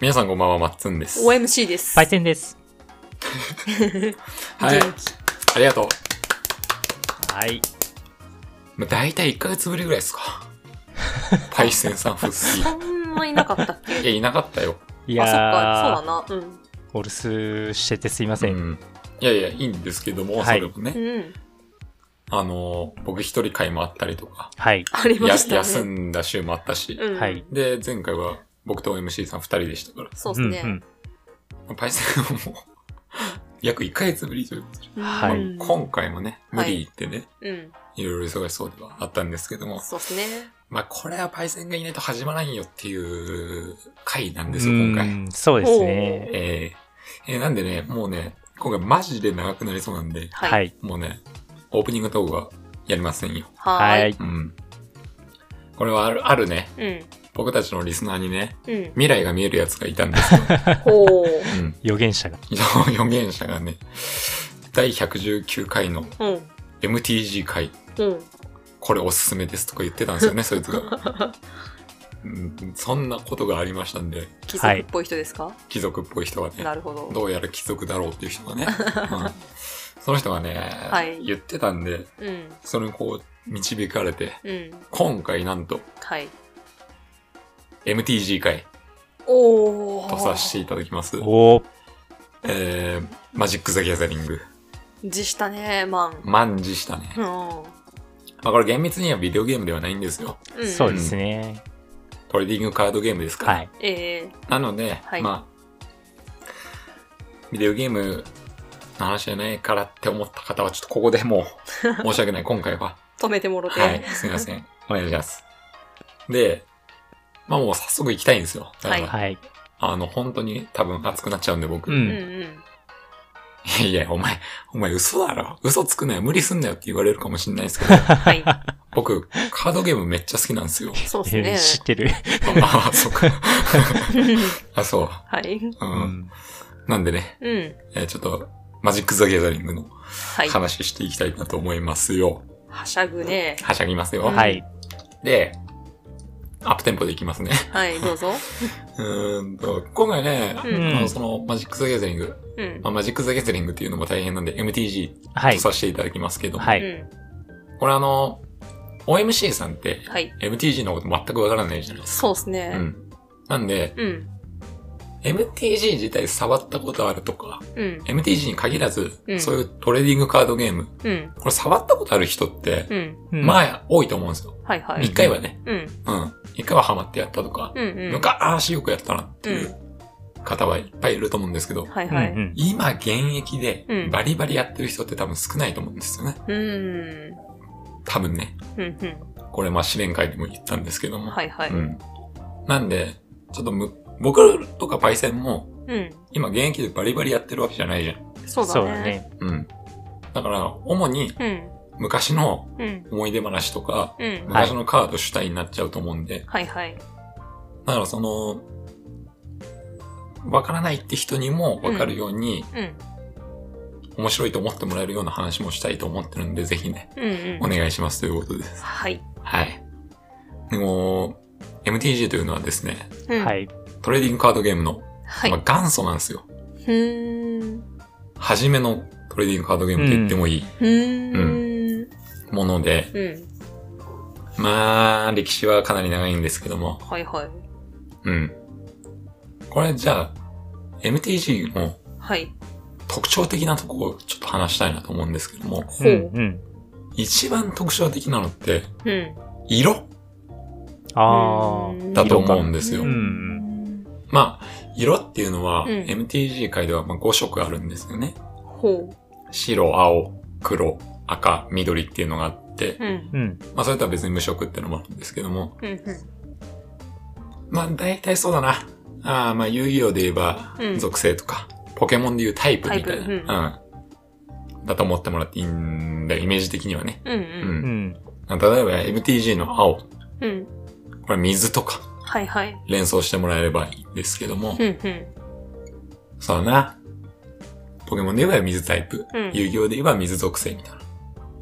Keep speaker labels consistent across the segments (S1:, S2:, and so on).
S1: 皆さんこんばんは、まっつんです。はい。
S2: OMC です。
S3: パイセンです。
S1: ありがとう。
S3: はい。
S1: まあ、大体1ヶ月ぶりぐらいですか。 パイセンさん復帰。
S2: そんないなかったっけ
S1: いや、いなかったよ。
S3: い
S2: あ、そっ
S3: やー、
S2: か、そうだな。
S3: お留守しててすいま
S1: う
S3: せん。
S1: ん。いやいや、いいんですけども、
S3: はい
S1: それもね
S2: う。ん。うん。
S1: あのー、僕一人会もあったりとか、
S3: はい。
S2: ありま
S1: や
S2: したね。
S1: 休んだ週もあったし。
S2: うん。
S3: はい
S1: で、前回は僕と MC さん2人でしたから
S2: そう
S3: う
S2: で
S3: ん
S2: す
S3: う
S2: ね。
S3: ん。
S1: まあ、パイセンはもう、約1ヶ月ぶりということで。
S2: うん
S3: はい
S2: うん
S1: 今回もね、無理言ってね、
S2: うん。
S1: いろいろ忙しそうではあったんですけども、
S2: そうですね。
S1: まあこれはパイセンがいないと始まらんよっていう回なん
S3: う
S1: ですよ、今回。
S3: んそうですね。
S1: えーえーなんでね、もうね、今回マジで長くなりそうなんで、
S2: は。
S3: はいい。
S1: もうね、オープニング動画やりませんよ。
S2: は
S3: は
S2: ーい。
S3: い。
S1: うん。これはある、あるね、
S2: うん。
S1: 僕たちのリスナーにね、
S2: うん。
S1: 未来が見えるやつがいたん ですよ。
S2: ほう。
S1: うん。
S3: 予言者が。
S1: 予言者がね、第119回の
S2: うん。
S1: MTG 回、
S2: うん。
S1: これおすすめですとか言ってたんですよね、そいつが。うん、そんなことがありましたんで、
S2: 貴族っぽい人ですか
S1: 貴族っぽい人がね、
S2: なるほど。
S1: どうやら貴族だろうっていう人がね、うん、その人がね、
S2: はい
S1: 言ってたんで、
S2: うん。
S1: それにこう、導かれて、
S2: うん。
S1: 今回なんと、
S2: はい。
S1: MTG 回
S2: お
S1: とさせていただきます。
S3: おー。
S1: えー、マジック・ザ・ギャザリング。
S2: でしたね、マン。
S1: 満事したね。
S2: うん。
S1: まあこれ厳密にはビデオゲームではないんですよ。
S2: ん
S3: そうですね。
S1: トレーディングカードゲームですから。
S3: はい。
S2: ええ
S1: なので、
S2: はい
S1: まあ、ビデオゲームの話じゃないからって思った方は、ちょっとここでもう、申し訳ない、今回は。
S2: 止めてもろて。
S1: はい、すみません。お願いします。で、まあもう早速行きたいんですよ。だから
S2: は
S3: はい。
S1: あの、本当に多分熱くなっちゃうんで、僕。
S3: う
S2: うん
S3: ん。
S2: うん。
S1: いやいや、お前、お前嘘だろ。嘘つくなよ、無理すんなよって言われるかもしれないですけど、
S2: はい。
S1: 僕、カードゲームめっちゃ好きなんですよ。
S2: そう
S3: えー
S2: で
S3: 知
S2: す
S3: ってる。
S1: ああ、そうか。
S2: ね。
S1: あ、そう。
S2: はい。
S1: うん。
S3: うん
S1: なんでね、
S2: うん。
S1: えーちょっと、マジック・ザ・ギャザリングの
S2: はい。
S1: 話していきたいなと思いますよ。
S2: はしゃぐね。
S1: はしゃぎますよ。
S2: うん
S3: はい。
S1: で、アップテンポでいきますね。
S2: はい、どうぞ。
S1: うーんと、今回ね、
S2: うん
S1: あのそのマジック・ザ・ギャザリング、
S2: うん。
S1: まあ、マジック・ザ・ギャザリングっていうのも大変なんで MTG
S3: は
S1: と
S3: い。
S1: させていただきますけども、
S3: は
S2: う
S3: い。
S2: ん。
S1: これあの、OMC さんって
S2: はい。
S1: MTG のこと全くわからないじゃないです
S2: そうです
S1: か。う
S2: ね。
S1: ん。なんで、
S2: うん。
S1: MTG 自体触ったことあるとか、
S2: うん。
S1: MTG に限らず、
S2: うん
S1: そういうトレーディングカードゲーム、
S2: うん。
S1: これ触ったことある人って、
S2: うん。
S3: うん
S1: まあ、多いと思うんですよ。
S2: はいは
S3: うん
S1: 一
S2: い。
S1: 回はね、
S2: うん。
S1: うん。一回はハマってやったとか、
S2: うんうん。
S1: 昔よくやったなっていう方はいっぱいいると思うんですけど、
S2: はいうは
S3: ん
S2: い。
S1: 今現役で
S2: うん
S1: バリバリやってる人って多分少ないと思うんですよね。
S2: うん。
S1: 多分ね。
S2: うん。うん。
S1: これまあ試練会でも言ったんですけども。。
S2: はいはいう
S1: ん。なんで、ちょっとむ、僕とかパイセンも
S2: うん。
S1: 今現役でバリバリやってるわけじゃないじゃん。
S2: そう
S3: そう
S2: だ
S3: だ
S2: ね。
S3: ね。
S1: うん。だから、主に
S2: うん。
S1: 昔の
S2: うん。
S1: 思い出話とか、
S2: うん。
S1: 昔のカード主体になっちゃうと思うんで、
S2: はいはい。
S1: だからその、わからないって人にもわかるように、
S2: うん。
S1: 面白いと思ってもらえるような話もしたいと思ってるんで、ぜひね、
S2: うん
S1: お
S2: うん。
S1: 願いしますということです。
S2: はい。
S1: はい。でも、MTG というのはですね、
S2: うん
S3: は。い。
S1: トレーディングカードゲームの、
S2: はい。
S1: ま
S2: う
S1: あ、元祖なんですよ。
S2: ーん。
S1: 初めのトレーディングカードゲームと言ってもいいう
S2: ーん。
S1: もので、
S2: うん。
S1: まあ、歴史はかなり長いんですけども、
S2: はいはい。
S1: うん。これじゃあ、MTG の
S2: はい。
S1: 特徴的なとこをちょっと話したいなと思うんですけども、
S3: う
S2: ほ
S3: ん
S2: う。
S3: うん。
S1: 一番特徴的なのって、
S2: うん。
S1: 色
S3: あ
S2: うん
S3: あ。
S1: だと思うんですよ。
S3: うん
S1: まあ、色っていうのは、
S2: うん
S1: MTG 界ではまあ5色あるんですよね。
S2: ほ
S1: 白、青、黒、赤、緑っていうのがあって
S2: う。、うん。
S3: うん。
S1: まあそれとは別に無色っていうのもあるんですけども、
S2: うん。
S1: まあ大体そうだな。ああまあ遊戯王で言えば
S2: う、ん
S1: 属性とか、ポケモンでいうタイプみたいな、
S2: タイプ
S1: うん。だと思ってもらっていいんだよ、イメージ的にはね。
S2: うんう。
S1: うん。
S3: うんん。
S1: 例えば MTG の青、こ
S2: うん。
S1: れ水とか
S2: はいはい。
S1: 連想してもらえればいいんですけども
S2: う、んうん。
S1: そうだな。ポケモンで言えば水タイプ、
S2: うん
S1: 遊戯王で言えば水属性みたいな。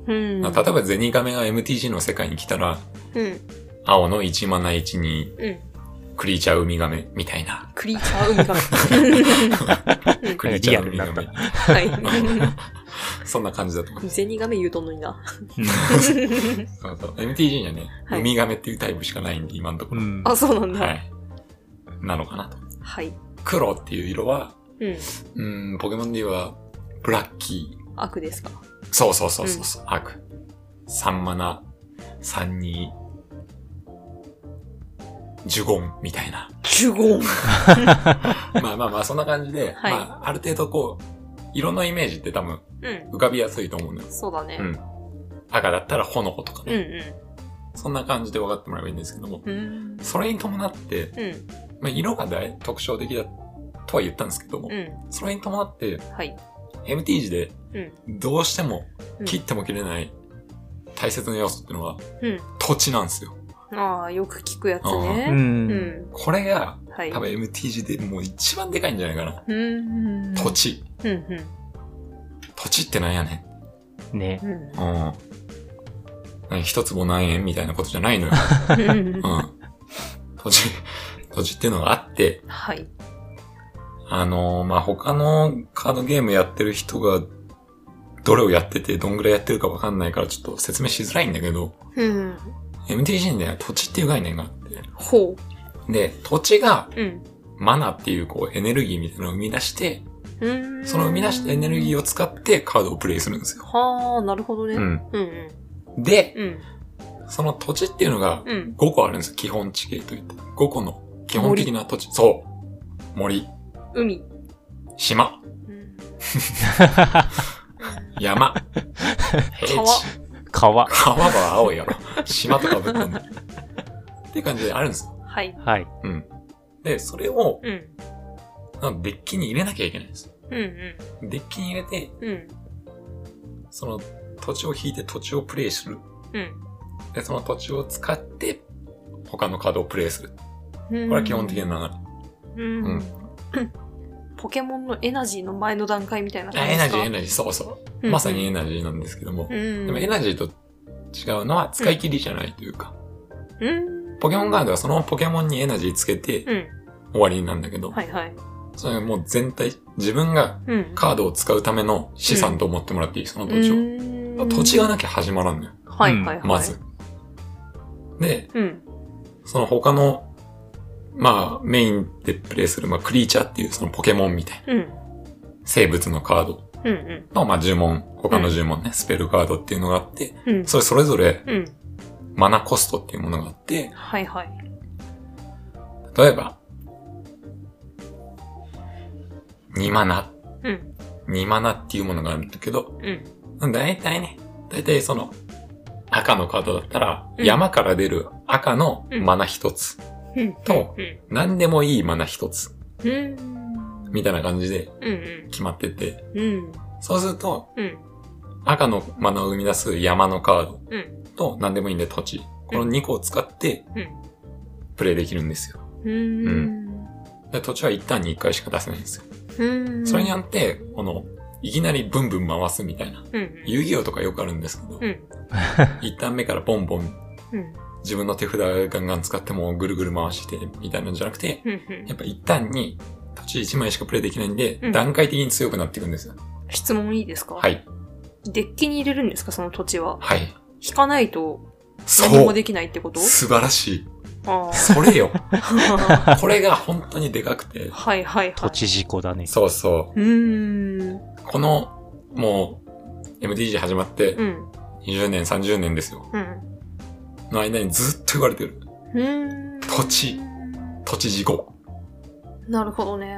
S2: うん。
S1: まあ例えばゼニガメが MTG の世界に来たら、
S2: うん。
S1: 青の1マナ1に
S2: うん。
S1: クリーチャーウミガメみたいな。
S2: クリーチャーウミガ メ。
S1: クリーチャーウミ
S3: リア
S1: ガ
S3: ルにな
S1: メ
S3: った。
S2: は
S1: そんな感じだと思う。
S2: い。ゼニガメ言うとんのにな。
S1: そうそう。MTG にはね、
S2: はい
S1: ウミガメっていうタイプしかないんで、今のとこ
S3: う
S1: ろ。
S3: ん。
S2: あ、そうなん
S1: は
S2: だ。
S1: い。なのかなと。
S2: はい。
S1: 黒っていう色は、
S2: うん。
S1: うーん、ポケモンで言えば、ブラッキー。
S2: 悪ですか。
S1: そうそうそうそうそう、悪。3マナ、3に、ジュゴンみたいな。
S2: ジュゴン。
S1: まあまあまあ、そんな感じで、
S2: はい
S1: まあ、ある程度こう、色のイメージって多分
S2: うん。
S1: 浮かびやすいと思うのよ。
S2: そうだね
S1: う。ん。赤だったら炎とか
S2: うん
S1: ね、そんな感じで分かってもらえばいいんですけども、
S2: うん。うん。
S1: それに伴って、
S2: うん。
S1: まあ、色が大特徴的だとは言ったんですけども、
S2: う
S1: それに伴って、
S2: ん。はい。
S1: MT g で
S2: うん。
S1: どうしても
S2: うん
S1: 切っても切れない大切な要素っていうのは
S2: うん。
S1: 土地なんですよ。
S2: ああ、よく聞くやつ
S3: う。
S2: ね。うんん。
S1: これが
S2: はい。
S1: 多分 MTG でもう一番でかいんじゃないかな。
S2: うん。
S1: 土。地。
S2: うんうん。
S1: 土地ってなんやね
S3: ね。
S2: うん
S1: ん。うん。何一坪何円みたいなことじゃないのよ。
S2: うん
S1: うん。土地、土地っていうのがあって、
S2: はい。
S1: あのーまあ、他のカードゲームやってる人がどれをやっててどんぐらいやってるかわかんないからちょっと説明しづらいんだけど、
S2: うん。
S1: MTG には土地っていう概念があって、
S2: ほ
S1: で、土地が
S2: う。うん。
S1: マナっていうこうエネルギーみたいなのを生み出して、
S2: うん。
S1: その生み出したエネルギーを使ってカードをプレイするんですよ。
S2: はあ、なるほどね。
S1: う
S2: うん
S1: ん。
S2: うん。
S1: で、
S2: うん。
S1: その土地っていうのが
S2: うん。
S1: 5個あるんですよ。基本地形といって。5個の基本的な土地。そう。森、
S2: 海。
S1: 島、
S2: うん
S1: 山、平地、
S3: 川。
S1: 川は青いやろ。島とかぶったんだ。っていう感じであるんですよ。
S2: はい。
S3: はい。
S1: うん。で、それを、
S2: うん。
S1: なんかデッキに入れなきゃいけないんですよ。
S2: うん
S1: デッキに入れて、
S2: うん。うん。
S1: その土地を引いて土地をプレイする。
S2: うん。
S1: で、その土地を使って、他のカードをプレイする。こ
S2: こ
S1: れは基本的な流
S2: うん。
S1: う
S2: ポケモンのエナジーの前の段階みたいな
S1: れ。あ
S2: 感じ
S1: エ
S2: です
S1: ナジ
S2: か
S1: ー、エナジー、そうそう。
S2: うん
S1: まさにエナジーなんですけども。
S2: うん。
S1: でもエナジーと違うのは使い切りじゃないというか、
S2: うん。
S1: ポケモンカードはそのポケモンにエナジーつけて
S2: うん。
S1: 終わりなんだけど、
S2: はいはい。
S1: それはもう全体、自分が
S2: うん。
S1: カードを使うための資産と思ってもらっていい、その土地を。
S2: うん
S1: 土地がなきゃ始まらんのよ、
S2: はいはいはい。
S1: まず。。で、
S2: うん。
S1: その他の、まあ、メインでプレイする、まあ、クリーチャーっていうそのポケモンみたいな
S2: うん。
S1: 生物のカード
S2: うんうん。
S1: の、まあ、呪文、他の呪文ね、スペルカードっていうのがあって、
S2: うん。
S1: それそれぞれ
S2: うん。
S1: マナコストっていうものがあって、
S2: はいはい。
S1: 例えば、2マナ、
S2: うん。
S1: 2マナっていうものがあるんだけど、
S2: うん。
S1: だいたいね、だいたいその、赤のカードだったら、
S2: うん
S1: 山から出る赤の
S2: うん
S1: マナ一つ、
S2: うん。
S1: と、
S2: うん。
S1: 何でもいいマナ一つ、
S2: うん。
S1: みたいな感じで
S2: うん。
S1: 決まってて、
S2: うん。
S1: そうすると、
S2: うん。
S1: 赤のマナを生み出す山のカード
S2: うん。
S1: と、何でもいいんで土地、この2個を使って
S2: うん。
S1: プレイできるんですよ。
S2: うん。
S1: で土地は一旦に1回しか出せないんですよ。
S2: うん。
S1: それにあって、この、いきなりブンブン回すみたいな。
S2: うん。
S1: 遊戯王とかよくあるんですけど
S2: う、ん。
S1: 一旦目からポンポン
S2: うん。
S1: 自分の手札ガンガン使ってもうぐるぐる回してみたいなんじゃなくて、
S2: うん。
S1: やっぱ一旦に土地1枚しかプレイできないんで、
S2: うん
S1: 段階的に強くなっていくんですよ。
S2: 質問いいですか。
S1: はいい。
S2: デッキに入れるんですかその土地は。
S1: はい。
S2: 引かないと何
S1: そ
S2: も
S1: う
S2: できないってこと
S1: 素晴らしい。
S2: あ
S1: それ よ。
S2: あ。
S1: これが本当にでかくて。
S2: はいはいはい。
S3: 土。地事故だね。
S1: そうそう
S2: ーん。
S1: う。この、もう、MDG 始まって
S2: うん。
S1: 20年、30年ですよ。
S2: うん。
S1: の間にずっと言われてる。
S2: うーん。
S1: 土地。土地事故。
S2: なるほどね。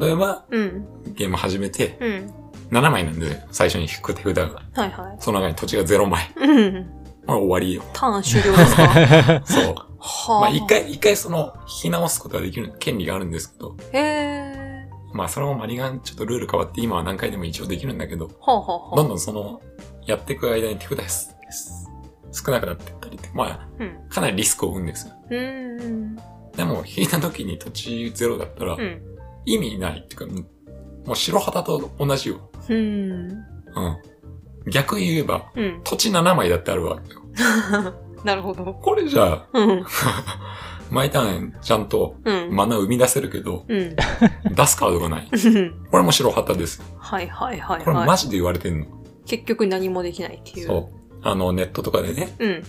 S1: 例えば、
S2: うん。
S1: ゲーム始めて、
S2: うん。
S1: 7枚なんで、最初に引く手札が。
S2: は いはい。
S1: その中に土地が0枚。
S2: うん。
S1: まあ終わりよ。
S2: ターン終了です か
S1: そう。
S2: はあ。
S1: まあ一。回、一回その、引き直すことができる、権利があるんですけど、
S2: へえ。
S1: まあそれもマリガンちょっとルール変わって今は何回でも一応できるんだけど、
S2: ほうほうほ
S1: どん
S2: う。
S1: どんその、やっていく間に手札すす少なくなっていったりって、ま
S2: うん。
S1: あかなりリスクを生むんですよ。
S2: うんうん。
S1: でも引いた時に土地ゼロだったら
S2: うん。
S1: 意味ないっていうか、うんもう白旗と同じよ。
S2: うん。
S1: うん。逆言えば、
S2: うん。
S1: 土地7枚だってあるわけよ。
S2: なるほど。
S1: これじゃあ、
S2: うん。
S1: 毎ターンちゃんと
S2: うん。
S1: マナ生み出せるけど、
S2: うん。
S1: 出すカードがない。これも白旗です。
S2: はいはいはい
S1: これマ
S2: は
S1: ジで言われてんの。
S2: い。結局何もできないっていう。
S1: そう。あの、ネットとかでね、
S2: うん。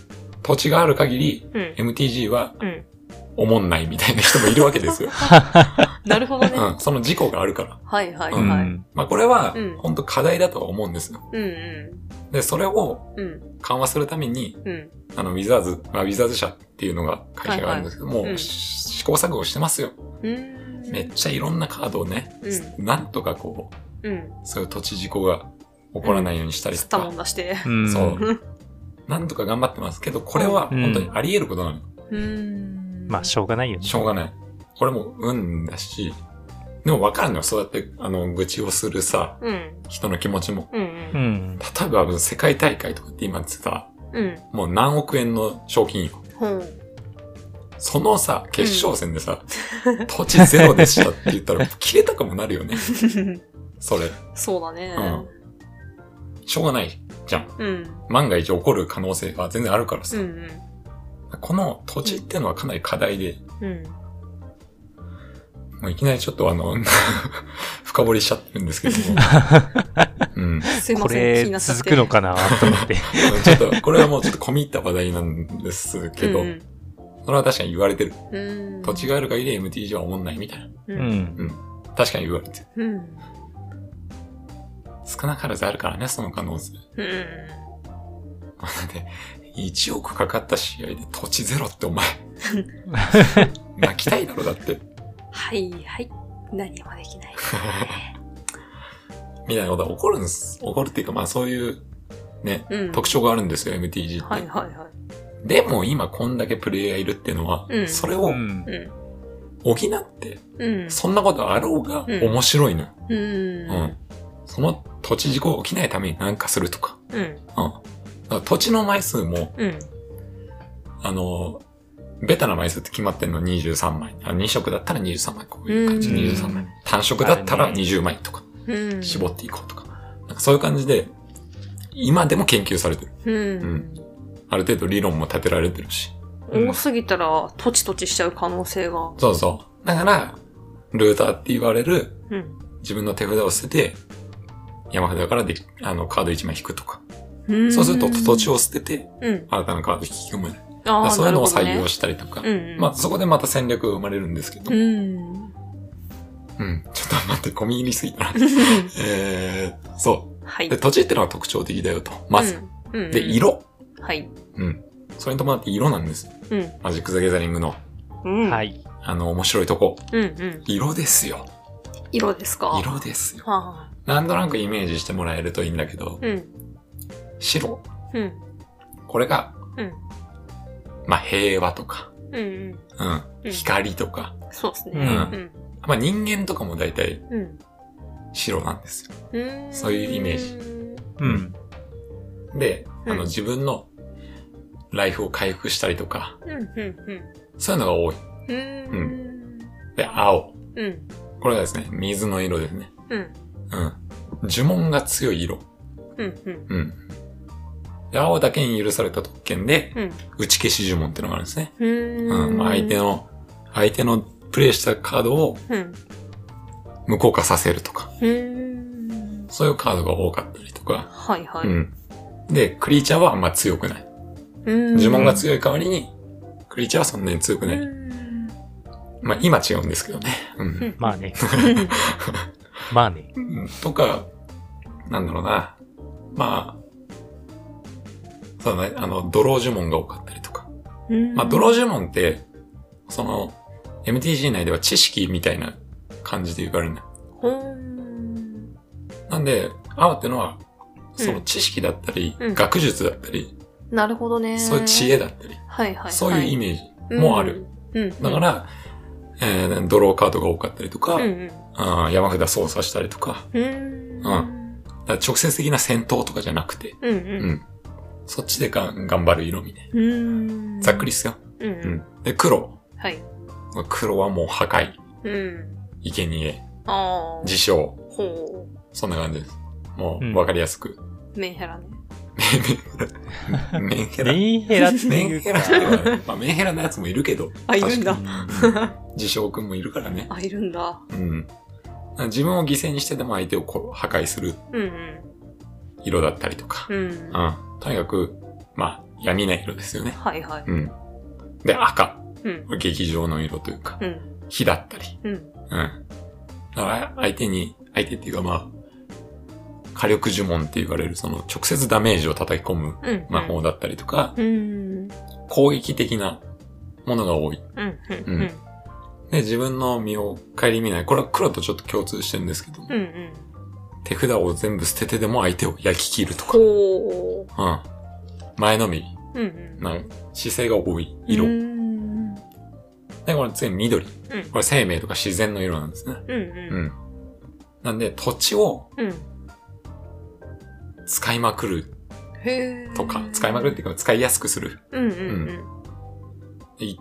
S1: 土地がある限り、
S2: うん。
S1: MTG は
S2: うん。
S1: おもんないみたいな人もいるわけですよ。
S2: なるほどね。
S1: うん。その事故があるから。
S2: はいはい
S3: うん
S2: はい。
S1: まあこれは
S2: うん、
S1: 本当課題だとは思うんですよ。
S2: うん
S1: で、それを
S2: うん。うん。
S1: 緩和するために、
S2: うん。
S1: あの、ウィザーズ、まあ、ウィザーズ社っていうのが会社があるんですけど、
S2: い
S1: も
S2: うん
S1: うし試行錯誤してますよ。
S2: うん。
S1: めっちゃいろんなカードをね、
S2: う
S1: なんとかこう、
S2: うん。
S1: そういう土地事故が起こらないようにしたり
S2: 吸っ
S1: と
S2: た
S1: か、
S2: もん出して。
S3: うん
S1: そうう。なんとか頑張ってますけど、これは
S3: うん
S1: 本当にあり得ることなの。
S2: うん。
S3: まあ、しょうがないよね。
S1: しょうがない。これも運だし、でもわかるのよ。そうやって、あの、愚痴をするさ、
S2: うん。
S1: 人の気持ちも。
S2: うん
S3: う
S2: うん。
S3: ん。
S1: 例えば、世界大会とかって今さ、
S2: うん。
S1: もう何億円の賞金よ。
S2: ほう。
S1: そのさ、決勝戦でさ、土地ゼロでしたって言ったら、切れたかもなるよね。それ。
S2: そうだね。
S1: しょうがないじゃん。
S2: うん。うん。
S1: 万が一起こる可能性は全然あるから
S2: う
S1: さ。
S2: ん。
S1: この土地ってのはかなり課題で、
S2: うん。
S1: もういきなりちょっとあの、 深掘りしちゃってるんですけど も。うん。
S2: すいま
S3: こ
S2: せん、気に
S3: れ、
S2: なっちゃって
S3: 続くのかなと 思って。
S1: ちょっと、これはもうちょっと込み入った話題なんですけど、
S2: うん
S1: それは確かに言われてる。
S2: うん。うん
S1: 土地。がある限り MTG は思んないみたいな。
S2: う。
S3: うんん。
S1: 確かに言われてる。
S2: うん。
S1: 少なからずあるからね、その可能性。
S2: うん。
S1: だって、1億かかった試合で土地ゼロってお前、泣きたいだろだって、
S2: はいはい。何もできない。
S1: みたいなことは起こるんです。起こるっていうか、まあそういう、ね、
S2: うん。
S1: 特徴があるんですよ、MTG って。
S2: はいはいはい。
S1: でも今こんだけプレイヤーいるっていうのは、
S2: うん
S1: それ
S3: う
S1: を
S3: ん。
S2: うん。
S1: 補って、
S2: うん。
S1: そんなことあろうが
S2: うん
S1: 面白いのよ。
S2: う。
S1: うんん。その土地事故が起きないために何かするとか。
S2: うん。
S1: うん。だから土地の枚数も、
S2: うん。
S1: あの、ベタな枚数って決まってんの23枚。あ2色だったら23枚、こういう感じ
S2: うん
S1: で23枚。単色だった
S3: あ
S1: ら
S3: るね
S1: 20枚とか、
S2: うん。
S1: 絞っていこうとか。なんかそういう感じで、今でも研究されてる。
S2: うん。
S1: ある程度理論も立てられてるし。
S2: 多すぎたら、とちとちしちゃう可能性が。
S1: そうそう。だから、ルーターって言われる
S2: うん。
S1: 自分の手札を捨てて、山札からで、あの、カード1枚引くとか。
S2: うん
S1: そうすると土地を捨てて、
S2: うん。
S1: 新たなカード引き込む。だか
S2: あ
S1: ら
S2: あ、
S1: そういうのを
S2: なるほどね
S1: 採用したりとか。
S2: うん。
S1: まあ、そこでまた戦略が生まれるんですけど。う
S2: う
S1: ん。
S2: ん。
S1: ちょっと待って、込み入りすぎたな。えー、そ
S2: は
S1: う。
S2: い
S1: で、。土地ってのは特徴的だよと。まず。
S2: うん。うん
S1: で、。色。
S2: はい。
S1: うん。それに伴って色なんです。
S2: うん。
S1: マジック・ザ・ギャザリングの、
S2: うん。。
S3: はいい。
S1: あの、面白いとこ。
S2: うんうん。
S1: 色ですよ。
S2: 色ですか。は
S1: 色ですよ。
S2: あ。
S1: なんとなくイメージしてもらえるといいんだけど、
S2: うん。
S1: 白。
S2: うん。
S1: これが、
S2: うん。
S1: まあ、平和とか、
S2: うんうん。
S1: うん。
S2: うん
S1: 光とか。
S2: そうですね。
S3: う
S2: うん。
S1: まあ、人間とかも大体
S2: うん。
S1: 白なんですよ。
S2: うん。
S1: そういうイメージ
S2: ジ。
S3: うん。
S1: で、あ
S2: うん
S1: の、自分のライフを回復したりとか、
S2: うん。う
S1: そういうのが多い。
S2: ん。うん。うん。
S1: で、青。
S2: うん。
S1: これがですね、水の色ですね。
S2: うん。
S1: うん。呪文が強い色。
S2: うん。うん。
S1: うん。で、青だけに許された特権で、
S2: うん。
S1: 打ち消し呪文ってのがあるんですね。
S2: う。
S1: うんん。まあ、相手。の、相手のプレイしたカードを
S2: うん。
S1: 無効化させるとか、
S2: うん。
S1: そういうカードが多かったりとか。
S2: はいは
S1: う
S2: い。
S1: ん。で、クリーチャーはあんま強くない。
S2: 呪
S1: 呪文が強い代わりに、クリーチャーはそんなに強くない。まあ、今違うんですけどね。うん。
S3: まあね。まあね。
S1: うんとか、なんだろうな。まあ、そうだね、あの、ドロー呪文が多かったりとか。まあ、ドロー呪文って、その、MTG 内では知識みたいな感じで言われるんだ。
S2: うん。
S1: なんで、青ってのは、そうの
S2: ん
S1: 知識だったり、
S2: うん
S1: 学術だったり、
S2: なるほどね。
S1: そういう知恵だったり、
S2: はいはいはい。
S1: そういうイメージもある。。
S2: うん。
S1: だか、ら、えードローカードが多かったりとか、
S2: う
S1: うんん
S2: うん。
S1: あー山札操作したりとか、
S2: うーん。
S1: うだから直接的な戦闘とかじゃなくて、
S2: う
S1: う
S2: んうん
S1: ん。そっちでがん頑張る色味ね。。
S2: うーん
S1: ざっくりっ。すよ。
S2: うん
S1: う。
S2: うん
S1: で、黒。
S2: ん。はい。
S1: 黒はもう破壊、
S2: うん。
S1: 生贄、
S2: ああ。
S1: 自称。
S2: ほ
S1: そんな感じです。も
S3: うん
S1: う、わかりやすく。
S2: う。メンヘラね。
S1: メンヘラ。メ
S3: メンヘラってい
S1: ン
S3: う
S1: ヘ
S3: か
S1: ラっていうか、まあ、メンヘラのやつもいるけど。
S2: あいるんだ
S1: 確かに。うん自称君もいるからね。
S2: あ、いるんだ。
S1: うん。自分を犠牲にしてでも相手をこう破壊する
S2: うんうん。
S1: 色だったりとか。
S2: うん。
S1: うん。とにかく、まあ、闇な色ですよね。
S2: はいはい。
S1: うん。で、赤。
S2: うん。
S1: 劇場の色というか
S2: う、ん。
S1: 火だったり。
S2: うん。
S1: うん。だから、相手に、相手っていうかまあ、火力呪文って言われる、その、直接ダメージを叩き込む
S2: うん。
S1: 魔法だったりとか、
S2: うん。
S1: 攻撃的なものが多い。
S2: うん。うん。うん。
S1: で、自分の身を顧みない。これは黒とちょっと共通してるんですけど、
S2: うん。うん。
S1: 手札を全部捨ててでも相手を焼き切るとか、う
S2: ほう。
S1: ん。前のみ、
S2: うんうん。
S1: なんか姿勢が多い色。
S2: 色。うん。
S1: で、これ次緑。
S2: うん
S1: これ生命とか自然の色なんですね。
S2: うん
S1: う
S2: うん。
S1: ん。なんで、土地を
S2: うん。
S1: 使いまくる
S2: へえ。
S1: とか、使いまくるっていうか、使いやすくする。
S2: うんうん
S1: い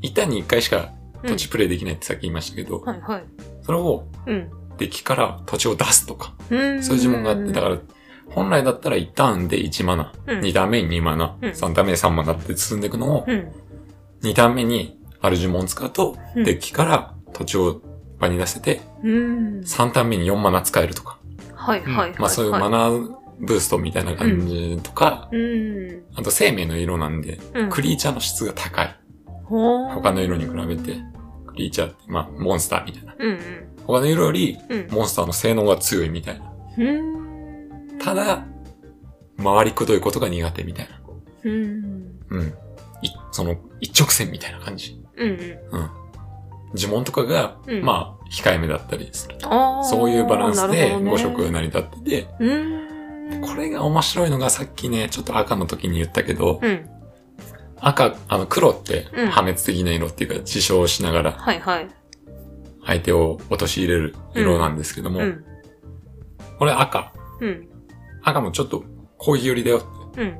S1: 一旦に一回しか
S2: うん。
S1: 土地プレイできないってさっき言いましたけど、
S2: はいはい。
S1: それを
S2: うん。
S1: デッキから土地を出すとか、
S2: うん。
S1: そういう呪文があって、だから、本来だったら1ターンで1マナ、
S2: うん
S1: 2ターン目に2マナ、
S2: うん
S1: 3ターン目に3マナって進んでいくのを、
S2: うん。
S1: 2ターン目にある呪文を使うと、
S2: うん
S1: デッキから土地を場に出せて、
S2: うん。
S1: 3ターン目に4マナ使えるとか、
S2: はいはいはい。
S1: まあそういうマナーブーストみたいな感じとか、
S2: うん。
S1: あと生命の色なんで、
S2: うん。
S1: クリーチャーの質が高い。他
S2: 他
S1: の色に比べて。クリーチャーって、まあ、モンスターみたいな。
S2: うんうん。
S1: 他の色より、
S2: うん。
S1: モンスターの性能が強いみたいな。
S2: うん
S1: た、だ、回りくどいことが苦手みたいな。
S2: うん。
S1: うん。い、その、一直線みたいな感じ。
S2: うん。
S1: うん。呪文とかが、
S2: うん
S1: まあ、控えめだったりする。
S2: ああ。
S1: そういうバランスで
S2: なるほどね
S1: 5色成り立ってて、
S2: うん。
S1: これが面白いのがさっきね、ちょっと赤の時に言ったけど、
S2: うん。
S1: 赤、あの、黒って
S2: うん
S1: 破滅的な色っていうか、自称しながら
S2: はいはい。
S1: 相手を陥れる色なんですけども、
S2: うん。
S1: これ赤。
S2: うん。
S1: 赤もちょっと攻撃寄りだよって。
S2: うん。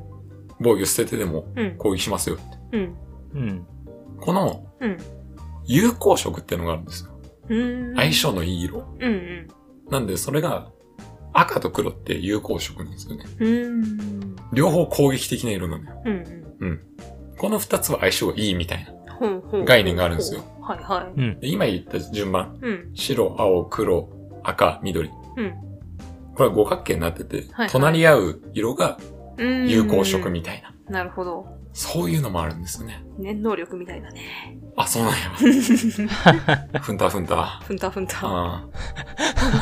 S1: 防御捨ててでも
S2: うん。
S1: 攻撃しますよって。
S2: うん。
S3: うん。
S1: この
S2: うん。
S1: 有効色ってのがあるんですよ。
S2: うん。
S1: 相。性のいい色。
S2: うん
S1: なんでそれが赤と黒って有効色なんですよね。
S2: うん。うん。
S1: 両方攻撃的な色なんだよ。
S2: うんうん。
S1: この二つは相性がいいみたいな
S2: ほうほう。
S1: 概念があるんですよ。。
S2: はいは
S3: うん。
S1: で今言った順番。
S2: い。うん。
S1: 白、青、黒、赤、緑。
S2: うん。
S1: これは五角形になってて
S2: はいはい、
S1: 隣り合う色が
S2: うん。
S1: 有効色みたいな。
S2: なるほど。
S1: そういうのもあるんですよね。
S2: 念能力みたいだね。
S1: あ、そうなんや。ふんた ふんた。
S2: ふんたふんた。
S1: あ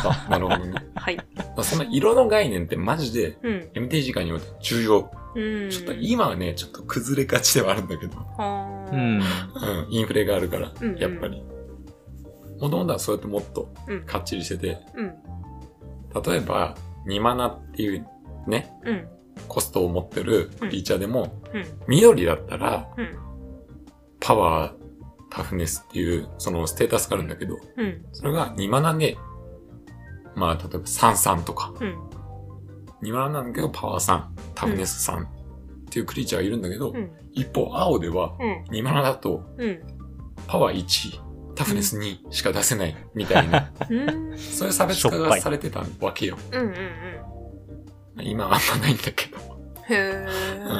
S1: あ。なるほどね。
S2: はい。
S1: その色の概念ってマジで
S2: うん。
S1: MT 時間において重要。
S2: うん。
S1: ちょっと今はね、ちょっと崩れがちではあるんだけど。
S2: は
S3: う
S2: ー
S3: ん。
S1: うん、インフレがあるから
S2: うんうん、
S1: やっぱり。もともとはそうやってもっと
S2: うん。
S1: かっちりしてて、
S2: うん。
S1: 例えば、2マナっていうね、
S2: うん。
S1: コストを持ってるクリーチャーでも、
S2: うん。
S1: 緑だったら、
S2: うん。
S1: パワー、タフネスっていう、そのステータスがあるんだけど、
S2: うん。
S1: それが2マナで、まあ、例えば33とか、
S2: うん。
S1: 2マナなんだけど、パワー3、タフネス3っていうクリーチャーがいるんだけど、
S2: うん。
S1: 一方、青では、
S2: うん。
S1: 2マナだと、
S2: うん。
S1: パワー1、タフネス2しか出せないみたいな、
S2: うん。
S1: そういう差別化がされてたわけよ。
S2: うん。うん。
S1: 今はあんまないんだけど。
S2: へえ。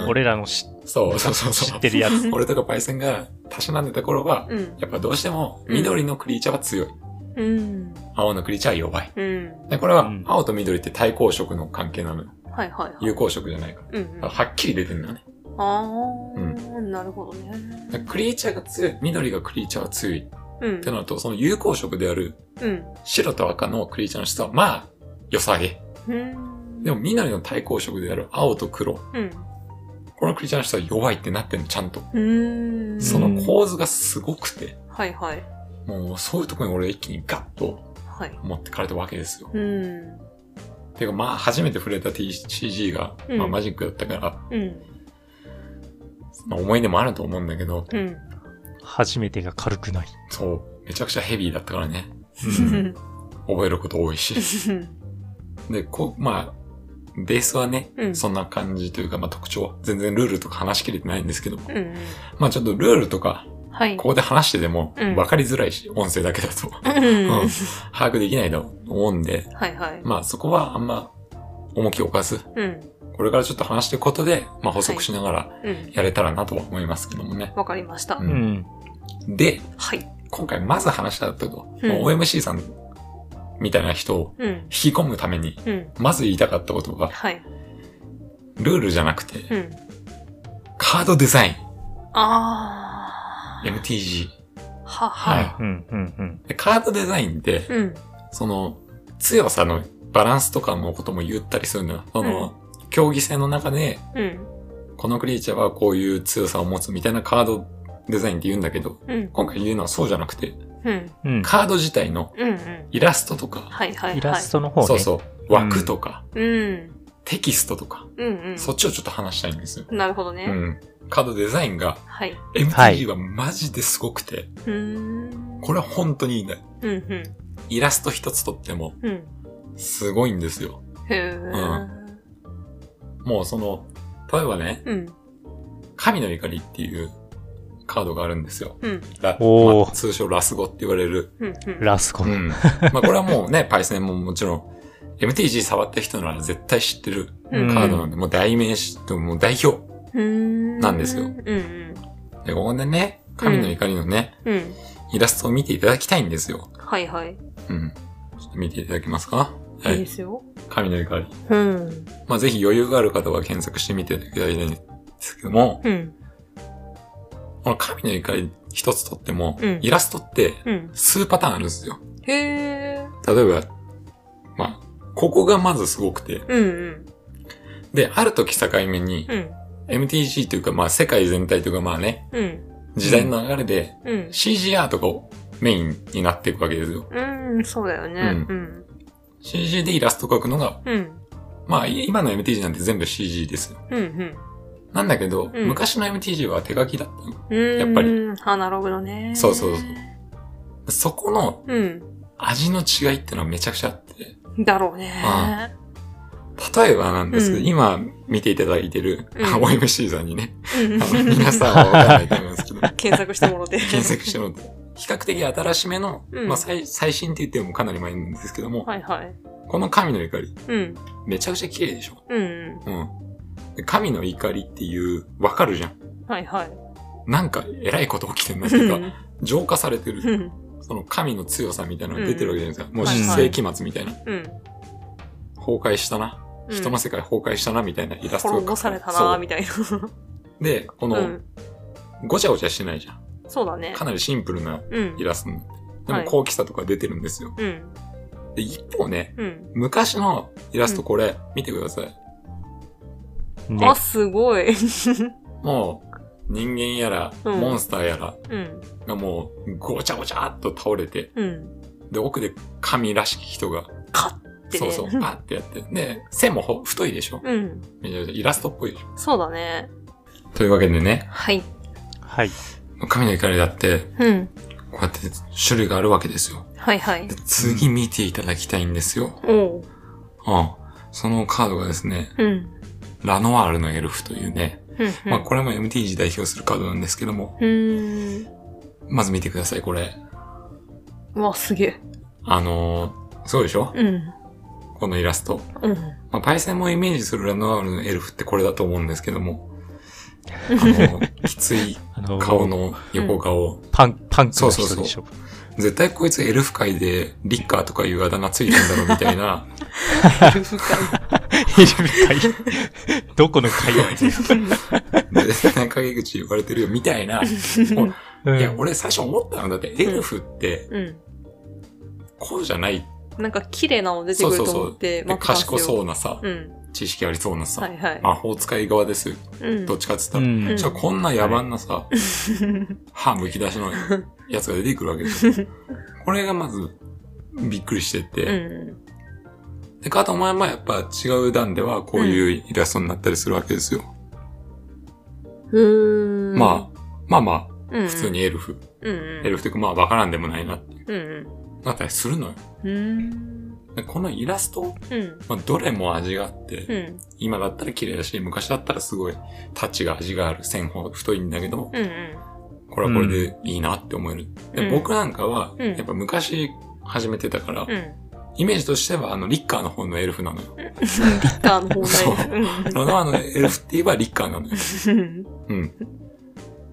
S1: うん
S3: 俺らの知
S1: そうそうそうそ
S3: 知
S1: う
S3: っ。てるやつ。
S1: 俺とかパイセンがたしなんでた頃は、
S2: うん。
S1: やっぱどうしても緑のクリーチャーは強い。
S2: うん。
S1: 青のクリーチャーは弱い。
S2: うん。
S1: でこれは
S3: うん
S1: 青と緑って対抗色の関係なのよ。
S2: はいはいはい。
S1: 有効色じゃないから。
S2: うんうん。
S1: だからはっきり出てるんだね。
S2: ああ、なるほどね。
S1: だからクリーチャーが強い。緑がクリーチャーは強い。っ
S2: うん
S1: て。なると、その有効色である
S2: うん。
S1: 白と赤のクリーチャーの質は、まあ、良さげ。
S2: うん。
S1: でも緑の対抗色である青と黒。
S2: うん。
S1: このクリーチャーの人は弱いってなってんの、ちゃんと。
S2: うん。
S1: その構図がすごくて、
S2: はいはい。
S1: もうそういうとこに俺一気にガッと
S2: はい。
S1: 持ってかれたわけですよ。
S2: うん。
S1: てかまあ初めて触れた TCG が、
S2: うん
S1: まあマジックだったから、
S2: うん。
S1: まあ思い出もあると思うんだけど、
S2: うん。
S3: 初めてが軽くない。
S1: そう、めちゃくちゃヘビーだったからね。覚えること多いし。で、こう、まあ、ベースはね、
S2: うん
S1: そんな感じというか、まあ特徴は、全然ルールとか話しきれてないんですけども、
S2: うんうん。
S1: まあちょっとルールとか、
S2: はい。
S1: ここで話してても
S2: うん
S1: 分かりづらいし、音声だけだと、
S2: うん
S1: うん
S2: は
S1: 把握できないと思うんで、
S2: いはい。
S1: まあそこはあんま重きを置かず、
S2: うん。
S1: これからちょっと話していくことで、まあ補足しながら
S2: うん。
S1: やれたらなとは思いますけどもね。
S2: わかりました。
S1: う
S3: うんん。
S1: で、
S2: はい。
S1: 今回まず話したこと、
S2: うん
S1: もう OMC さんみたいな人を
S2: うん
S1: 引。き込むために、
S2: うん。
S1: まず言いたかったことが、
S2: はい。
S1: ルールじゃなくて、
S2: うん。
S1: カードデザイン、
S2: あー。
S1: MTG。は
S2: ははいい。
S3: うん。うん。
S1: でカードデザインって、
S2: うん。
S1: その、強さのバランスとかのことも言ったりするのよ。その、競技性の中で、
S2: うん。
S1: このクリーチャーはこういう強さを持つみたいなカードデザインって言うんだけど、
S2: うん。
S1: 今回言うのはそうじゃなくて、
S2: うん。
S3: うん。
S1: カード自体の
S2: うん。うん。
S1: イラストとか、
S2: はいはいはい。
S3: イラストの方ね。
S1: そうそう、枠とか、
S2: うん。
S1: テキストとか、
S2: うんうん。
S1: そっちをちょっと話したいんですよ。
S2: なるほど
S1: う
S2: ね。
S1: ん。カードデザインが
S2: はい。う
S1: MTG はマジですごくて、
S2: ーん。
S1: これは本当にいいね。
S2: うんうん。
S1: イラスト一つとっても
S2: うん。
S1: すごいんですよ。
S2: へー
S1: もうその、例えばね、
S2: うん。
S1: 神の怒りっていうカードがあるんですよ。
S2: うん。
S1: ラ
S3: おー
S1: まあ通称ラスゴって言われる。
S2: うん。うん。
S3: ラスコ。うん。
S1: まあこれはもうね、パイセンももちろん、MTG 触った人なら絶対知ってる
S2: うん
S1: カードなんで、もう代名詞ともう代表。
S2: うーん
S1: なんですよ
S2: うんうん。
S1: で、ここでね、神の怒りのね、
S2: うん。
S1: イラストを見ていただきたいんですよ。
S2: はいはい。
S1: うん。ちょっと見ていただけますかはい
S2: いで
S1: い。
S2: すよ。
S1: 神の怒り。
S2: うん。
S1: まあぜひ余裕がある方は検索してみていただきたいんですけども、
S2: うん。
S1: この神の怒り一つとっても、
S2: うん
S1: イラストって
S2: うん。
S1: 数パターンあるんですよ。
S2: へー
S1: 例えば、まあ、ここがまずすごくて、
S2: うんうん。
S1: で、ある時境目に、
S2: うん。
S1: MTG というか、まあ、世界全体というか、まあね、
S2: うん。
S1: 時代の流れで、
S2: うん。
S1: CGR とかをメインになっていくわけですよ。
S2: うん、そうだよね。うん。
S1: CG でイラスト描くのが、
S2: うん。
S1: まあ、い今の MTG なんて全部 CG ですよ。
S2: うん。うん。
S1: なんだけど、
S2: うん
S1: 昔の MTG は手書きだったの。
S2: うん。
S1: やっぱり。
S2: アナログのね。
S1: そうそうそそこの
S2: う。うん。
S1: 味の違いってのはめちゃくちゃあって、
S2: だろうね。
S1: あ例えばなんですけど、
S2: うん
S1: 今見ていただいてる、
S2: うん
S1: OMC さんに ね、
S2: うん。
S1: あの皆さんはわかんないと思いますけど、
S2: 検索してもろて。
S1: 検索してもらって、比較的新しめの、
S2: うん
S1: まあ最最新って言ってもかなり前なんですけども、
S2: はいはい。
S1: この神の怒り、
S2: うん。
S1: めちゃくちゃ綺麗でしょ。
S2: う
S1: う
S2: ん。
S1: ん。で神の怒りっていう、わかるじゃん。
S2: はいはい。
S1: なんか偉いこと起きてるなっていうか、浄化されて
S2: う
S1: る、
S2: ん。
S1: その神の強さみたいなのが出てるわけじゃないですか。もう
S2: はい
S3: はい
S1: 世紀末みたいな。
S2: うん。
S1: 崩壊したな。人の世界崩壊したなみたいなイラスト
S2: 滅ぼされたなーみたいな。
S1: そうで、こ
S2: う
S1: の、
S2: ん。
S1: ごちゃごちゃしてないじゃん。
S2: そうだね。
S1: かなりシンプルな
S2: うん
S1: イ。ラストになってる。で
S2: は
S1: も
S2: い
S1: 高貴さとか出てるんですよ。
S2: うん。
S1: で、一方ね、
S2: うん。
S1: 昔のイラストこれ、見てください。
S3: ね
S2: あ、。すごい。
S1: もう、人間やら、
S2: うん
S1: モンスターやら
S2: うん。
S1: がもう、ごちゃごちゃっと倒れて、
S2: うん。
S1: で、奥で神らしき人が、
S2: 買って
S1: そ
S2: ね。
S1: う そう、パってやって。で、線もほ太いでしょ
S2: うん。
S1: めちゃめちゃイラストっぽいでしょ
S2: そうだね。
S1: というわけでね、
S2: はい。
S3: はい。
S1: 神の怒りだって、
S2: うん。
S1: こうやって種類があるわけですよ。
S2: はいはい
S1: で。次見ていただきたいんですよ。う
S2: おう。
S1: ん。そのカードがですね、
S2: うん。
S1: ラノワールのエルフというね、
S2: うん。
S1: まあこれも MTG 代表するカードなんですけども、
S2: うん。う
S1: まず見てください、これ。
S2: ーん。わ、すげえ。
S1: あのー、そうでしょ
S2: うん。
S1: このイラスト。
S2: うん。
S1: まあ、パイセンもイメージするラノワールのエルフってこれだと思うんですけども、あの、 きつい
S3: あの、
S1: 顔の横顔。
S3: パン、パンク
S1: そ
S3: の
S1: うそうそう
S3: 人で しょ。
S1: 絶対こいつエルフ界でリッカーとかいうあだ名ついてんだろうみたい な、
S2: エルフ界。
S3: ヘルメ会 どこの会話
S1: 絶対陰口言われてるよみたいな。 も
S3: う
S1: うんいや、俺最初思ったのだってエルフって
S2: うん。
S1: こうじゃないっ
S2: なんか綺麗なの出て
S1: そう
S2: く
S1: そ
S2: る
S1: う
S2: と
S1: そ
S2: 思
S1: う
S2: っ。て
S1: で
S2: 待ってたんですよ。
S1: 賢そうなさ、
S2: うん。
S1: 知識ありそうなさ、
S2: はいはい。
S1: 魔法使い側ですよ。
S2: うん
S1: どっちかって言った
S3: う
S1: ら。
S3: ん
S1: じゃあこんな野蛮なさ、 歯剥き出しのやつが出てくるわけですよ。これがまずびっくりして
S2: う
S1: て、
S2: ん。
S1: でかとお前もやっぱ違う段ではこういうイラストになったりするわけですよ。
S2: うーん。
S1: まあ、まあまあ、
S2: あ、普
S1: 普通。にエルフ。
S2: うんうん。
S1: エルフというかまあわからんでもないなっていう。
S2: うんうん。
S1: だったりするのよ。
S2: うーん。
S1: でこのイラスト、
S2: うん。
S1: まあ、どれも味があって、
S2: うん。
S1: 今だったら綺麗だし、昔だったらすごいタッチが味がある線法太いんだけど、
S2: うん。
S1: これはこれでいいなって思える。
S2: う
S1: で
S2: ん
S1: 僕なんかは、
S2: うん
S1: やっぱ昔始めてたから、
S2: うん。うん。
S1: イメージとしてはあのリッカーの方のエルフなのよ。
S2: リッカーの
S1: そう
S2: 方がいい。
S1: ロノアのエルフって言えばリッカーな のよ。
S2: うん。
S1: うん。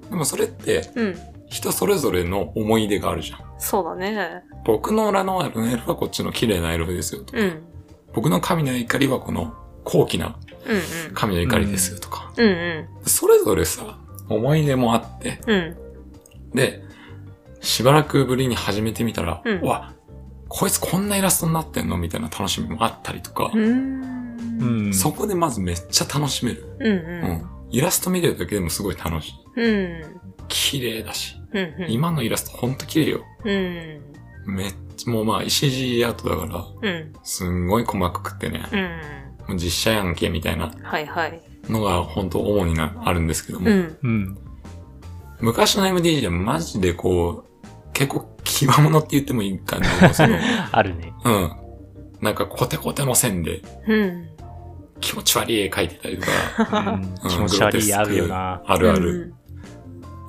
S1: でもそれって
S2: うん。
S1: 人それぞれの思い出があるじゃん。
S2: そうだね。
S1: 僕のラノアのエルフはこっちの綺麗なエルフですよと。
S2: うん。
S1: 僕の神の怒りはこの高貴な
S2: うん
S1: 神の怒りですよとか。
S2: うん。うん
S1: それぞれさ、思い出もあって、
S2: うん。うん。
S1: で、しばらくぶりに始めてみたら、
S2: うん
S1: わ、こいつこんなイラストになってんのみたいな楽しみもあったりとか
S2: う、ーん。
S3: う。ん。
S1: そこでまずめっちゃ楽しめる。
S2: うん
S1: うん。イラスト見てるだけでもすごい楽しい。
S2: うん。うん。
S1: 綺麗だし。
S2: うん。
S1: 今のイラストほんと綺麗よ。
S2: うん。
S1: めっちゃ、もうまあ ECG アートだから、
S2: うん。
S1: すんごい細かくってね、
S2: うん。
S1: もう実写やんけみたいな
S2: はいはい。
S1: のがほんと主にな、あるんですけども、
S2: うん。
S3: うん。
S1: 昔の MDG でマジでこう、結構極物って言ってもいいかな。もう その、
S3: あるね。
S1: うん。なんかコテコテの線で
S2: うん。
S1: 気持ち悪い絵描いてたりと か、
S3: うん
S1: うん
S3: 気持ち悪い、あるよな。
S1: あ
S2: あ
S1: るある。。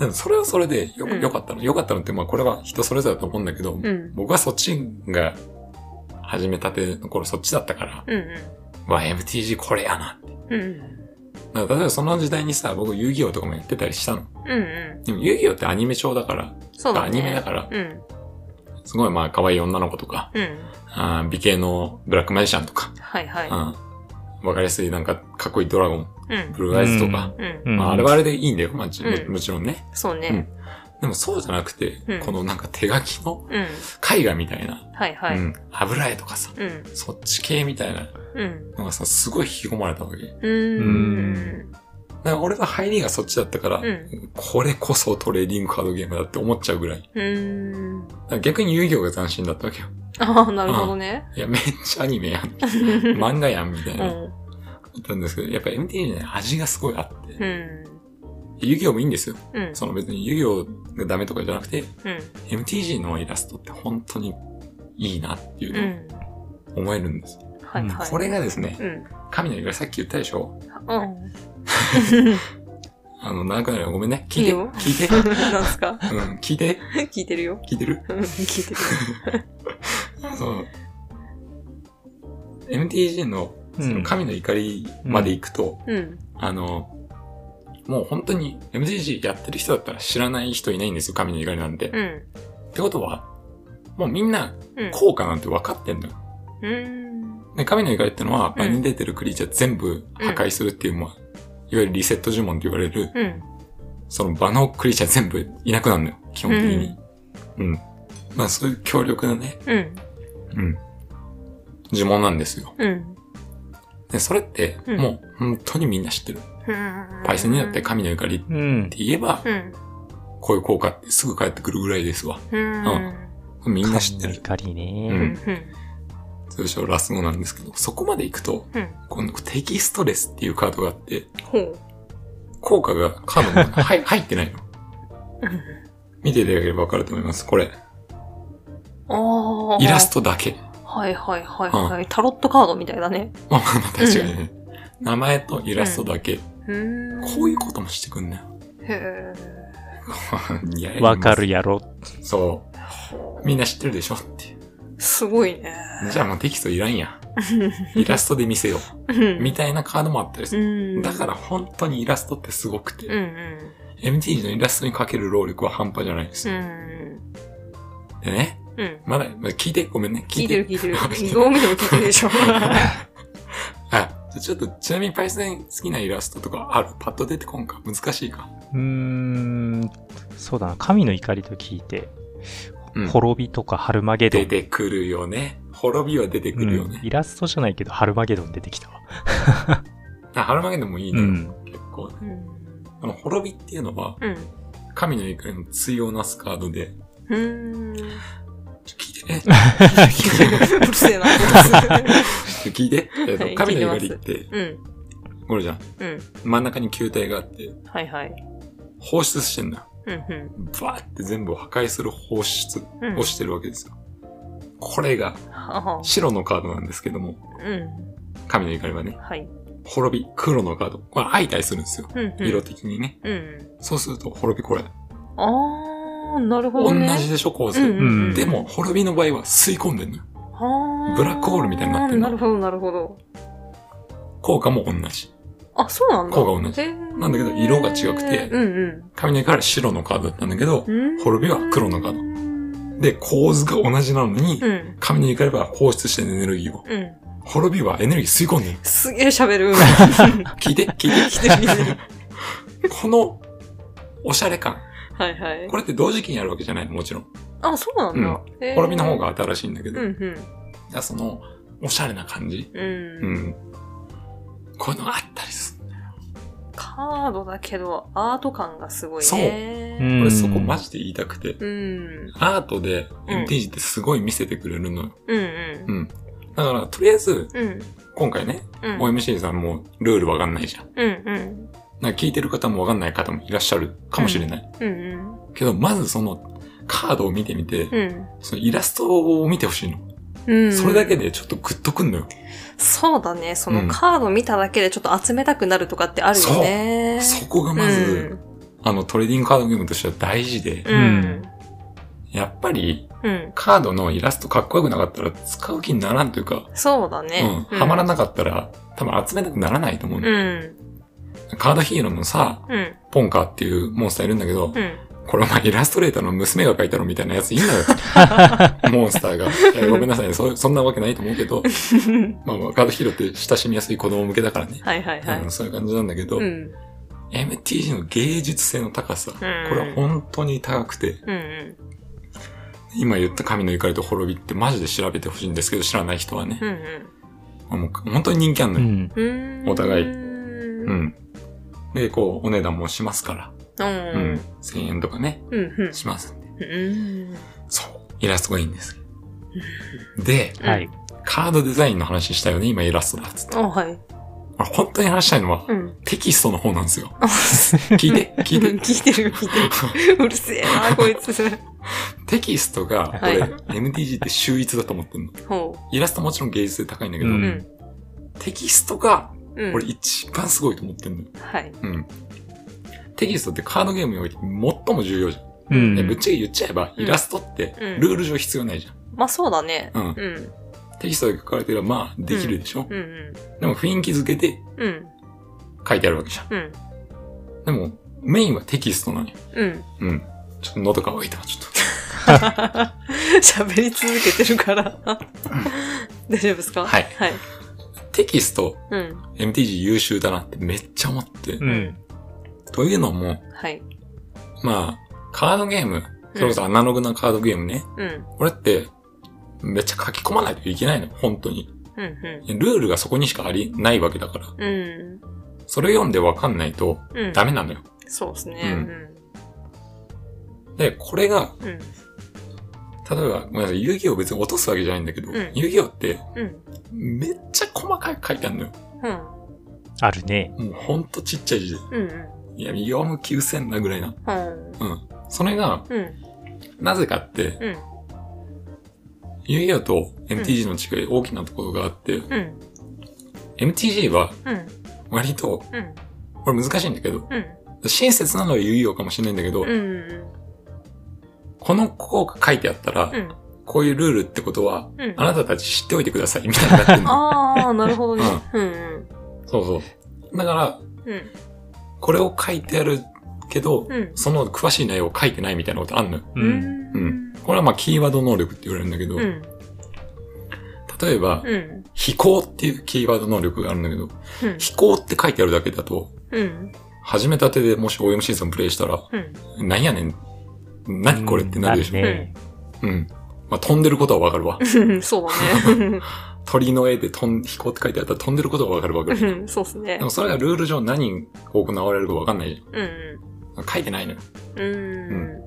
S1: でもそれはそれでよ
S2: うん
S1: よかったの。よかったのって、まあこれは人それぞれだと思うんだけど、
S2: うん。
S1: 僕はそっちが始めたての頃そっちだったから、
S2: うん。
S1: わ、MTG これやなって。
S2: うん。うん。
S1: だから例えばその時代にさ、僕遊戯王とかもやってたりしたの。
S2: うん。うん。
S1: でも遊戯王ってアニメ調だから、
S2: そうだね。
S1: アニメだから
S2: うん。
S1: すごいまあ可愛い女の子とか、
S2: うん。
S1: あー美形のブラックマジシャンとか、
S2: はいはい。
S1: うん。わかりやすいなんかかっこいいドラゴン、
S2: うん。
S1: ブルーアイズとか、
S2: うん。
S3: うん
S1: まあ、あれはあれでいいんだよ、まあち
S2: うん
S1: もちろんね。
S2: そう
S1: う
S2: ね
S1: ん。でもそうじゃなくて、
S2: うん
S1: このなんか手書きの
S2: うん。
S1: 絵画みたいな、
S2: はいは
S1: う
S2: い。
S1: ん、油絵とかさ、
S2: うん。
S1: そっち系みたいな
S2: うん。
S1: のがさ、すごい引き込まれたわけ。だか
S2: うーん。
S1: ら俺は入りがそっちだったから、
S2: うん
S1: これこそトレーディングカードゲームだって思っちゃうぐらい。だ
S2: うーん。
S1: から逆に遊戯王が斬新だったわけよ。
S2: ああ、なるほどね。
S1: いや、めっちゃアニメや ん。
S2: うん。
S1: 漫画やんみたいうな。だ
S2: ん。
S1: ったんですけど、やっぱ MTG ね、味がすごいあって。
S2: うん。
S1: 遊戯王もいいんですよ。
S2: うん。
S1: その別に遊戯王がダメとかじゃなくて、
S2: うん。
S1: MTG のイラストって本当にいいなっていうの
S2: う
S1: を
S2: ん。
S1: 思えるんです。
S2: はいはい。
S1: これがですね、
S2: うん。
S1: 神のゆがさっき言ったでしょ
S2: うん。
S1: あの、長くなるよ。ごめんね。聞い
S2: いい
S1: て。
S2: よ
S1: 聞いて。
S2: なんすか
S1: うん、聞いて。
S2: 聞いてるよ。
S1: 聞いてる
S2: うん聞いてる。
S1: そう。MTG のその神の怒りまで行くと、
S2: うん。
S1: あの、もう本当に MTG やってる人だったら知らない人いないんですよ、神の怒りなんて。っ
S2: うん。
S1: てことは、もうみんな
S2: うん。
S1: 効果なんて分かってんのよ。
S2: うーん。
S1: で神の怒りってのは、
S2: うん
S1: 場に出てるクリーチャー全部破壊するっていう、まあ、いわゆるリセット呪文って言われる、
S2: うん。
S1: その場のクリーチャー全部いなくなるのよ、基本的に。うん。まあそういう強力なね、
S2: うん。
S1: うん。呪文なんですよ。
S2: うん。
S1: で、それって、
S2: うん
S1: もう本当にみんな知ってる。
S2: うん。
S1: パイセンにだって神の怒りっ
S3: うん。
S1: て言えば、
S2: うん。
S1: こういう効果ってすぐ返ってくるぐらいですわ。
S2: うん。
S1: みんな知ってる。
S3: 怒り
S2: うん。う
S3: ね。
S2: ん。
S1: 通称ラス語なんですけど、そこまで行くと、
S2: うん。
S1: 今度テキストレスっていうカードがあって、
S2: ほう。
S1: 効果がカードの中に入入ってないの。
S2: うん
S1: 見ていただければわかると思います。これ、
S2: ああ。
S1: イラストだけ。
S2: ト。はいはいはいはい。タロットカードみたいだね。
S1: まあまあまあ確かにね。名前とイラストだけ。
S2: うーん。
S1: こういうこともしてくんね。
S2: へ え。
S1: いや
S3: わかる。やろ。
S1: そう。みんな知ってるでしょっていう。
S2: すごいね。
S1: じゃあもうテキストいらんや。イラストで見せよう。みたいなカードもあったりする。
S2: うん。
S1: だから本当にイラストってすごくて、
S2: うんうん。
S1: MTG のイラストにかける労力は半端じゃないんです
S2: う
S1: よ。
S2: ん。
S1: でね、
S2: うん。
S1: まだ、まだ聞いて、ごめんね、
S2: 聞いてる聞いてる
S1: 聞いて。る
S2: どう見ても聞いてる でしょ。
S1: あ、じゃあちょっと、ちなみにパイセン好きなイラストとかあるパッと出てこんか難しいか。
S3: うーん。そうだな。神の怒りと聞いて、
S1: うん
S3: 滅びとかハルマゲドン
S1: 出。てくるよね。滅びは出てくるよ
S3: うん
S1: ね。
S3: イラストじゃないけど、ハルマゲドン出てきたわ。
S1: あ、ハルマゲドンもいいうね、
S3: ん。
S1: 結構。
S2: うん。
S1: あの、滅びっていうのは、
S2: うん。
S1: 神の怒りの対応なすカードで、
S2: うーん。
S1: ちょ聞いてね。
S2: うるせえな。
S1: ちょ聞いて。えっと
S2: はい
S1: 神の怒
S2: 聞い
S1: り
S2: て
S1: っ
S2: ま
S1: て、
S2: うん。
S1: これじゃん。
S2: うん。
S1: 真ん中に球体があって、
S2: はいはい。
S1: 放出してんだよ。
S2: うん
S1: バーって全部を破壊する放出
S2: うん。うん
S1: をしてるわけですよ。これが
S2: は
S1: 白のカードなんですけども、
S2: あうん。
S1: 神の怒りはね、
S2: はい。
S1: 滅び、黒のカード。これ相対するんですよ。
S2: うん、うん。
S1: 色的にね。
S2: うん。
S1: そうすると、滅びこれ。
S2: あー、なるほ
S1: 同
S2: どね。
S1: じでしょ、構
S2: う
S1: 図。
S2: んうんうん、
S1: でも、滅びの場合は吸い込んでるのよ。
S2: はあ、
S1: ブラックホールみたいになってんの
S2: なるほど、なるほど。
S1: 効果も同じ。
S2: あ、そうなんだ。
S1: 効果同じ
S2: へー
S1: なんだけど色が違くて
S2: うんうん。
S1: 神の怒りは白のカードだったんだけど
S2: う、ーん
S1: 滅びは黒のカー
S2: ー
S1: で、構図が同じなのに、
S2: ド。うん。
S1: 神の怒りは放出してエネルギーを。
S2: うん。
S1: 滅びはエネルギー吸い込んでる。
S2: すげえ 喋る。
S1: 聞いて、聞い
S2: 来てる来てる
S1: て。 この、おしゃれ感。
S2: はいはい
S1: こ。れって同時期にあるわけじゃないの、もちろん。
S2: あ、そうなんだ。へー
S1: 滅びの方。が新しいんだけ
S2: うん
S1: ど。だからその、おしゃれな感じ。
S2: うん。う。
S1: うんん。こういうのがあったりする。
S2: カードだけど、アート感がすごいね。
S1: そう
S3: うん
S1: 俺そこマジで言いたくて。
S2: うん。
S1: アートで
S2: うん
S1: MTG ってすごい見せてくれるのよ。
S2: うん
S1: う
S2: うん。
S1: ん。だから、とりあえず、
S2: うん。
S1: 今回ね、
S2: うん。
S1: OMC さんもルールわかんないじゃん。
S2: うんうん。
S1: なんか聞いてる方もわかんない方もいらっしゃるかもしれない。
S2: うんうん。
S1: けど、まずその、カードを見てみて、
S2: うん
S1: そのイラストを見てほしいの。
S2: うん。
S1: それだけ
S2: で。
S1: でちょっとグッとくんのよ。
S2: そうだね。そ
S1: うん
S2: のカード見ただけでちょっと集めたくなるとかってあるよね。
S1: そこが
S2: う
S1: まず、
S2: ん。
S1: あの、トレーディングカードゲームとしては大事で、
S2: うん。
S1: やっぱり、
S2: うん。
S1: カードのイラストかっこよくなかったら使う気にならんというか、
S2: そうだね。
S1: うん、はまら
S2: ない。
S1: なかったら、多分集めたくならないと思うの、
S2: うん。
S1: カードヒーローのさ、
S2: うん。
S1: ポンカーっていうモンスターいるんだけど、
S2: うん。
S1: これお前イラストレーターの娘が描いたのみたいなやついんの よ。モンスターが。いやごめんなさいねそ。そんなわけないと思うけど、まあまあ、カードヒーローって親しみやすい子供向けだからね。
S2: はいはいはい
S1: うん、。そういう感じなんだけど、
S2: うん。
S1: MTG の芸術性の高さ、これは本当に高くて、
S2: うんうん。
S1: 今言った神の怒りと滅びってマジで調べてほしいんですけど、知らない人はね
S2: う。ん
S1: もう本当に人気あんの
S3: う
S1: よ。
S3: ん。
S2: うん。
S1: お互い
S2: うん。
S1: う
S2: うん。
S1: ん。で、こう、お値段もしますから。
S2: う
S1: うんん。。1000円とかね、
S2: うん。うん
S1: しますんで。
S2: うん。
S1: そう。イラストがいいんです。で、
S3: はい。
S1: カードデザインの話したよね、今イラストだっつって。
S2: あ、はい。
S1: 俺本当に話したいのは、
S2: うん。
S1: テキストの方なんですよ。
S2: あ
S1: 聞いて、聞い
S2: うん
S1: て。
S2: 聞いてる、聞いてる。うるせえな、こいつ。
S1: テキストが、
S2: はい
S1: 俺、MTG って秀逸だと思ってんの。
S2: ほ
S1: イラストもちろん芸術性高いんだけど、
S3: う
S2: う。うんん。
S1: テキストが、
S2: うん。
S1: 俺一番すごいと思ってんのよ。
S2: はい。
S1: うん。テキストってカードゲームにおいて最も重要じゃん。
S3: う
S1: ねぶっ
S3: ん。
S1: ちゃけ言っちゃえば、イラストって、
S2: うん
S1: ルール上必要ないじ
S2: まあそうだね。
S1: ゃん。うん。
S2: うん。
S1: テキストで書かれてれば、まあ、できるでしょ。
S2: うんうん。
S1: でも雰囲気づけて
S2: うん。
S1: 書いてあるわけじゃん。
S2: うん。
S1: でも、メインはテキストなんよ。
S2: うん。
S1: うん。ちょっと喉乾いたわ、ちょっと。
S2: 喋り続けてるから。大丈夫ですか
S1: はい
S2: はい。
S1: テキスト、
S2: うん。
S1: MTG 優秀だなってめっちゃ思って。
S3: うん。
S1: というのも、
S2: はい。
S1: まあ、カードゲーム、それこそアナログなカードゲームね。
S2: うん。
S1: これって、めっちゃ書き込まないといけないの、本当に。
S2: うん。う
S1: ルールがそこにしかあり、ないわけだから。
S2: ん。うん。
S1: それ読んでわかんないと、
S2: うん。
S1: ダメなのよ。
S2: そうですね。
S1: う
S2: うん。
S1: で、これが、
S2: うん。
S1: 例えば、ごめんなさい、遊戯王別に落とすわけじゃないんだけど、
S2: うん
S1: 遊戯王って、
S2: うん。
S1: めっちゃ細かく書いてあるのよ。
S2: うん。
S3: あるね。
S1: もうほんとちっちゃい字で。
S2: うん。
S1: いや、読む気うせんなぐらいな。
S2: うん。
S1: うん。それが、
S2: うん。
S1: なぜかって、
S2: うん。
S1: 遊戯王と MTG の違い、大きなところがあって、
S2: うん。
S1: MTG は
S2: うん。
S1: 割と、
S2: うん。
S1: これ難しいんだけど、
S2: うん。
S1: 親切なのは遊戯王かもしれないんだけど、
S2: うん。
S1: この効果書いてあったら、
S2: うん。
S1: こういうルールってことは、
S2: うん。
S1: あなたたち知っておいてください、みたいになってんの。
S2: ああ、なるほどね。うん。
S1: そうそう。だから、
S2: うん。
S1: これを書いてあるけど、
S2: うん。
S1: その詳しい内容を書いてないみたいなことあんのよ。
S3: うん。
S2: うん。
S1: これはまあキーワード能力って言われるんだけど、
S2: うん。
S1: 例えば、
S2: うん。
S1: 飛行っていうキーワード能力があるんだけど、
S2: うん。
S1: 飛行って書いてあるだけだと、
S2: うん。
S1: 始めたてでもし OM シーズンプレイしたら、
S2: うん。
S1: なんやねん、何これってなるでしょ。
S3: なね
S1: うん。まあ飛んでることはわかるわ。
S2: うん。そうだね。
S1: 鳥の絵で飛ん飛行って書いてあったら飛んでることはわかるわかる。
S2: うん。そうっすね
S1: で。もそれがルール上何が行われるかわかんないじ
S2: うん。
S1: ゃん。書いてないのよ。
S2: うん。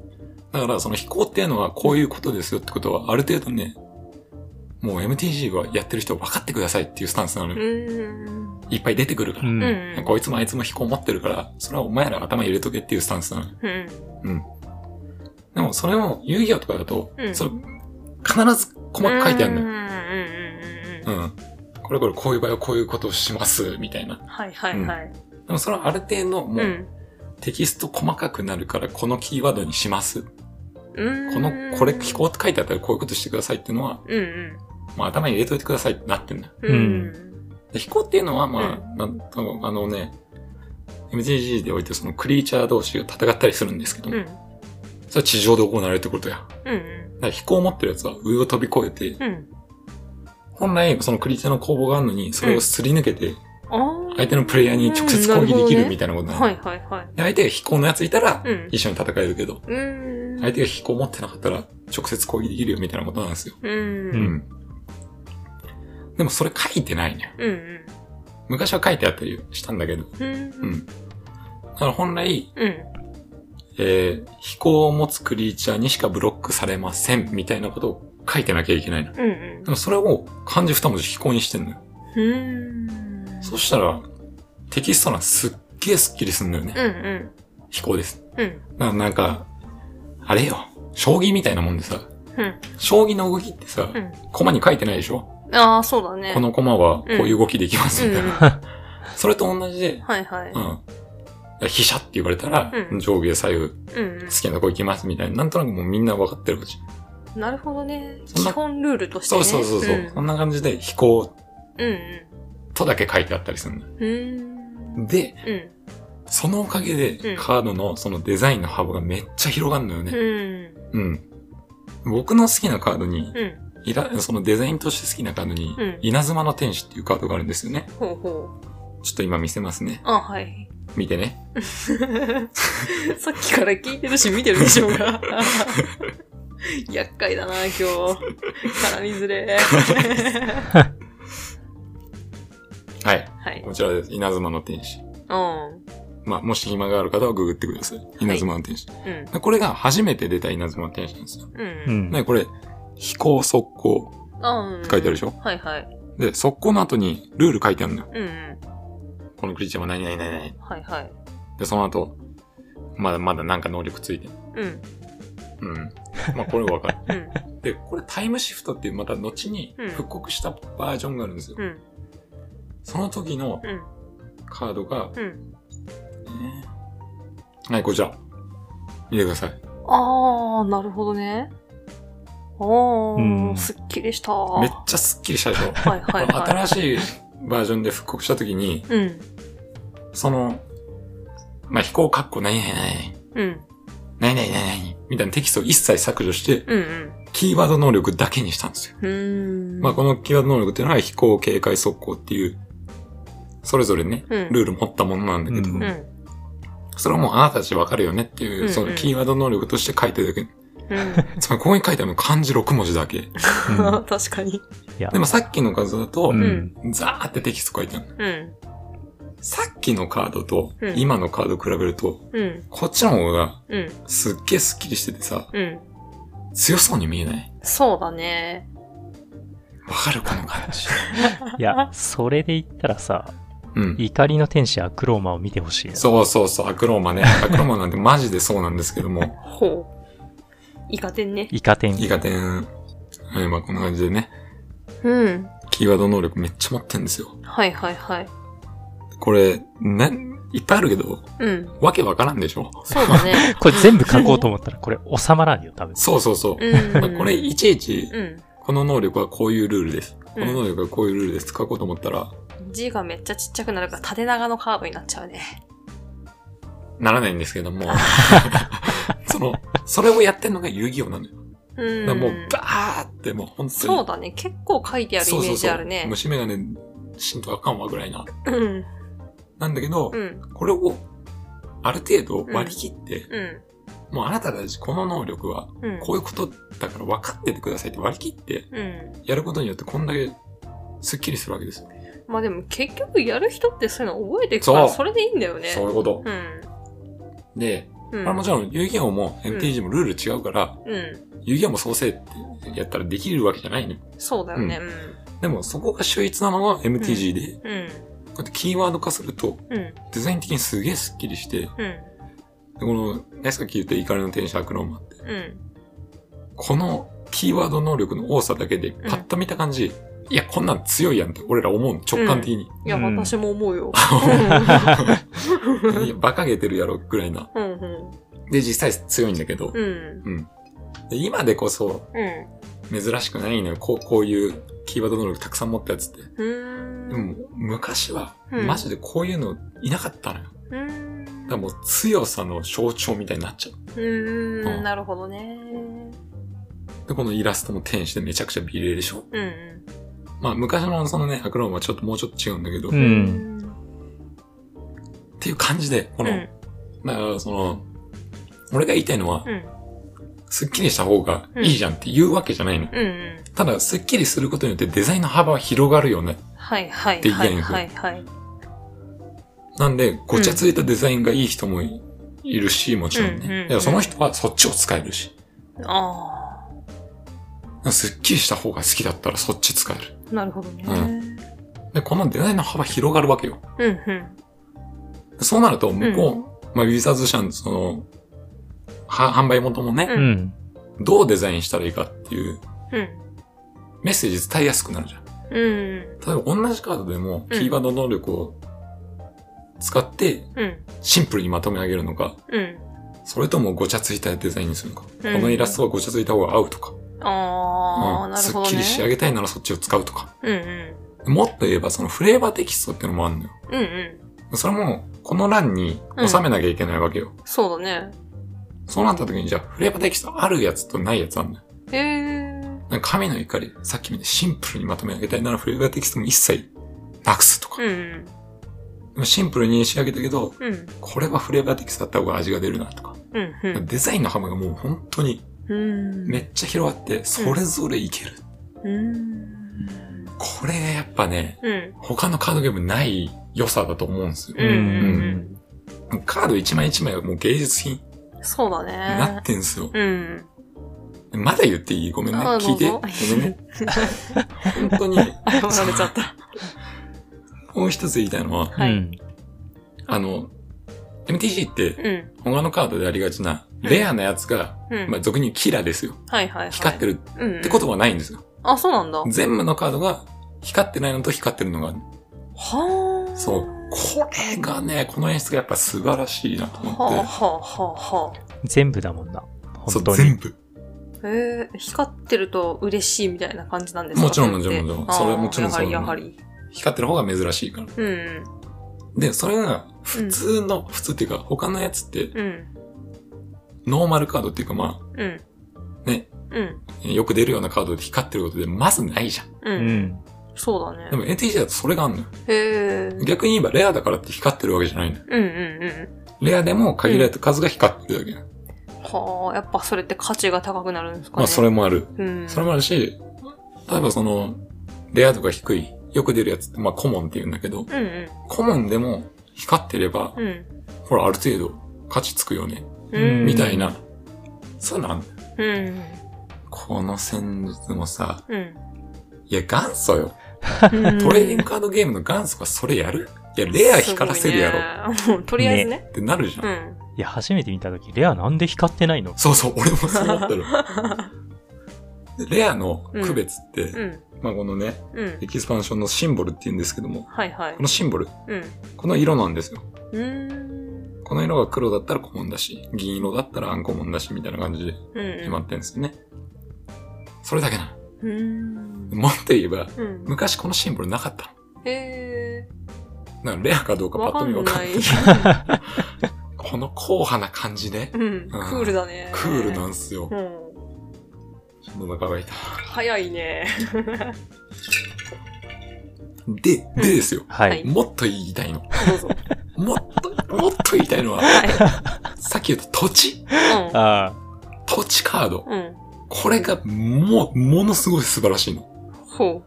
S1: だからその飛行っていうのはこういうことですよってことはある程度ね、もう MTG はやってる人は分かってくださいっていうスタンスなの
S2: う
S1: よ。
S2: ん。
S1: いっぱい出てくるか
S3: う
S1: ら。
S3: ん。うん。
S2: うん。
S1: こいつもあいつも飛行持ってるから、それはお前ら頭入れとけっていうスタンスなのよ。
S2: うん。
S1: でもそれも遊戯王とかだと、
S2: うん
S1: それ必ず細かく書いてあるの
S2: うん
S1: よ。
S2: うんうんうんう。
S1: うんん。これこれこういう場合はこういうことをします、みたいな。
S2: はいはいはい。
S1: でもそれはある程度も
S2: う。
S1: うんテキスト細かくなるからこのキーワードにします。
S2: うん
S1: この、これ聞こうって書いてあったらこういうことしてくださいっていうのは、
S2: う。うん
S1: まあ頭に入れといてくださいってなってんだよ。
S2: うん。
S3: うん
S1: で飛行っていうのはまあ、なんともあのね、MTG でおいてそのクリーチャー同士が戦ったりするんですけど
S2: う
S1: も、
S2: ん。うん。
S1: それは地上で行われるってことや。だか
S2: うん。
S1: ら飛行を持ってるやつは上を飛び越えて、
S2: うん。
S1: 本来そのクリーチャーの攻防があるのに、それをすり抜けて、
S2: ああ。
S1: 相手のプレイヤーに直接攻撃できるみたいなことなの
S2: はいはいはい。
S1: で相手が飛行のやついたら、
S2: うん。
S1: 一緒に戦えるけど、
S2: うん。
S1: 相手が飛行持ってなかったら、直接攻撃できるよみたいなことなんですよ。
S2: うん。
S3: う
S1: うんん。でもそれ書いてないね。
S2: うんうん。
S1: 昔は書いてあったりしたんだけど。
S2: う。
S1: うんん。だから本来、
S2: うん。
S1: えー、飛行を持つクリーチャーにしかブロックされません、みたいなことを書いてなきゃいけないの。
S2: うんうん
S1: でもそれを漢字二文字飛行にしてんのよ。
S2: うん。
S1: そしたら、テキスト欄すっげえスッキリすんのよね。
S2: うんうん。
S1: 飛行です。
S2: うん。
S1: ななんか、あれよ。将棋みたいなもんでさ、
S2: うん。
S1: 将棋の動きってさ、
S2: うん
S1: 駒に書いてないでしょ
S2: ああ、そうだね。
S1: この駒はこういう動きできます
S2: う
S1: み
S2: ん
S1: たい
S2: うん。
S1: な。
S2: は
S1: それと同じで、
S2: いはい。
S1: うん。飛車って言われたら、
S2: うん
S1: 上下左右、好
S2: うんうん。
S1: きなとこ行きますみたいな、なんとなくもうみんな分かってるわけ。
S2: なるほどね。
S1: そん
S2: 基
S1: な
S2: 本ルールとして
S1: そう
S2: ね。
S1: そうそうそう、そんな感じで飛行
S2: うん。
S1: とだけ書いてあったりするんだ。
S2: うんうん。う
S1: で、
S2: ーん。うん。
S1: そのおかげで、
S2: うん
S1: カードのそのデザインの幅がめっちゃ広がるのよね。
S2: うん。
S1: うん。僕の好きなカードに、
S2: うん。
S1: いらそのデザインとして好きなカードに、
S2: うん
S1: 稲妻の天使っていうカードがあるんですよね。
S2: ほうほう。
S1: ちょっと今見せますね。
S2: あ、はい。
S1: 見てね。
S2: さっきから聞いてるし見てるでしょ うが。厄介だな、今日。絡みずれ。
S1: はい。
S2: はい。
S1: こちらです。稲妻の天使。
S2: うん。
S1: まあ、もし暇がある方はググってください。稲妻の天使。
S2: うん。
S1: でこれが初めて出た稲妻天使なんですよ。
S2: う。
S3: うんん。
S1: で、これ、飛行速攻
S2: あうん。
S1: 書いてあるでしょ
S2: はいはい。
S1: で、速攻の後にルール書いてあるのよ。
S2: うんうん。
S1: このクリーチャーは何々何々。
S2: はいはい。
S1: で、その後、まだまだなんか能力ついてる。
S2: うん。
S1: うん。まあ、これわかる。
S2: うん。
S1: で、これタイムシフトっていうまた後に
S2: うん
S1: 復刻したバージョンがあるんですよ。
S2: うん。
S1: その時の
S2: うん。
S1: カードが、
S2: うん。
S1: はい、こちら。見てください。
S2: あー、なるほどね。あ
S3: う
S2: ー、
S3: ん
S2: すっきりした。
S1: めっちゃスッキリしたでしょ。
S2: はい はい
S1: これ
S2: は
S1: 新しいバージョンで復刻した時に、
S2: い。うん。
S1: その、まあ、飛行括弧何々何々。
S2: うん。
S1: 何々何々みたいなテキストを一切削除して、
S2: うんうん。
S1: キーワード能力だけにしたんですよ。
S2: うーん。
S1: まあ、このキーワード能力っていうのは飛行、警戒、速攻っていう、それぞれね、
S2: うん
S1: ルール持ったものなんだけど、
S3: うん
S2: うん。
S1: それはもうあなたたちわかるよねっていうう、
S2: ん
S1: そのキーワード能力として書いてるだけ。
S2: う
S1: つまり、ここに書いてあるの漢字6文字だけ。
S3: うん
S2: ん。 確かに。
S3: いや
S1: で、もさっきの画像だと
S3: う、ん
S2: ん。
S1: ザーってテキスト書いてあるの。
S2: うん。
S1: さっきのカードと
S2: う、ん
S1: 今のカード比べると、
S2: うん。
S1: こっちの方が
S2: うん。
S1: すっげえスッキリしててさ、
S2: うん。
S1: 強そうに見えない。
S2: そうだね。
S1: わかるこの感 じ。
S3: いや、それで言ったらさ、
S1: うん。
S3: 怒りの天使アクローマを見てほしいな。
S1: そうそうそう、アクローマね。アクローマなんてマジでそうなんですけども、
S2: ほう。イカ天ね。
S3: イカ天。
S1: イカ天、はい、まあこんな感じでね、
S2: うん。
S1: キーワード能力めっちゃ持ってんですよ。
S2: はいはいはい。
S1: これ、ね、いっぱいあるけど、
S2: うん。
S1: わけわからんでしょ
S2: そうだね。
S3: これ全部書こうと思ったら、これ収まらんよ、多 分。
S1: そうそうそう。
S2: う
S1: まあ
S2: ん。
S1: これ、いちいち、
S2: うん。
S1: この能力はこういうルールです。この
S2: うん
S1: 能力はこういうルールです。書こうと思ったら、
S2: 字がめっちゃちっちゃくなるから縦長のカーブになっちゃうね。
S1: ならないんですけど も、 その、それをやってんのが遊戯王なのよ。
S2: う
S1: だか
S2: ん。
S1: らもう、バーって、もう本当に。
S2: そうだね。結構書いてあるイ
S1: そう
S2: メ
S1: そ
S2: ー
S1: う
S2: ジ
S1: そう
S2: あるね。
S1: 虫眼鏡、しんとあかんわぐらいな。
S2: うん。
S1: なんだけど、
S2: うん。
S1: これを、ある程度割り切って、
S2: うん。
S1: もうあなたたちこの能力は、
S2: うん。
S1: こういうことだから分かっててくださいって割り切って、
S2: うん。
S1: やることによってこんだけ、スッキリするわけですよ。
S2: まあでも結局やる人ってそういうの覚えていくから、
S1: そう
S2: それでいいんだよね。
S1: そういうこと。
S2: うん。
S1: で、
S2: う
S1: まあもちろん遊戯王も MTG もルール違うから、
S2: うん。
S1: 遊戯王も創生ってやったらできるわけじゃないの、
S2: そうだよね。
S1: でもそこが秀逸なのが MTG で、こ
S2: うん。うん。
S1: うやってキーワード化すると、
S2: うん。
S1: デザイン的にすげえスッキリして、で
S2: うん。
S1: この、ね、さっき言った怒りの天使アクローマって、
S2: うん。
S1: このキーワード能力の多さだけで、
S2: ん
S1: パッと見た感じ、いや、こんなん強いやんって、俺ら思うの、直感的に。
S2: いや、
S3: うん
S2: 私も 思うよ。
S1: いや馬鹿げてるやろ、ぐらいな。
S2: うん、うん、
S1: で、実際強いんだけど、
S2: うん、
S1: で今でこそ、
S2: うん。
S1: 珍しくないのよ。こう、こういうキーワード能力たくさん持ったやつって。
S2: うーん。
S1: でも、昔は、
S2: うん
S1: マジでこういうのいなかったのよ。
S2: うーん。
S1: だからもう強さの象徴みたいになっちゃう。
S2: うー
S1: うん
S2: ん、なるほどね。
S1: で、このイラストも天使でめちゃくちゃ美麗でしょ。
S2: うん、う
S1: まあ、昔のそのね、アクロームはちょっともうちょっと違うんだけど、
S3: うん
S1: っ
S2: ん。
S1: ていう感じで、この、
S2: うん
S1: だからその、俺が言いたいのは、
S2: うん、
S1: スッキリした方がいいじゃんって言うわけじゃないの。
S2: うん、うん。
S1: ただ、スッキリすることによってデザインの幅は広がるよね。
S2: はい、はい、
S1: で
S2: はい、
S1: 言えんふう
S2: はい、はい。
S1: なんで、ごちゃついたデザインがいい人もいいるし、もちろん
S2: うんうんう
S1: ね。
S2: ん
S1: いやその人はそっちを使えるし。
S2: あ
S1: スッキリした方が好きだったらそっち使える。
S2: あ、なるほどね。
S1: うんで、このデザインの幅広がるわけよ。
S2: うん、うん。
S1: そうなると、向こう、まあ、ウィザーズ社のその、は販売元もね、
S2: うん
S3: うん。
S1: どうデザインしたらいいかっていう
S2: うん。
S1: メッセージ伝えやすくなるじゃん。
S2: うん。
S1: 例えば同じカードでもキーワード能力を使って
S2: うん。
S1: シンプルにまとめ上げるのか、
S2: うん。
S1: それともごちゃついたデザインにするのか、
S2: うん
S1: このイラストはごちゃついた方が合うとか、
S2: ああ、
S1: うん
S2: なる
S1: す
S2: ほ
S1: っ
S2: ど
S1: き
S2: ね。
S1: り仕上げたいならそっちを使うとか。
S2: うんう
S1: もっと言えばそのフレーバーテキストっていうのもあるのよ。
S2: ん。うんうん。
S1: それもこの欄に収めなきゃいけないわけよ。
S2: そうだね。
S1: そうなった時にじゃあフレーバーテキストあるやつとないやつあるのよ。
S2: へえ。
S1: なんか神の怒り、さっきみたいにシンプルにまとめ上げたいならフレーバーテキストも一切なくすとか
S2: う。ん
S1: でもシンプルに仕上げたけど、
S2: うん。うん
S1: これはフレーバーテキストだった方が味が出るなとか。
S2: うん
S1: デザインの幅がもう本当に
S2: うん。
S1: めっちゃ広がって、それぞれいける。
S2: うん。
S1: これがやっぱね、
S2: うん。
S1: 他のカードゲームない良さだと思うんですよ
S2: う。んうん
S1: カード一枚一枚はもう芸術品に
S2: うん。そうだ
S1: なっ
S2: ね。
S1: てんすよ。
S2: うん。
S1: まだ言っていいごめんね。
S2: あ
S1: 聞 いて。ご
S2: どうぞ
S1: めんね。本当に、
S2: 謝られちゃ った。
S1: もう一つ言いたいのは、
S2: はい
S3: うん
S1: あの、MTG って
S2: うん。
S1: 他のカードでありがちな、レアなやつが、
S2: うん。
S1: まあ俗に言うキラですよ。
S2: はいはいはい。
S1: 光ってる
S2: る
S1: ってことはないんですよ。
S2: あ、そうなんだ。は
S1: 全部のカードが光ってないのと光ってるのがある。
S2: あ。
S1: そう。これがね、この演出がやっぱ素晴らしいなと
S2: はあ
S1: 思
S2: は
S1: って。
S2: あはあは
S3: 全部だもんな。
S1: そう
S3: 本、当に。
S1: 全部。
S2: あ。えー、光ってると嬉しいみたいな感じなんですか
S1: もちろん
S2: それって
S1: もちろんもちろんそれはもちろん
S2: あーや
S1: そうだ
S2: は
S1: ね
S2: り、やは
S1: 光ってる方が珍しいから。
S2: り。うん。
S1: で、それが普通の、普通っていうか他のやつって、
S2: うん。
S1: ノーマルカードっていうかま
S2: うん。
S1: あ、ね、
S2: うん。
S1: よく出るようなカードで光ってることでまずないじゃん。
S2: う。
S3: うんん。
S2: そうだね。
S1: でも NTG だとそれがあんのよ。
S2: へえ。
S1: 逆に言えばレアだからって光ってるわけじゃないのよ。
S2: うんうんうん。レ
S1: レアでも限られた数が光ってるだけなの。
S2: はあ、やっぱそれって価値が高くなるんですかね。
S1: まあそれもある。
S2: うん。
S1: それもあるし、例えばその、レア度が低い、よく出るやつって、まあコモンって言うんだけど、
S2: うんうん。
S1: コモンでも光ってれば、
S2: うん。
S1: ほら、ある程度価値つくよね、
S2: うん。
S1: みたいな。そうなんだよ
S2: うん。
S1: この戦術もさ、
S2: うん。
S1: いや、元祖よ。
S2: うん。
S1: トレーディングカードゲームの元祖がそれやるいや、レア光らせるやろ
S2: ろ。もうとりあえずね。
S1: ってなるじゃん。
S2: うん。
S3: いや、初めて見たとき、レアなんで光ってないの
S1: そうそう、俺もそう思 ったの。でレアの区別って、
S2: うん。
S1: まあこのね、
S2: うん
S1: エ。キスパンションのシンボルって言うんですけども、
S2: はいはい
S1: こ。のシンボル、
S2: うん。
S1: この色なんですよ。
S2: うーん。
S1: この色が黒だったらコモンだし、銀色だったらアンコモンだし、みたいな感じで
S2: うん。
S1: 決まってるんですよね。それだけなの。
S2: うーん。
S1: もっと言えば、
S2: うん。
S1: 昔このシンボルなかった
S2: へえ。
S1: の。なんかレアかどうかパ
S2: わ
S1: ッ
S2: か
S1: と見
S2: ん
S1: 分かん
S2: な
S1: ない
S2: い。。
S1: この硬派な感じね。
S2: うん。クールだね。
S1: クールなんんすよ
S2: う。ん。
S1: 喉が渇いた。
S2: 早いね。
S1: で、
S2: ん
S1: でですよ。
S3: は
S2: はい
S3: い。
S1: もっと言いたいの。
S2: どうぞ。
S1: もっと、もっと言いたいのは、
S2: は
S1: さっき言った土地
S2: い。
S3: あ
S1: 土地カード。
S2: うん。うん。
S1: これがもう、ものすごい素晴らしいの。
S2: ほ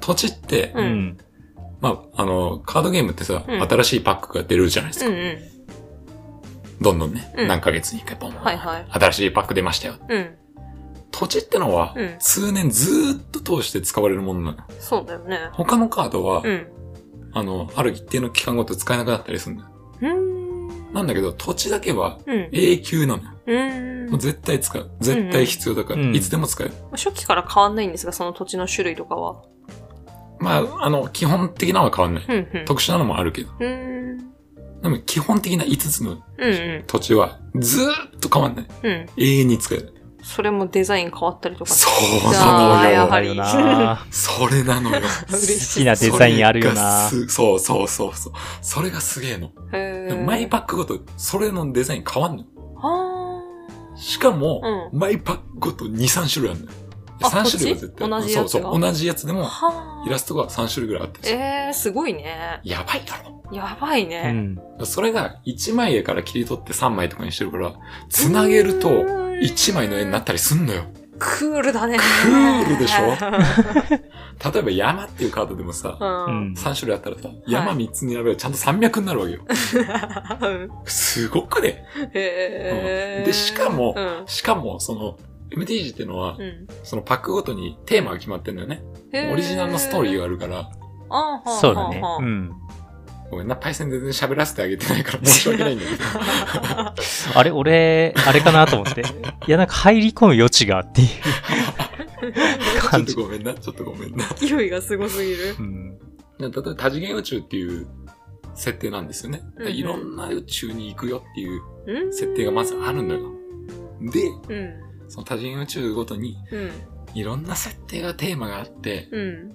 S1: 土地って、
S3: あ。
S2: う。
S3: うんん。
S1: まあ、あの、カードゲームってさ、
S2: うん
S1: 新しいパックが出るじゃないです
S2: う
S1: か。
S2: んう
S1: どんどんね、
S2: うん
S1: 何ヶ月に一回ポン、
S2: ん。はいはい。
S1: 新しいパック出ましたよ。
S2: うん。
S1: 土地ってのは、
S2: うん
S1: 通年ずーっと通して使われるものなの。
S2: そうだよね。
S1: 他のカードは、
S2: うん。
S1: あの、ある一定の期間ごと使えなくなったりするんだよ。
S2: うーん。
S1: なんだけど、土地だけは
S2: うん。
S1: 永久なのよ。
S2: うーん。うん
S1: もう絶対使う。絶対必要だから、
S3: うんうん
S1: いつでも使える。
S2: 初期から変わんないんですが、その土地の種類とかは。
S1: まあ、あの、基本的なのは変わんない。
S2: うんうん。
S1: 特殊なのもあるけど。
S2: うーん。
S1: でも基本的な5つの
S2: うんう
S1: 土地はずーっと変わんない。
S2: ん。うん。
S1: 永遠に使える。
S2: それもデザイン変わったりとか。
S1: そう
S2: あ
S1: な
S2: ー
S1: の
S2: や
S1: よ。
S2: はり
S3: よな
S1: それな のよ。
S2: 嬉し
S3: 好き
S2: い。
S3: なデザインあるよな
S1: それがすそうそうそうそう。それがすげえの。
S2: へー
S1: マイパックごと、それのデザイン変わんのよ。
S2: は
S1: しかも、
S2: ー。うん。
S1: マイパックごと2、3種類あるのよ。
S2: あ
S1: 3種類は絶対
S2: こっち同じやつが
S1: そうそう。同じやつでも、
S2: は
S1: イ
S2: ー
S1: ラストが3種類ぐらいあって。
S2: えー、すごいね。
S1: やばいだろ。
S2: やばいうね。
S3: ん。
S1: それが1枚絵から切り取って3枚とかにしてるから、つなげると1枚の絵になったりすんのよ。
S2: クールだね。ク
S1: ールでし例えば山っていうカードでもさ、
S2: う。
S3: うんん。
S1: 3種類あったらさ、山3つに選べばちゃんと山脈になるわけよ。すごくね。
S2: へ
S1: う
S2: ー
S1: んでしかも
S2: うん。
S1: しかも、その、MTG ってのは
S2: う、ん
S1: そのパックごとにテーマが決まってんだよね。オリジナルのストーリーがあるから、
S2: あーはあ
S3: そうだね
S2: はあ。はあ
S3: うん。
S1: ごめんな、パイセン全然喋らせてあげてないから申し訳ないんだ けど。
S3: あれ、俺、あれかなと思 って。いや、なんか入り込む余地があっていう
S1: ちょ
S3: 感
S1: っ
S3: じ。
S1: とごめんな、ちょっとごめんな。
S2: 勢いがすごすぎる。
S3: うん。
S1: 例えば多次元宇宙っていう設定なんですよね。
S2: うんうん
S1: いろんな宇宙に行くよっていう。
S2: うん
S1: 設定がまずあるのよで、
S2: うん。
S1: その多次元宇宙ごとに
S2: うん。
S1: いろんな設定がテーマがあって、
S2: うん。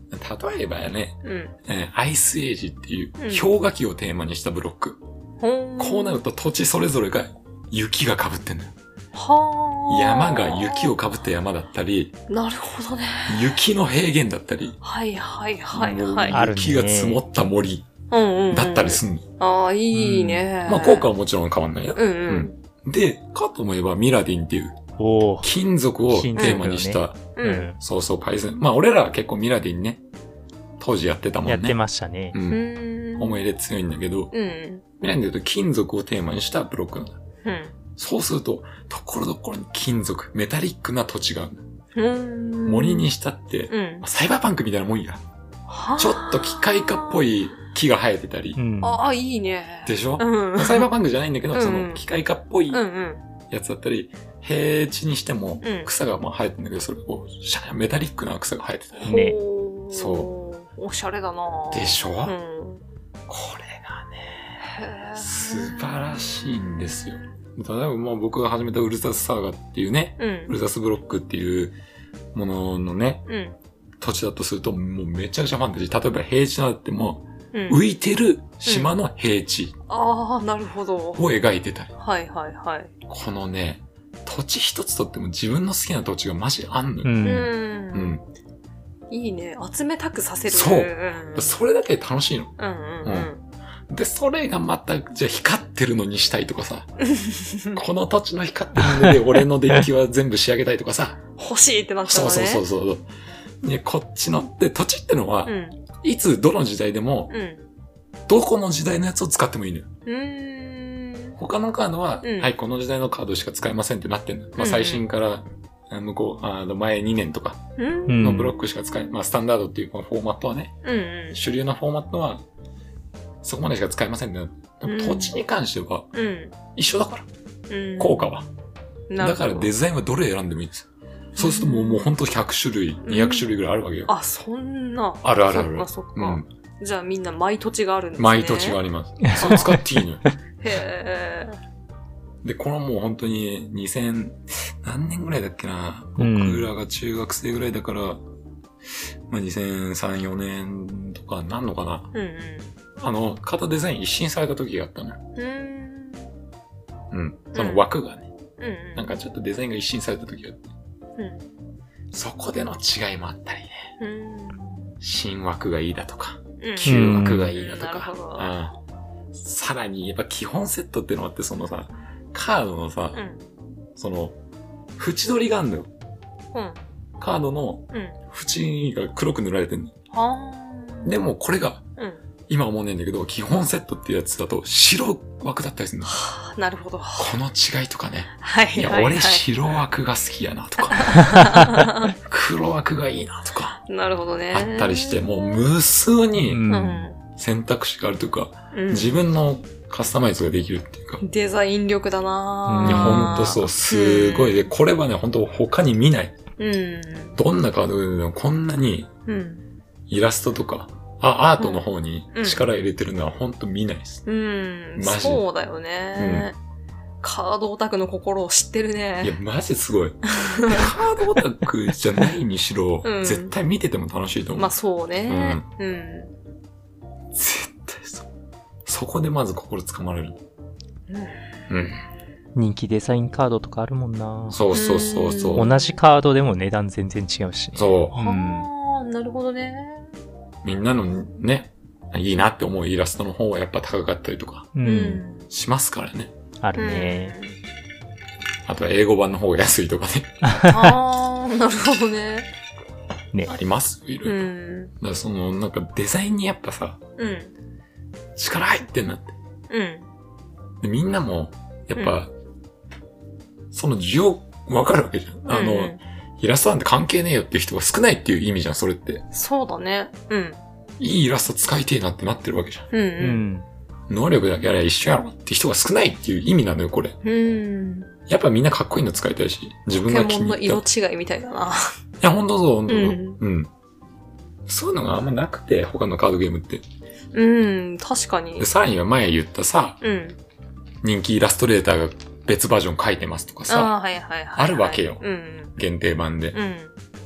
S1: 例えばやね、
S2: うん
S1: えーアイスエイジっていう
S2: うん
S1: 氷河期をテーマにしたブロック。
S2: ほーん。
S1: こうなると土地それぞれが雪が被ってんのよ。
S2: はあ。
S1: 山が雪を。被った山だったり、
S2: なるほどね。
S1: 雪の平原だったり、
S2: はいはいはい
S1: もう
S2: はい。
S3: るね
S1: 雪が積もった森
S2: うんうんうん。
S1: だったりするの。
S2: ああ、いいね。
S1: まあ効果はもちろん変わんないよ。
S2: うんう。
S1: うんで、かと思えばミラディンっていう
S3: おー
S1: 金属をテ
S3: 金
S2: 属
S1: ーマにし
S3: よ
S1: た、
S2: う。
S3: うんん。
S1: そうそうパイセン。まあ俺らは結構ミラディンね、当時やってたもんね。
S3: やってましたね
S1: う。。
S2: うんん。
S1: 思い入れ強いんだけど、
S2: うん。
S1: ミラディンというと金属をテーマにしたブロックなんだ。
S2: うん。
S1: そうすると、ところどころに金属、メタリックな土地がある。
S2: うん。
S1: 森にしたって、
S2: うん
S1: まあ。サイバーパンクみたいなもんや。
S2: はあ
S1: ちょっと機械化っぽ。い木が生えてたり
S3: う。ん。
S2: ああ、いいね。
S1: でしょ
S2: う、ん。
S1: サイバーパンクじゃないんだけど、
S2: うん
S1: その機械化っぽい
S2: うんうん。
S1: やつだったり、平地にしても
S2: うん
S1: 草がまあ生えてんだけど、それこう、シャメタリックな草が生えてたり。
S3: ね
S2: ほー。
S1: そう
S2: おしゃれだな
S1: でしょ、
S2: ょう
S1: こ
S2: ん。
S1: れがね、
S2: へー
S1: 素晴らしいんですよ。例えばまあ僕が始めたウルザスサーガっていうね、
S2: う
S1: ウ
S2: ん
S1: ル。ザスブロックっていうもののね、
S2: うん。
S1: 土地だとするともうめちゃくちゃファンタジー。例えば平地なんても
S2: うん。
S1: 浮いてる島の平地
S2: ああ、なるほど。
S1: を描いてたり。
S2: はいはいはい。
S1: このね、土地一つとっても自分の好きな土地がマジあんのよ。
S3: う。
S2: う
S1: う
S2: ん。
S1: んん。
S2: いいね。集めたくさせる。
S1: そうんそれだけで楽しいの。
S2: うんうん
S1: で、それがまた、じゃあ光ってるのにしたいとかさ、
S2: うん。
S1: この土地の光ってるので俺のデッキは全部仕上げたいと かさ、
S2: 欲しいってなった
S1: そ
S2: ら
S1: う
S2: ね。
S1: そうそうそう。ね、こっちの、で、土地ってのは、
S2: うん。
S1: いつどの時代でも、
S2: うん。
S1: どこの時代のやつを使ってもいいのよ。
S2: うーん。
S1: 他のカードは、
S2: うん
S1: はい、この時代のカードしか使えませんってなってんの。
S2: うん
S1: まあ、最新から、あ向こう、あの、前2年とか
S2: うん。
S3: うん
S1: のブロックしか使え、まあ、スタンダードっていうこのフォーマットはね、
S2: うんうん。
S1: 主流なフォーマットは、そこまでしか使えませんね。でも
S2: うん
S1: 土地に関しては
S2: うん
S1: 一緒だから、
S2: うん。
S1: 効果は。
S2: なる
S1: だ
S2: ほ
S1: か
S2: ど
S1: らデザインはどれ選んでもいいんですよ。そうするともう、もうほんと100種類、200種類ぐらいあるわけよ。
S2: あ、そんな。
S1: あるあるある
S2: そっかそっ
S1: う
S2: か
S1: ん。。
S2: じゃあみんな毎土地があるんですね。
S1: 毎土地があります。それ使っていいのよ。
S2: へ
S1: で、これはもう本当に2000、何年ぐらいだっけな。
S3: うん
S1: 僕らが中学生ぐらいだから、まあ、2003、4年とかなんのかな。
S2: え。うん
S1: あの、型デザイン一新された時があったのよ。
S2: うん。うーん。
S1: うん。その枠がね。
S2: うんうん。
S1: なんかちょっとデザインが一新された時があって、
S2: うん。
S1: そこでの違いもあったりね。
S2: うん。
S1: 新枠がいいだとか、
S2: うん。
S1: 旧枠がいいだと
S2: うんな
S1: か
S2: るほど。
S1: うんさらに、やっぱ基本セットってのあって、そのさ、カードのさ
S2: う、ん。
S1: その、縁取りがあんのよ。
S2: うん。
S1: カードの
S2: うん。
S1: 縁が黒く塗られてんの。
S2: はあ。
S1: でもこれが、
S2: うん。
S1: 今思うねんだけど、基本セットっていうやつだと白枠だったりするの。
S2: はあ、なるほど。は
S1: この違いとかね。
S2: いはいい
S1: や、
S2: はい。
S1: 俺白枠が好きやな とか、黒枠がいいなとか、
S2: なるほどね。
S1: あったりして、もう無数に
S3: う
S2: うんん。
S1: 選択肢があるというか、
S2: うん。
S1: 自分のカスタマイズができるっていうか。
S2: デザイン力だなぁ
S1: いや、ほんと
S2: う。
S1: そう。すごい。で、これはね、ほんと他に見ない。
S2: うん。
S1: どんなカードでもこんなに
S2: うん。
S1: イラストとか、あ、アートの方に
S2: うん
S1: 力入れてるのはほんと見ないです。
S2: うん。
S1: マジ
S2: そうだよね、カードオタクの心を知ってる
S1: いや
S2: ね。、
S1: マジすごい。カードオタクじゃないにしろ、
S2: うん
S1: 絶対見てても楽しいと思う。
S2: まあそうね。うん。
S1: 絶対そう。そこでまず心つかまれる。うん。
S3: 人気デザインカードとかあるもんな。
S1: そうそうそうそう。
S3: 同じカードでも値段全然違うし。
S1: そう。
S3: うん。
S2: ああ、なるほどね。
S1: みんなのね、いいなって思うイラストの方はやっぱ高かったりとか
S3: う。。
S2: うん
S1: しますからね。
S3: あるね。
S1: あとは英語版の方が安いとかね。
S2: ああ、なるほどね。
S3: ね
S1: あ。りますいろいうろ。だ
S2: ん。
S1: からその、なんかデザインにやっぱさ、
S2: うん。
S1: 力入ってんなって。
S2: うん。
S1: でみんなも、やっぱ、その需要わかるわけじゃん。あの、
S2: うん
S1: イラストなんて関係ねえよっていう人が少ないっていう意味じゃん、それって。
S2: そうだね。うん。
S1: いいイラスト使いてえなってなってるわけじゃん。
S2: う。
S3: うんん。
S1: 能力だけあれば一緒やろって人が少ないっていう意味なのよ、これ。
S2: うん。
S1: やっぱみんなかっこいいの使いたいし、自
S2: ポ
S1: 分
S2: ケ
S1: が気
S2: モン
S1: に
S2: の
S1: 入った。
S2: 色
S1: い
S2: 違いみたいだな。
S1: や、ほんとそう、ほんとそう。
S2: う
S1: うんん、そういうのがあんまなくて、他のカードゲームって。
S2: うん、確かに
S1: で、。さらには前言ったさ、
S2: うん。
S1: 人気イラストレーターが別バージョン書いてますとか
S2: あ
S1: さ、
S2: あ、はいはいはい。
S1: あるわけよ
S2: うん。
S1: 限定版で、
S2: うん。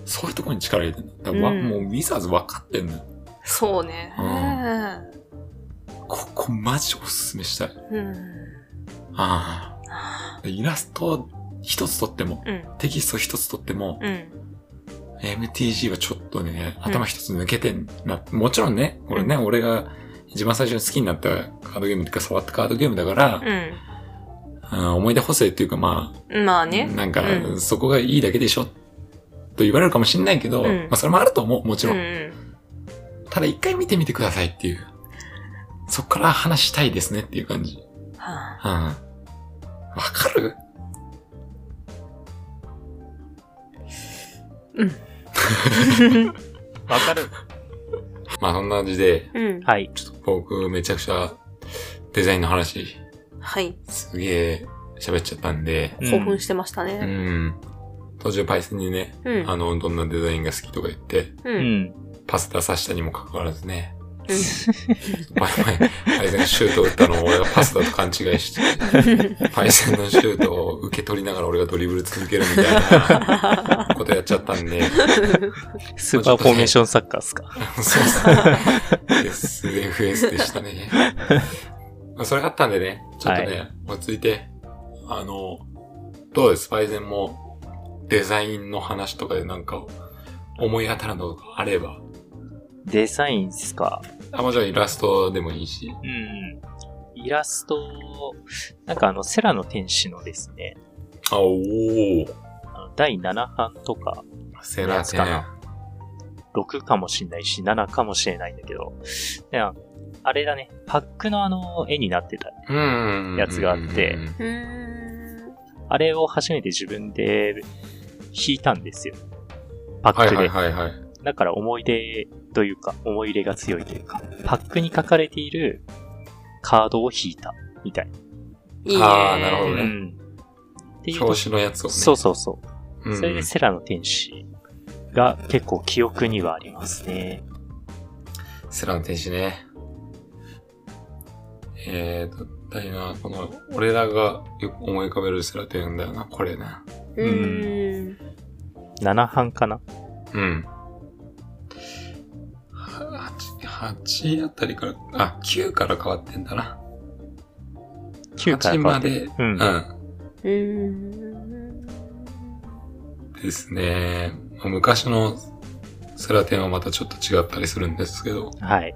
S1: そういうところに力入れてんの。だからわ
S2: うん
S1: もうウィザーズ分かってんのよ。
S2: そうね。
S1: ここマジおすすめしたい。
S2: うん。
S1: ああ。イラスト一つとっても、
S2: うん。
S1: テキスト一つとっても、
S2: うん。
S1: MTG はちょっとね、頭一つ抜けてんな。もちろんね、これね、俺が一番最初に好きになったカードゲームっていうか触ったカードゲームだから、あー思い出補正っていうかまあ、
S2: うん。まあね。
S1: なんか、
S2: うん
S1: そこがいいだけでしょ、と言われるかもしんないけど、
S2: うん
S1: まあそれもあると思う、もち
S2: う
S1: ろん。
S2: ん。
S1: ただ一回見てみてくださいっていう。そっから話したいですねっていう感じ。
S2: はあ
S1: うん。わかる
S3: わかる。
S1: まあそんな感じで、
S2: うん。
S3: はい。
S1: ちょっと僕めちゃくちゃデザインの話
S2: はい。
S1: すげえ喋っちゃったんで、
S2: 興奮してました
S1: う
S2: ね。
S1: ん。途中パイセンにね、
S2: うん。
S1: あの、どんなデザインが好きとか言って、
S2: う。
S3: うん ん。
S1: パス出さしたにもかかわらずね、
S2: うん
S1: パイパイセンがシュート打ったのを俺がパスだと勘違いして、パイセンのシュートを受け取りながら俺がドリブル続けるみたいなことやっちゃったんで、
S3: スーパーフォーメーションサッカーっすか。
S1: そうそう。SFS でした ね。まあそれがあったんでね、ちょっとね、落ち着いて、あの、どうですパイゼンもデザインの話とかでなんか思い当たるのがあれば、
S3: デザインっすか。
S1: あ、もちろんイラストでもいいし。
S3: うん。イラスト、なんかあの、セラの天使のですね、
S1: あ、おお。
S3: あの第7版とか、
S1: セラテン。
S3: 6かもしんないし、7かもしれないんだけど、でああれだね、パックのあの、絵になってた。
S1: うん。
S3: やつがあって
S2: うん。
S3: あれを初めて自分で引いたんですよ。パ
S1: は
S3: ッ
S1: い
S3: クで。
S1: はいはいはい。
S3: だから思い出というか、思い入れが強いというか、パックに書かれているカードを引いた、みたいな。
S2: いいね。
S1: あーなるほどね
S3: うん。っていうと
S1: 表紙のやつをね。
S3: そうそうそう。
S1: うん
S3: それでセラの天使が結構記憶にはありますね。
S1: セラの天使ね。えーと、だいな、この、俺らがよく思い浮かべるセラテンだよな、これな。
S2: うん。
S3: 7版かな
S1: うん。は8、8あたりから、あ、9から変わってんだな。
S3: ?9 から変わってる
S1: 八ま。う
S3: う。
S1: んん。
S2: うん。
S1: ですね。昔のセラテンはまたちょっと違ったりするんですけど。
S3: はい。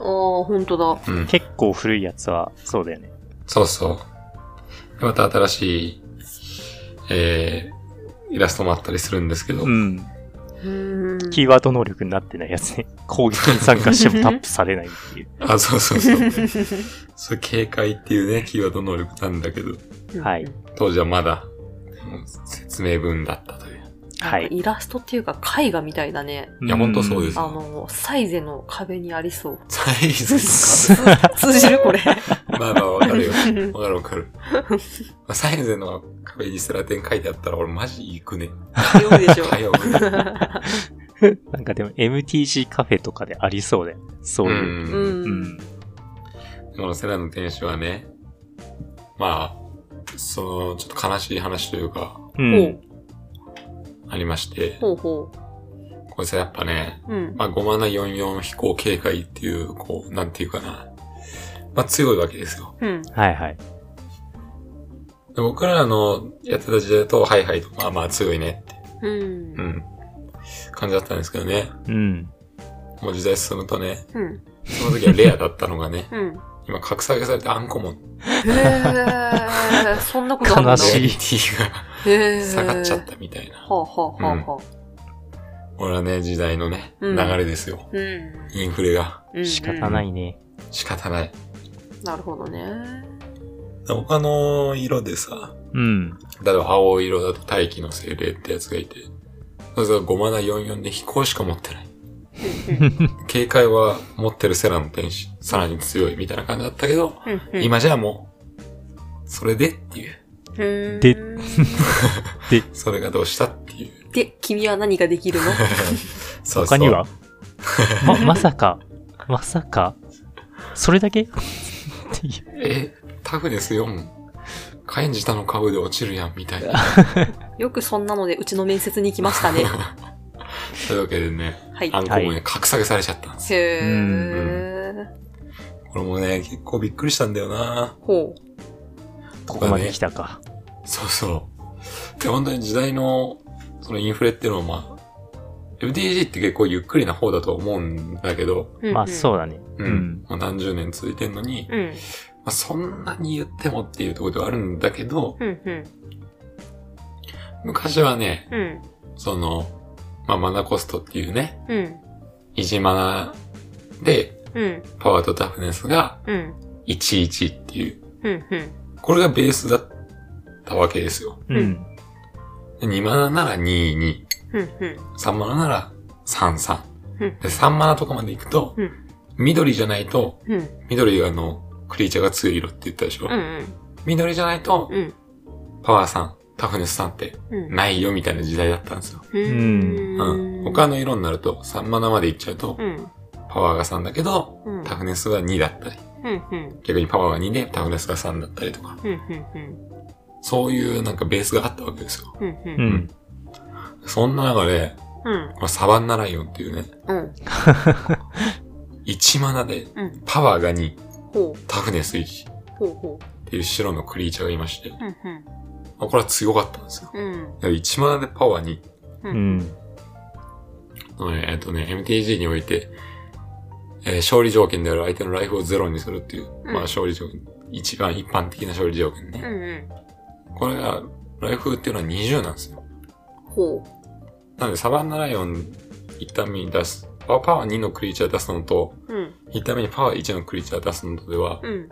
S2: ああ、ほんとだ。
S1: うん。
S3: 結構古いやつは、そうだよね。
S1: そうそう。また新しい、えー、イラストもあったりするんですけど。
S3: うん。
S2: うん。
S3: キーワード能力になってないやつね。 攻撃に参加してもタップされないっていう。
S1: あ、そうそうそう。それ警戒っていうね、キーワード能 力なんだけど、
S3: はい。
S1: 当時はまだ、うん説明文だったという。
S3: はい
S2: なんかイラストっていうか絵画みたいだね。
S1: いやほんとそうです
S2: あの、サイゼの壁にあり そう。
S1: サイズ
S2: 通通じるこれ。
S1: とか。まあまあわか るよ。わかるわかる。サイズの壁にスラテン書いてあったら俺マジ行くね。
S2: 読むでしょ。
S1: 通う。
S3: なんかでも MTG カフェとかでありそうだよね。そう
S1: う。
S3: いう。
S2: うんん。
S3: うん。
S1: この世代の店主はね、まあ、その、ちょっと悲しい話というか、
S3: うん。
S2: ほう
S1: ありまして、
S2: ほうほ
S1: これさ、やっぱね、
S2: う。うん。
S1: まあ、5744飛行警戒っていう、こう、なんていうかな。まあ、強いわけですよ。
S2: うん。
S3: はいはい。
S1: で僕らのやってた時代だと、はいはいとか、まあ、強いねって、
S2: うん
S1: う。ん、感じだったんですけどね。
S3: うん。
S1: もう時代進むとね、
S2: うん。、
S1: その時はレアだったのがね
S2: うん。
S1: 今、格下げされてアンコモン
S2: へえ、そんなことあるんだ。
S1: の
S3: 悲し
S1: レア
S3: い
S1: リティが
S2: へえ。
S1: 下がっちゃっ。たみたいな。
S2: はあはあはあはあ。
S1: これはね、時代のね、
S2: う
S1: 流
S2: ん
S1: れですよ。
S2: うん
S1: インフレが
S2: うん。
S3: 仕方ないね。
S1: 仕方ない。
S2: うん。なるほど ね。
S1: 他の色でさ、
S3: うん。
S1: 例えば青色だと大気の精霊ってやつがいて、それぞれ5744で飛行しか持ってない。警戒は持ってるセラの天使、さらに強いみたいな感じだったけど、
S2: うんうん、
S1: 今じゃあもう、それでっていう、
S2: うん
S3: で
S1: それがどうしたっていう。
S2: で、君は何ができるの
S1: そうそう
S3: 他にはま、まさか、まさか、それだけっていう。
S1: え、タフですよ、もう。カエンジタの株で落ちるやん、みたいな。
S2: よくそんなので、うちの面接に来まし たね。
S1: というわけでね、
S2: はい。
S1: アンコもね、格下げされちゃったんですよ。
S2: へ
S1: う
S2: ー。
S1: これもね、結構びっくりしたんだよな
S2: ほう。
S3: ここまで来たか。
S1: そうそう。で、本当に時代の、そのインフレっていうのは、まあ、MTG って結構ゆっくりな方だと思うんだけど、
S2: うん
S3: まあ
S2: う
S3: そうだね。
S1: うん。
S3: うん
S1: まあ、何十年続いてんのに、
S2: ん。うん。
S1: まあ、そんなに言ってもっていうところではあるんだけど、
S2: うん。うん。
S1: 昔はね、
S2: うん。
S1: その、まあ、マナコストっていうね、
S2: うん。
S1: いじまなで、
S2: うん。
S1: パワーとタフネスが
S2: うん。
S1: 11っていう、
S2: うん。
S1: これがベースだったわけですよ。
S3: うん。
S1: で2マナなら22、
S2: うん。うん。
S1: 3マナなら33。
S2: うん。
S1: で、3マナとかまで行くと、
S2: うん
S1: 緑じゃないと、
S2: うん。
S1: 緑があの、クリーチャーが強い色って言ったでしょ、
S2: うん。うん。
S1: 緑じゃないと、
S2: うん。
S1: パワーさん、タフネスさんって
S2: うん。
S1: ないよみたいな時代だったんですよ。うん。他の色になると、3マナまで行っちゃうと
S2: う、ん。
S1: パワーが3だけど、
S2: うん。
S1: タフネスが2だったり、
S2: うん。うん。
S1: 逆にパワーが2でタフネスが3だったりとか、
S2: うん。うん。
S1: そういうなんかベースがあったわけですよ。
S2: うん。う。
S3: うんん。
S1: そんな中で、
S2: うん。
S1: このサバンナライオンっていうね、
S2: うん。
S1: 1マナで
S2: うん。
S1: パワーが2、
S2: ほ
S1: タフネス1っ
S2: う。ほうほ
S1: ていう白のクリーチャーがいまして、
S2: う。うん。
S1: まあこれは強かったんですよ。
S2: うん。
S1: 1マナでパワー2。
S2: う。
S3: うんん。
S1: えーっとね、MTG において、えー勝利条件である相手のライフをゼロにするっていう、
S2: うん
S1: まあ勝利条件、一番一般的な勝利条件
S2: う
S1: ね。
S2: ん。
S1: これが、ライフっていうのは20なんですよ。
S2: ほ
S1: なので、サバンナライオン痛みに出す、パワーパワー2のクリーチャー出すのと、
S2: う。うん。
S1: 痛みにパワー1のクリーチャー出すのとでは、
S2: うん。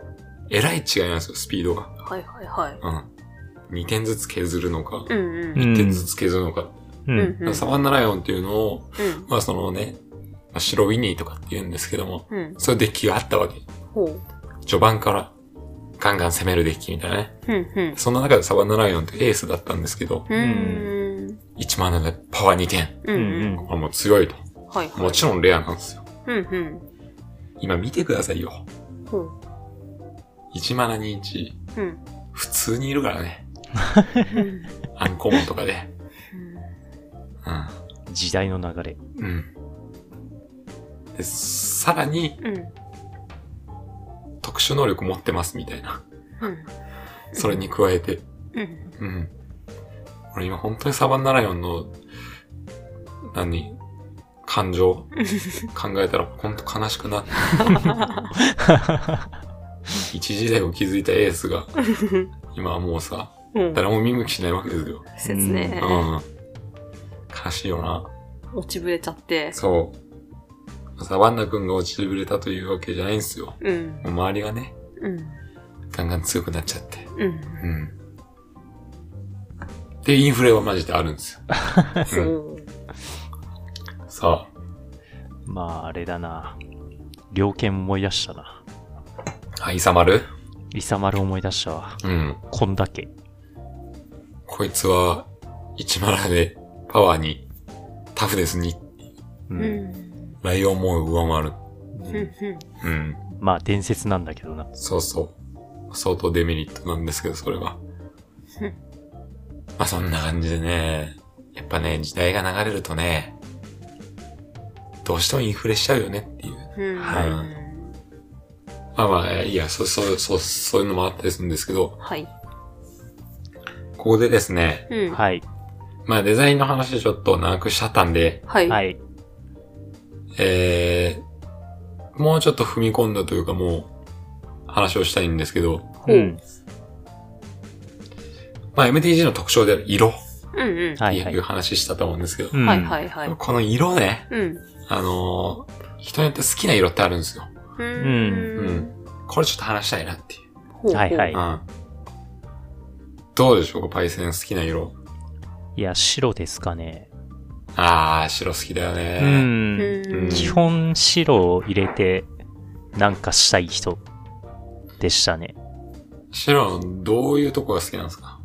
S1: えらい違いなんですよ、スピードが。
S2: はいはいはい。
S1: うん。2点ずつ削るのか、
S2: うんうん。
S1: 1点ずつ削るのか。
S3: う
S2: うん
S3: ん。
S2: うん。
S1: サバンナライオンっていうのを、
S2: うん。
S1: まあそのね、まあ白ウィニーとかって言うんですけども、
S2: うん。
S1: そういうデッキがあったわけ。
S2: ほう。
S1: 序盤からガンガン攻めるデッキみたいなね。
S2: うんうん。
S1: そんな中でサバンナライオンってエースだったんですけど、
S2: うん。
S1: 1万7でパワー2点。
S2: うんう。
S3: うんん。
S1: これもう強いと。
S2: はいはい。
S1: もちろんレアなんですよ。
S2: うんうん。
S1: 今見てくださいよ。
S2: ほう。
S1: 1万21、
S2: うん。
S1: 普通にいるからね。
S2: うん。
S1: アンコモンとかで。
S3: 時代の流れ。
S1: うん。うん。で、さらに
S2: うん。
S1: 特殊能力持ってますみたいな。
S2: うん。
S1: それに加えて。
S2: うん。
S1: うん。俺今本当にサバンナライオンの、何感情考えたら本当悲しくなって。一時代を築いたエースが、今はもうさ、
S2: うん。
S1: 誰も見向きしないわけですよ。
S2: 説ね
S1: う。ん。悲しいよな。
S2: 落ちぶれちゃって。
S1: そう。サバンナ君が落ちぶれたというわけじゃないんですよ。
S2: うん。
S1: もう周りがね、
S2: うん。
S1: ガンガン強くなっちゃって。
S2: うん。
S1: うん。で、インフレはマジであるんですよ。
S2: そうう。
S1: さ
S3: まあ、あれだな。猟犬思い出したな。
S1: あ、はいさまる
S3: イサマル思い出したわ。
S1: うん。
S3: こんだけ。
S1: こいつは、一マラで、パワーに、タフですに、
S3: う。
S2: うんん。
S1: ライオンも上回る。
S3: うん
S1: うん。
S3: まあ、伝説なんだけどな。
S1: そうそう。相当デメリットなんですけど、それは。まあそんな感じでね、やっぱね、時代が流れるとね、どうしてもインフレしちゃうよねっていう。
S2: うん。
S1: はまあまあ、いや、そう、そう、そう、そういうのもあったりするんですけど、
S2: はい。
S1: ここでですね、
S2: うん。
S3: はい。
S1: まあデザインの話ちょっと長くしちゃったんで、
S2: はい。。
S3: はいい。
S1: えー、もうちょっと踏み込んだというかもう、話をしたいんですけど、
S2: ほう
S3: うん。
S1: まあ MTG の特徴である色っ
S2: うんうん。
S1: て
S3: はいはい
S1: いう。話したと思うんですけど、
S3: うん
S2: はいはいはい。
S1: この色ね、
S2: うん。
S1: あのー人によって好きな色ってあるんですよ。
S2: う。
S1: うんん。これちょっと話したいなっていう。。
S2: ほうほう
S3: はいはいう
S1: ん。どうでしょうか、パイセン好きな色。
S3: いや、白ですかね。
S1: あー、白好きだよね。
S3: うん。
S2: うん。
S1: 基
S3: 基本白を入れて、なんかしたい人でしたね。
S1: 白のどういうとこが好きなんですか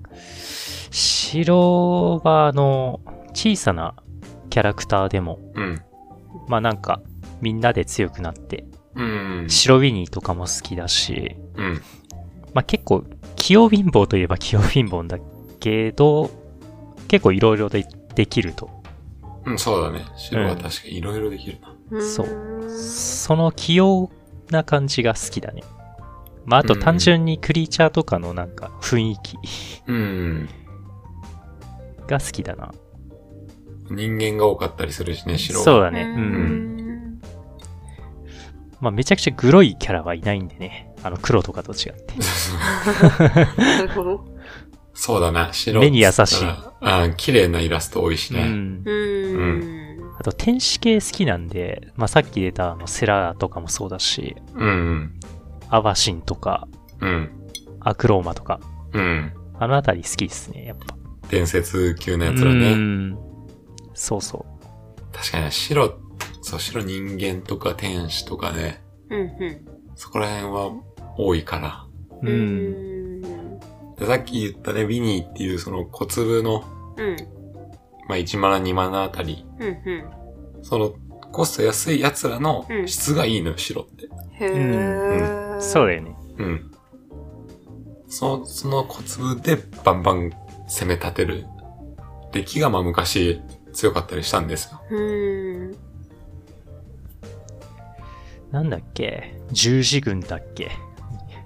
S3: 白は、あの、小さなキャラクターでも、
S1: うん。
S3: まあなんか、みんなで強くなって、
S1: うん。
S3: 白ウィニーとかも好きだし、
S1: うん。
S3: まあ結構、器用貧乏といえば器用貧乏だけど、結構いろいろでできると。
S1: うん、そうだね。白は
S3: うん
S1: 確かに色々できるな。
S3: そう
S2: う
S3: その器用な感じが好きだね。まああと
S1: うん
S3: 単純にクリーチャーとかのなんか雰囲気
S1: うん。
S3: が好きだな。
S1: 人間が多かったりするしね、白は。
S3: そう
S1: う。
S3: だね。うん
S2: ん。
S3: まあめちゃくちゃグロいキャラはいないんでね。あの黒とかと違って。
S2: なるほど。
S1: そうだな、白。
S3: 目に優しい。
S1: あー綺麗なイラスト多いし
S3: う
S1: ね。
S3: ん
S2: う。ん。
S3: あと天使系好きなんで、まあさっき出たあのセラーとかもそうだし、
S1: うん。
S3: アバシンとか
S1: うん。
S3: アクローマとか、
S1: うん。
S3: あのあたり好きですね、やっぱ。
S1: 伝説級のやつらね。
S3: うん。そうそ
S1: 確かにね白、そう、白人間とか天使とかね、
S2: うん。
S1: そこら辺は多いから。
S3: う。
S2: う
S3: う
S2: ん。
S3: ん。
S1: で、さっき言ったね、ビニーっていうその小粒の、
S2: うん。
S1: まあ、1マナ2マナあたり、
S2: うん。うん。
S1: その、コスト安い奴らの
S2: うん
S1: 質がいいのよ、白って。
S2: へえ。
S3: そうだ
S2: よ。
S3: よね。
S1: うん。その、その小粒でバンバン攻め立てる。出来がまあ昔強かったりしたんですよ。
S2: うん。。
S3: なんだっけ十字軍だっけ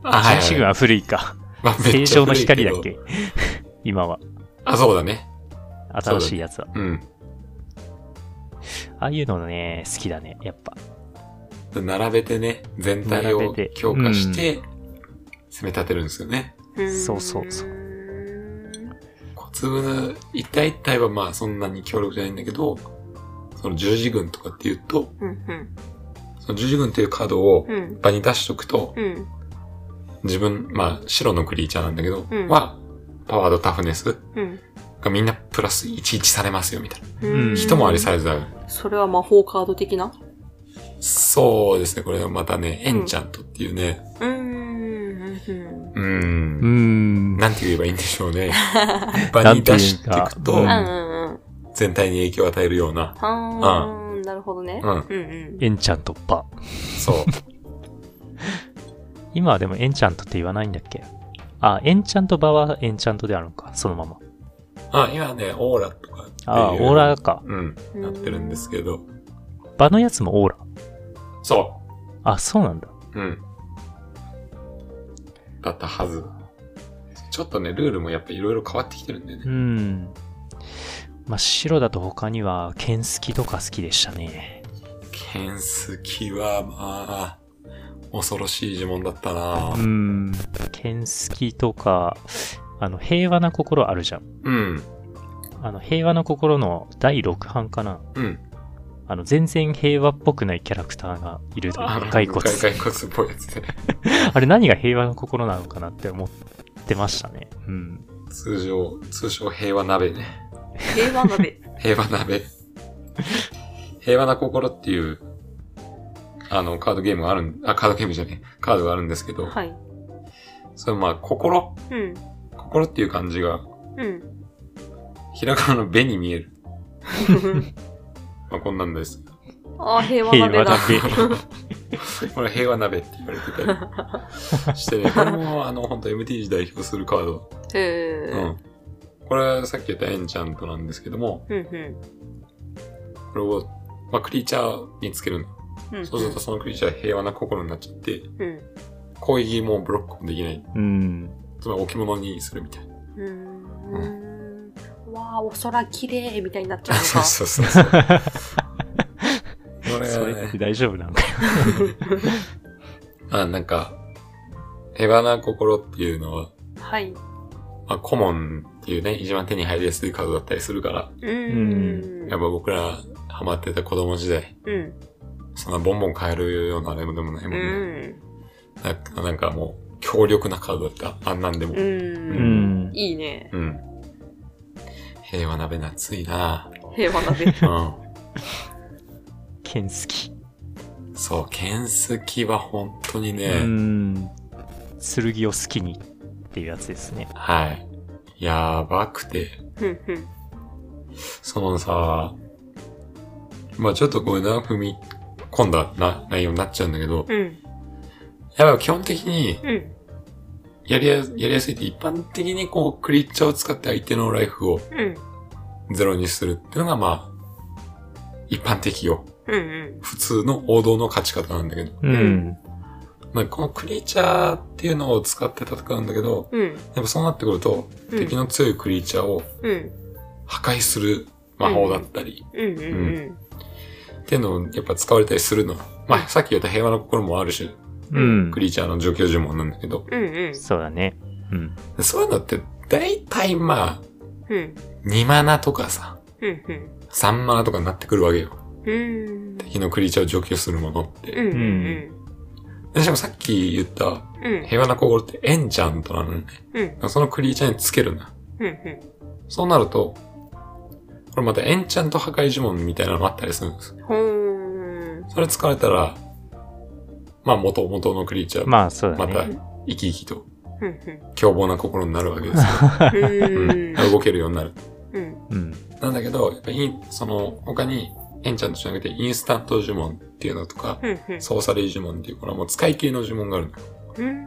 S1: あ
S3: 十字軍は古いか。
S1: まあめっちゃ
S3: 正常の光だっ
S1: 古い
S3: け 今は。
S1: どあ、そうだね。
S3: 新しいやつは。
S1: うん。
S3: ああいうのね、好きだね、やっぱ。
S1: 並べてね、全体を
S3: 並べて
S1: 強化して、攻め立てるんですよね。
S3: そうそうそう
S1: 小粒の一体一体はまあそんなに強力じゃないんだけど、その十字軍とかっていうと、
S2: うん。
S1: その十字軍というカードを
S2: うん。
S1: 場に出しとくと、
S2: うん。
S1: 自分、まあ白のクリーチャーなんだけど、
S2: うん
S1: は、パワードタフネス
S2: うん。
S1: がみんなプラス11されますよみたいな。
S2: うん。
S1: 一回りサイズだが。
S2: それは魔法カード的な
S1: そうですね、これはまたね、エンチャントっていうね、
S2: うん。うん。
S1: うー
S3: うー
S1: ん、
S3: ん。
S1: なんて言えばいいんでしょうね。場に出していくと
S3: なんていう、か
S2: うん。
S1: 全体に影響を与えるような、
S2: はーん。なるほどね。
S1: うん
S2: うん。
S3: エンチャントパ。
S1: そう。
S3: 今はでもエンチャントって言わないんだっけあ、エンチャント場はエンチャントであるのか、そのまま。
S1: あ、今ね、オーラとかっていう。
S3: ああ、オーラ。か。
S1: うん、
S2: うん
S1: なってるんですけど。
S3: 場のやつもオーラ。
S1: そ
S3: あ、そうなんだ。
S1: う。うん。だったはず。ちょっとね、ルールもやっぱいろいろ変わってきてるんだよ
S3: う
S1: ね。
S3: ん。まあ、白だと他には、剣好きとか好きでしたね。
S1: 剣好きは、まあ、恐ろしい呪文だったな
S3: う、ん。剣好きとか、あの、平和な心あるじゃん。
S1: うん。
S3: あの、平和の心の第6版かな。
S1: うん。
S3: あの、全然平和っぽくないキャラクターがいる
S1: あの
S3: 骸骨。
S1: 骸骨っぽいやつね。
S3: あれ何が平和の心なのかなって思ってましたね。うん。
S1: 通常、通称平和鍋ね。
S2: 平和鍋。
S1: 平和鍋。平和な心っていう、あの、カードゲームがあるん、あ、カードゲームじゃねえ、カードがあるんですけど、
S2: はい。
S1: それまあ、心
S2: うん。
S1: 心っていう漢字が、
S2: うん。
S1: ひらがなのべに見える。まあ、こんなんです。
S2: ああ、平和
S3: 平和
S2: 鍋
S3: だ
S2: だ。
S3: け。
S1: これ平和鍋って言われてたりしてね、これもあの、本当 MTG 代表するカード。
S2: へえ。
S1: う。ん。これさっき言ったエンチャントなんですけども、
S2: うんうん
S1: これを、まあ、クリーチャーにつけるの。
S2: うん。
S1: そうするとそのクリーチャーは平和な心になっちゃって、
S2: うん。
S1: 攻撃もブロックもできない。
S3: うん。
S1: つまり置物にするみたいな。
S2: うーん。わあ、お空綺麗みたいになっちゃう
S1: そう
S2: の
S1: そうそうそう。これ
S3: そ
S1: は
S3: れって
S1: ね、
S3: 大丈夫なんかよ。
S1: あなんか、平和な心っていうのは、
S2: か。はい。
S1: まあ、コモンっていうね、一番手に入りやすいカードだったりするから、
S2: うーん。
S1: やっぱ僕らハマってた子供時代、
S2: うん。
S1: そんなボンボン買えるようなあれでもないもん
S2: う
S1: ね。
S2: ん。
S1: なんかなんかもう、強力なカードだった。あんなんでも。
S2: う。
S3: うんん。
S2: いいね。
S1: うん。平和鍋夏いな
S2: 平和鍋。
S1: う
S3: 剣好き。
S1: ん。そう、剣好きは本当に
S3: う
S1: ね、
S3: ん。剣を好きにっていうやつですね。
S1: はい。やばくて。
S2: うんうん。
S1: そのさ、まあちょっとこうな、踏み込んだな内容になっちゃうんだけど、
S2: うん。
S1: やっぱ基本的に
S2: うん。
S1: やりややりやすいって一般的にこうクリーチャーを使って相手のライフを
S2: うん。
S1: ゼロにするっていうのがまあ一般的よ。
S2: うんうん。
S1: 普通の王道の勝ち方なんだけど。
S3: うんん。
S1: まあこのクリーチャーっていうのを使って戦うんだけど、
S2: うん。
S1: やっぱそうなってくると、
S2: うん
S1: 敵の強いクリーチャーを
S2: うん。
S1: 破壊する魔法だったり、
S2: うんうんうん。
S1: っていうのをやっぱ使われたりするの。まあさっき言った平和の心もあるし、
S3: うん
S1: ク。リーチャーの除去呪文なんだけど、
S2: うんうん。
S3: そうだね。うん。
S1: でそういうのって大体まあ、
S2: うん。
S1: 2マナとかさ、
S2: うんうん。
S1: 3マナとかになってくるわけよ。
S2: うん。
S1: 敵のクリーチャーを除去するものっ
S2: う
S1: て。
S2: んうん
S1: でしかもさっき言った
S2: うん。うん。
S1: 平和な心ってエンチャントなのね。
S2: うん。
S1: そのクリーチャーにつけるな。
S2: うんうん。
S1: そうなると、これまたエンチャント破壊呪文みたいなのがあったりするんです。
S2: ほーん。
S1: それ使われたら、まあ元々のクリーチャー、
S3: まあ、そうだ
S1: また
S3: ね。
S1: 生き生きと
S2: うんうん
S1: 凶暴な心になるわけですよ。
S2: う
S1: うん
S2: ん。
S1: 動けるようになる。
S2: うん。
S3: うん。
S1: なんだけど、やっぱり、その、他に、エンチャントじゃなくて、インスタント呪文っていうのとか、
S2: うんうん。
S1: ソーサリー呪文っていう、これはもう使い切りの呪文があるの。
S2: うん。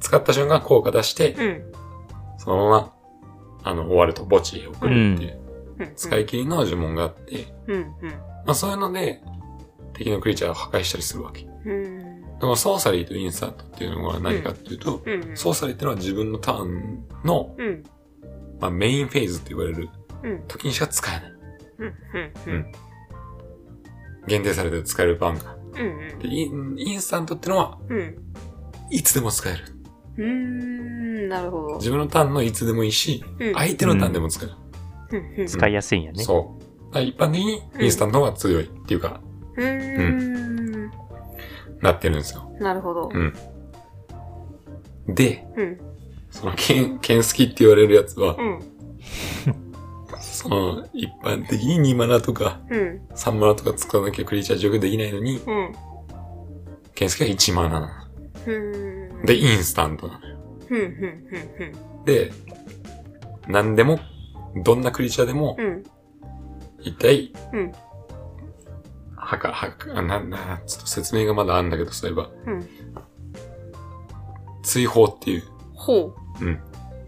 S1: 使った瞬間効果出して、
S2: うん。
S1: そのまま、あの、終わると墓地へ送るっていう、
S2: うん。
S1: 使い切りの呪文があって、
S2: うん。
S1: まあそういうので、敵のクリーチャーを破壊したりするわけ。で
S2: うん。
S1: も、ソーサリーとインスタントっていうのは何かっていうと、
S2: うん。
S1: ソーサリーっていうのは自分のターンの、
S2: うん。うん。
S1: まあ、メインフェーズって言われる
S2: うん。
S1: 時にしか使えない。
S2: うん。うん。
S1: 限定されて使える番が。
S2: うん。
S1: で、インインスタントってのは、
S2: うん。
S1: いつでも使える。
S2: うん。なるほど。
S1: 自分のターンのいつでもいいし、
S2: うん。
S1: 相手のターンでも使える。
S2: うん。
S3: 使いやすいんやね。
S1: そう。だから一般的にインスタントの方が強いっていうか、
S2: うん。
S1: なってるんですよ。
S2: なるほど。
S1: で、
S2: うん。
S1: その剣、剣好きって言われるやつは
S2: う、ん。
S1: その一般的に2マナとか
S2: うん。
S1: 3マナとか使わなきゃクリーチャー除去できないのに、
S2: うん。
S1: 剣好きは1マナな
S2: うん。
S1: の。で、インスタントなの。
S2: うん。うん。
S1: で、何でも、どんなクリーチャーでも
S2: う、ん。
S1: 一体、
S2: うん。
S1: はか、はか、あなんな、ちょっと説明がまだあるんだけど、そういえば、
S2: うん。
S1: 追放っていう、
S2: ほう。
S1: うん。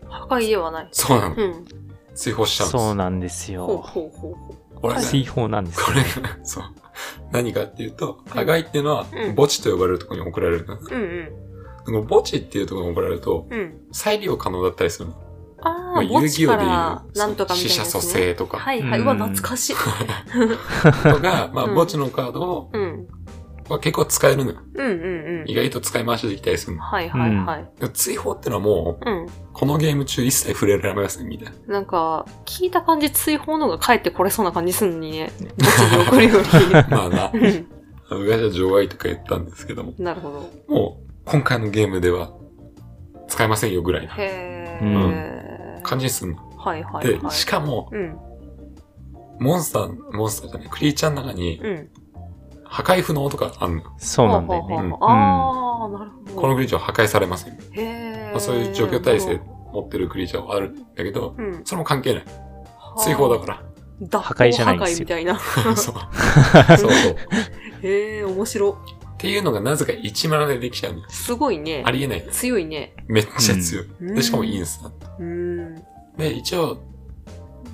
S2: 破壊ではない。
S1: そうなの。
S2: うん。
S1: 追放しちゃうんです。
S3: そうなんです
S2: ほう
S3: よ。
S2: ほうほうほ
S1: これが、
S3: 水砲なんです
S1: これが、そう。何かっていうと、破壊っていうのは
S2: うん、
S1: 墓地と呼ばれるところに送られるんだな。
S2: う。うん
S1: でも墓地っていうところに送られると、
S2: うん。うん。
S1: 再利用可能だったりするの。
S2: あ
S1: まあ
S2: あ、墓地か
S1: で
S2: ら、なんとかみたいな、ね。
S1: 死者蘇生とか、
S2: はいはい。うわ、
S3: うん
S2: 懐かしい。
S1: と か、まあ、
S2: うん
S1: 墓地のカードを、
S2: うん。
S1: まあ、結構使えるのよ。
S2: うんうんうん
S1: 意。外と使い回しできたりするの。
S2: はいはいはい。
S1: でも追放ってのはもう、
S2: うん。
S1: このゲーム中一切触れられません、み たいな。
S2: なんか、聞いた感じ、追放の方が帰ってこれそうな感じすんのに ね。墓地に送るよ
S1: まあな、
S2: り。うん
S1: 昔は除外とか言ったんですけども、
S2: なるほど。
S1: もう、今回のゲームでは、使えませんよぐらいな
S2: へ
S3: う
S2: ー。
S1: 感じにすんの。
S2: はいはい
S1: で
S2: は、い。
S1: しかも、
S2: うん。
S1: モンスター、モンスターじゃない、クリーチャーの中に
S2: うん。
S1: 破壊不能とかあんのよ。
S3: そうなんだよ
S2: ほう
S3: ね。
S2: ほうほうああ、なるほど。
S1: このクリーチャーは破壊されません。
S2: へ
S1: まあ、
S2: ー
S1: そういう除去体制。持ってるクリーチャーはあるんだけど、
S2: うん。
S1: それも関係ない。追放だ
S2: か。
S1: から
S3: 破壊じゃないんですよ
S2: 脱法破壊みたいな。
S1: ら。そう。そうそう。っ
S2: へえ、面白。
S1: ていうのがなぜか1マナでできちゃうのよ。
S2: すごいね
S1: あ。りえない。
S2: 強いね。
S1: めっちゃ強い。
S2: うん
S1: で、しかもインスタント。
S2: うん。うん
S1: で、一応、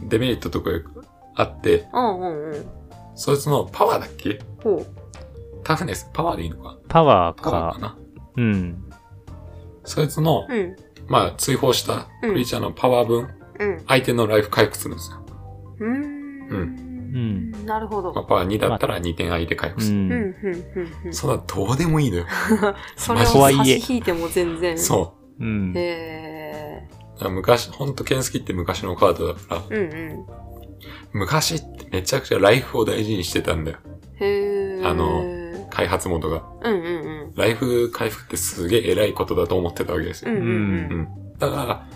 S1: デメリットとかあって、
S2: うんうん。
S1: そいつのパワーだっけ
S2: ほう。
S1: タフネスパワーでいいのか
S3: パワー
S1: パワーか
S3: か、
S1: な
S3: うん。
S1: そいつの、
S2: うん。
S1: まあ、追放したクリーチャーのパワー分、
S2: うん。
S1: 相手のライフ回復するんですよ。
S2: うーん。なるほど。
S1: まあ、パワー2だったら2点相手回復
S3: う。
S1: する。
S2: うん、うんん、うん、うん。
S1: そんな、どうでもいいのよ。
S2: それを
S1: と
S3: はいえ
S2: 差し引いても全然。
S1: そ
S3: う
S2: う。
S3: ん
S2: へ
S1: う。だから昔、ほんと剣好きって昔のカードだから、
S2: え。うんうん。
S1: 昔ってめちゃくちゃライフを大事にしてたんだよ。
S2: へえ。
S1: あの開発元が。
S2: うんうんうん。
S1: ライフ回復ってすげえ偉いことだと思ってたわけです
S2: う
S1: よ。
S2: んうん
S1: だか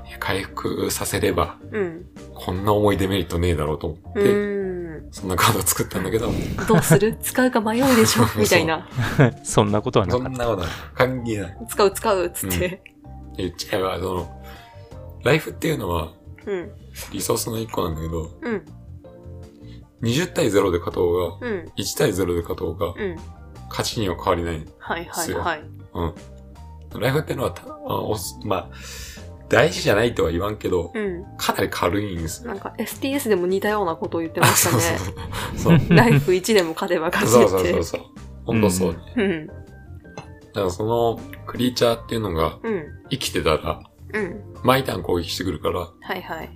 S1: らいや、回復させれば、
S2: うん。うん。
S1: こんな重いデメリットねえだろうと思って、
S2: うん。
S1: そんなカード作ったんだけど、
S2: どう する使うか迷うでしょみたいな。
S3: そんなことはな
S1: そ
S3: かっ
S1: ん
S3: た。
S1: なことない関係ない。
S2: 使う使うっつって。
S1: 言っちゃえば、その、ライフっていうのは
S2: うん。
S1: リソースの一個なんだけど、
S2: うん。
S1: 20対0で勝とうが、
S2: うん。
S1: 1対0で勝とうが、
S2: うん。
S1: 勝ちには変わりない。
S2: はいはいはい。
S1: ライフっていうのはた、あおすまあ、大事じゃないとは言わんけど、
S2: うん。
S1: かなり軽いんですよ。
S2: なんか STS でも似たようなことを言ってましたね。
S1: そうそうそう。
S2: ライフ1でも勝てば勝
S1: そう
S2: ち
S1: そう
S2: って。
S1: そうそう。ほんとそうね。
S2: うん。
S1: だからそのクリーチャーっていうのが
S2: うん。
S1: 生きてたら、
S2: うん。
S1: 毎ターン攻撃してくるから、
S2: はいはい。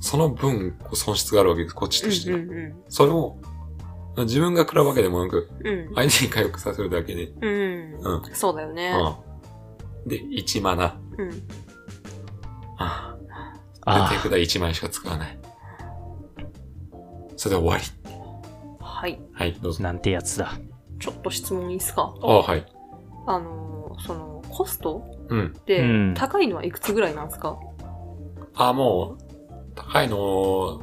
S1: その分こう損失があるわけです、こっちとして
S2: う
S1: は。
S2: んうん
S1: それを、自分が食らうわけでもなく、
S2: うん。
S1: 相手に回復させるだけで。
S2: うん。
S1: うん。
S2: そうだよね。
S1: うん。で、1マナ。
S2: うん。
S1: ああで、
S3: あ
S1: 手札1枚しか使わない。それで終わり。
S2: はい。
S1: はい、どう
S3: あ、
S1: ぞ。
S3: なんてやつだ。
S2: ちょっと質問いいっすか
S1: あはい。
S2: あのー、その、コスト
S1: うん。
S2: って
S3: うん
S2: 高いのはいくつぐらいなんですか
S1: あもう、高いの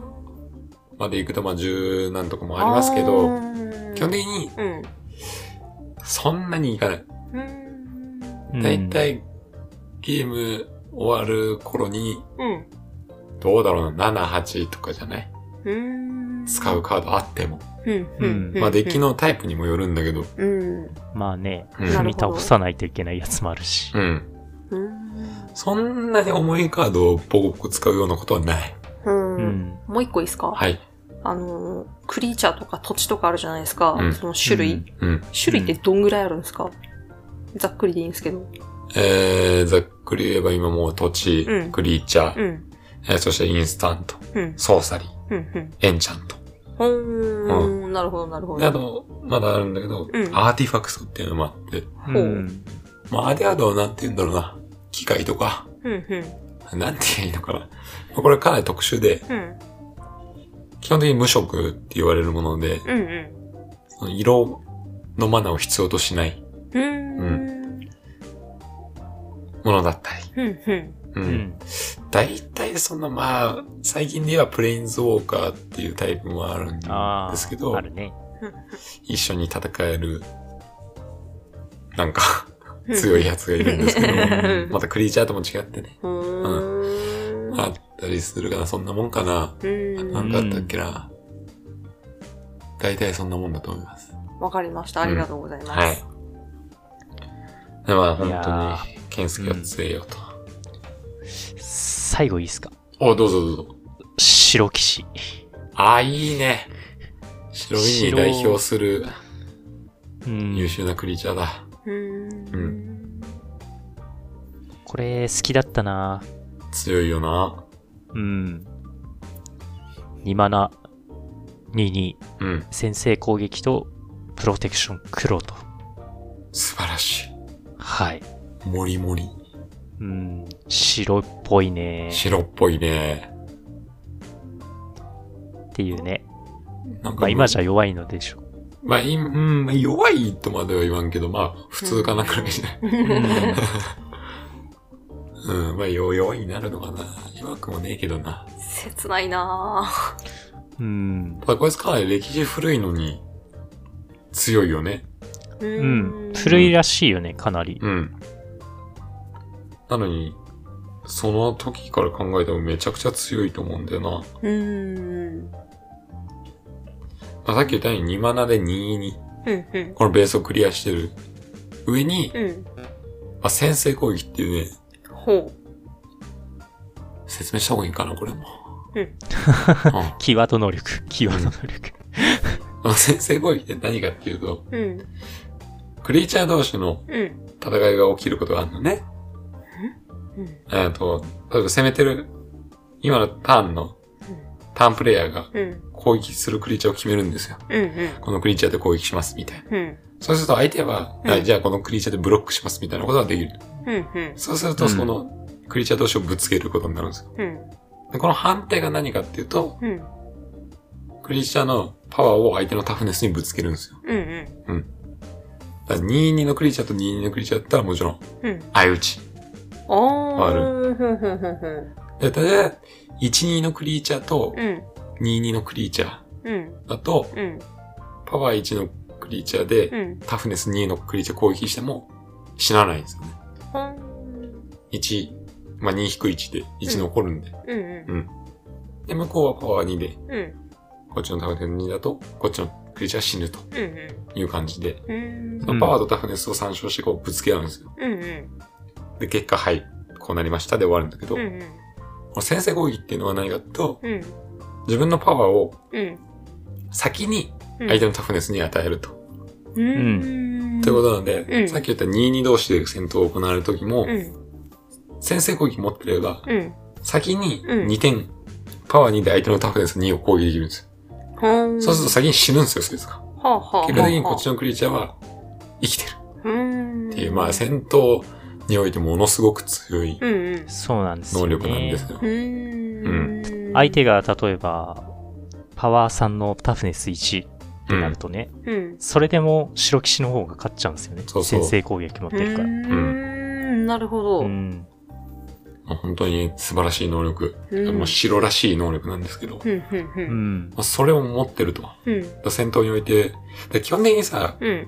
S1: まで行くと、まあ、十何とかもありますけ
S2: あ
S1: ど、
S2: ー
S1: 基本的に
S2: うん。
S1: そんなにいかない。
S2: うん。
S3: うん
S1: だいたいゲーム終わる頃に、
S2: うん。
S1: どうだろうな、7、8とかじゃない
S2: うん。
S1: 使うカードあっても。
S2: うん。うん。
S1: まあ、デッキ。のタイプにもよるんだけど。
S2: うん。
S3: まあね、
S1: うん
S2: なるほど
S3: 見倒さないといけないやつもあるし。
S1: うん。
S2: うん。
S1: そんなに重いカードをボコボコ使うようなことはない。
S2: うん
S3: う
S2: うん
S3: ん。
S2: もう一個いいですか
S1: はい。
S2: あのー、クリーチャーとか土地とかあるじゃないですか。
S1: うん
S2: その種類、
S3: うん
S1: うん。
S2: 種類ってどんぐらいあるんですか、ざっくりでいいんですけど。
S1: えー、ざっくり言えば今もう土地、
S2: うん
S1: クリーチャー、
S2: うん。
S1: えーそしてインスタント、
S2: うん。
S1: ソーサリー、
S2: うん。うん。
S1: エンチャント。
S2: ほーん。なるほど、なるほ
S1: であ
S2: ど。
S1: と、まだあるんだけど、
S2: うん
S1: アーティファクトっていうのもあって、
S2: ほう
S3: うん
S1: まあ、アーティファクトはなんて言うんだろうな。機械とか、
S2: うん。うん。
S1: なんて言えばいいのかな。まあこれかなり特殊で、
S2: うん。
S1: 基本的に無色って言われるもので、
S2: うん。うん。
S1: その色のマナーを必要としない
S2: うん。
S1: ものだったり。
S2: うん。うん。
S1: うん。
S3: うん
S1: 大体そのまあ、最近で言えばプレインズウォーカーっていうタイプもあるんで
S3: ああ、
S1: すけど
S3: あ、るね。
S1: 一緒に戦える、なんか、強いやつがいるんですけど、
S2: うん
S1: またクリーチャーとも違ってね、
S2: うーん。
S1: あったりするから、そんなもんかな。
S2: うん。
S1: なんかあったっけな。大体そんなもんだと思います。
S2: わかりました。ありがとうございます。
S1: はい。でまあ、
S3: いやー
S1: 本当に、ケンスケは強えよと。
S3: 最後いいっすか。
S1: お、どうぞどうぞ。
S3: 白騎士。
S1: あー、いいね。白身に代表する
S3: うん
S1: 優秀なクリーチャーだ。
S2: うーん。
S3: これ好きだったな
S1: 強いよな。
S3: うん。2マナ、22、
S1: うん。
S3: 先制攻撃と、プロテクション黒と。
S1: 素晴らし
S3: はい。
S1: い。もりもり。
S3: うん、白っぽいね
S1: 白っぽいね。
S3: っていうね。
S1: なん
S3: まあ今じゃ
S1: ゃ。
S3: 弱いのでしょう。
S1: まあ、いうん、まあ弱いとまでは言わんけど、まあ、普通かなくらいじゃない。
S3: うん
S1: うん、まあ、よ、弱になるのかな。弱くもねえけどな。
S2: 切ないなぁ。
S3: うん。
S1: まあ、こいつかなり歴史古いのに、強いよね。
S2: う
S3: うん。古いらしいよね、かなり。
S1: うん。なのに、その時から考えてもめちゃくちゃ強いと思うんだよな。
S2: うん。
S1: まあ、さっき言ったように2マナで2-2。
S2: うん。うん。
S1: このベースをクリアしてる。上に、
S2: うん。
S1: まあ、先制攻撃っていうね、
S2: ほ
S1: 説明した方がいいかな、これも。
S2: うん
S1: うん
S3: キーワード能力。キーワード能力。
S1: まあ先制攻撃って何かっていうと、
S2: う。うん。
S1: クリーチャー同士の
S2: うん。
S1: 戦いが起きることがあるのね。
S2: うん。
S1: えっと、例えば攻めてる、今のターンの、ターンプレイヤーが
S2: うん。
S1: 攻撃するクリーチャーを決めるんですよ。
S2: うん。
S1: このクリーチャーで攻撃します、みたいな。
S2: うん。うん。
S1: そうすると相手は、
S2: うん
S1: あじゃあこのクリーチャーでブロックします、みたいなことができる。
S2: うん。
S1: そうすると、
S3: うん
S1: その、クリーチャー同士をぶつけることになるんですよ。
S2: うん。
S1: でこの判定が何かっていうと、
S2: うん。うん。
S1: クリーチャーのパワーを相手のタフネスにぶつけるんですよ。
S2: うん。
S1: だから22のクリーチャーと22のクリーチャーだったらもちろん、
S2: うん。
S1: 相打ち。
S2: あ
S1: あ
S2: あ。
S1: る
S2: うん。ふんふんふんふん。
S1: で、例えば、12のクリーチャーと
S2: うん。
S1: 22のクリーチャ
S2: うん。
S1: ーだと、
S2: うん。
S1: パワー1のクリーチャーで、
S2: うん。
S1: タフネス2のクリーチャー攻撃しても死なないんですよね。
S2: ほん。
S1: 1、まあ、2引く1で1残るんで。
S2: うん。うん。
S1: で、向こうはパワー2で、
S2: うん。
S1: こっちのタフネス2だと、こっちのクリーチャー死ぬと
S2: うん。
S1: いう感じで、
S2: うん。
S1: そのパワーとタフネスを参照してこうぶつけ合うんですよ。
S2: うん。うん。
S1: で、結果、はい、こうなりましたで終わるんだけど、
S2: う
S1: こ
S2: ん。
S1: の先制攻撃っていうのは何かっていうと、
S2: うん。
S1: 自分のパワーを
S2: うん。
S1: 先に相手のタフネスに与えると。
S2: うん。
S1: ということなんで、
S2: うん
S1: さっき言った22同士で戦闘を行われる時も、
S2: うん。
S1: 先制攻撃持ってれば、
S2: うん。
S1: 先に
S2: うん
S1: 2点、パワー2で相手のタフネス2を攻撃できるんですよ。
S2: ほん。
S1: そうすると先に死ぬんですよ、そいつが。
S2: と、はあ、はあ。
S1: 結果的にこっちのクリーチャーは生きてる
S2: うん。
S1: っていう、まあ戦闘においてものすごく強い
S2: うんうん。
S3: そうなんです
S1: 能
S3: よ、ね。
S1: 力なんですよ。
S2: うん。
S3: 相手が例えば、パワー3のタフネス1ってなるとね、
S2: うん。
S3: それでも白騎士の方が勝っちゃうんですよね。
S1: そうそう
S3: 先制攻撃持ってるから。
S2: うん。なるほ
S3: う
S2: ど。
S3: ん。
S1: まあ本当に素晴らしい能力。
S2: うん
S1: もう白らしい能力なんですけど、ま
S2: うんうんう。
S3: うんん。
S1: あ、それを持ってると。
S2: うん。
S1: 戦闘において、で基本的にさ、
S2: うん。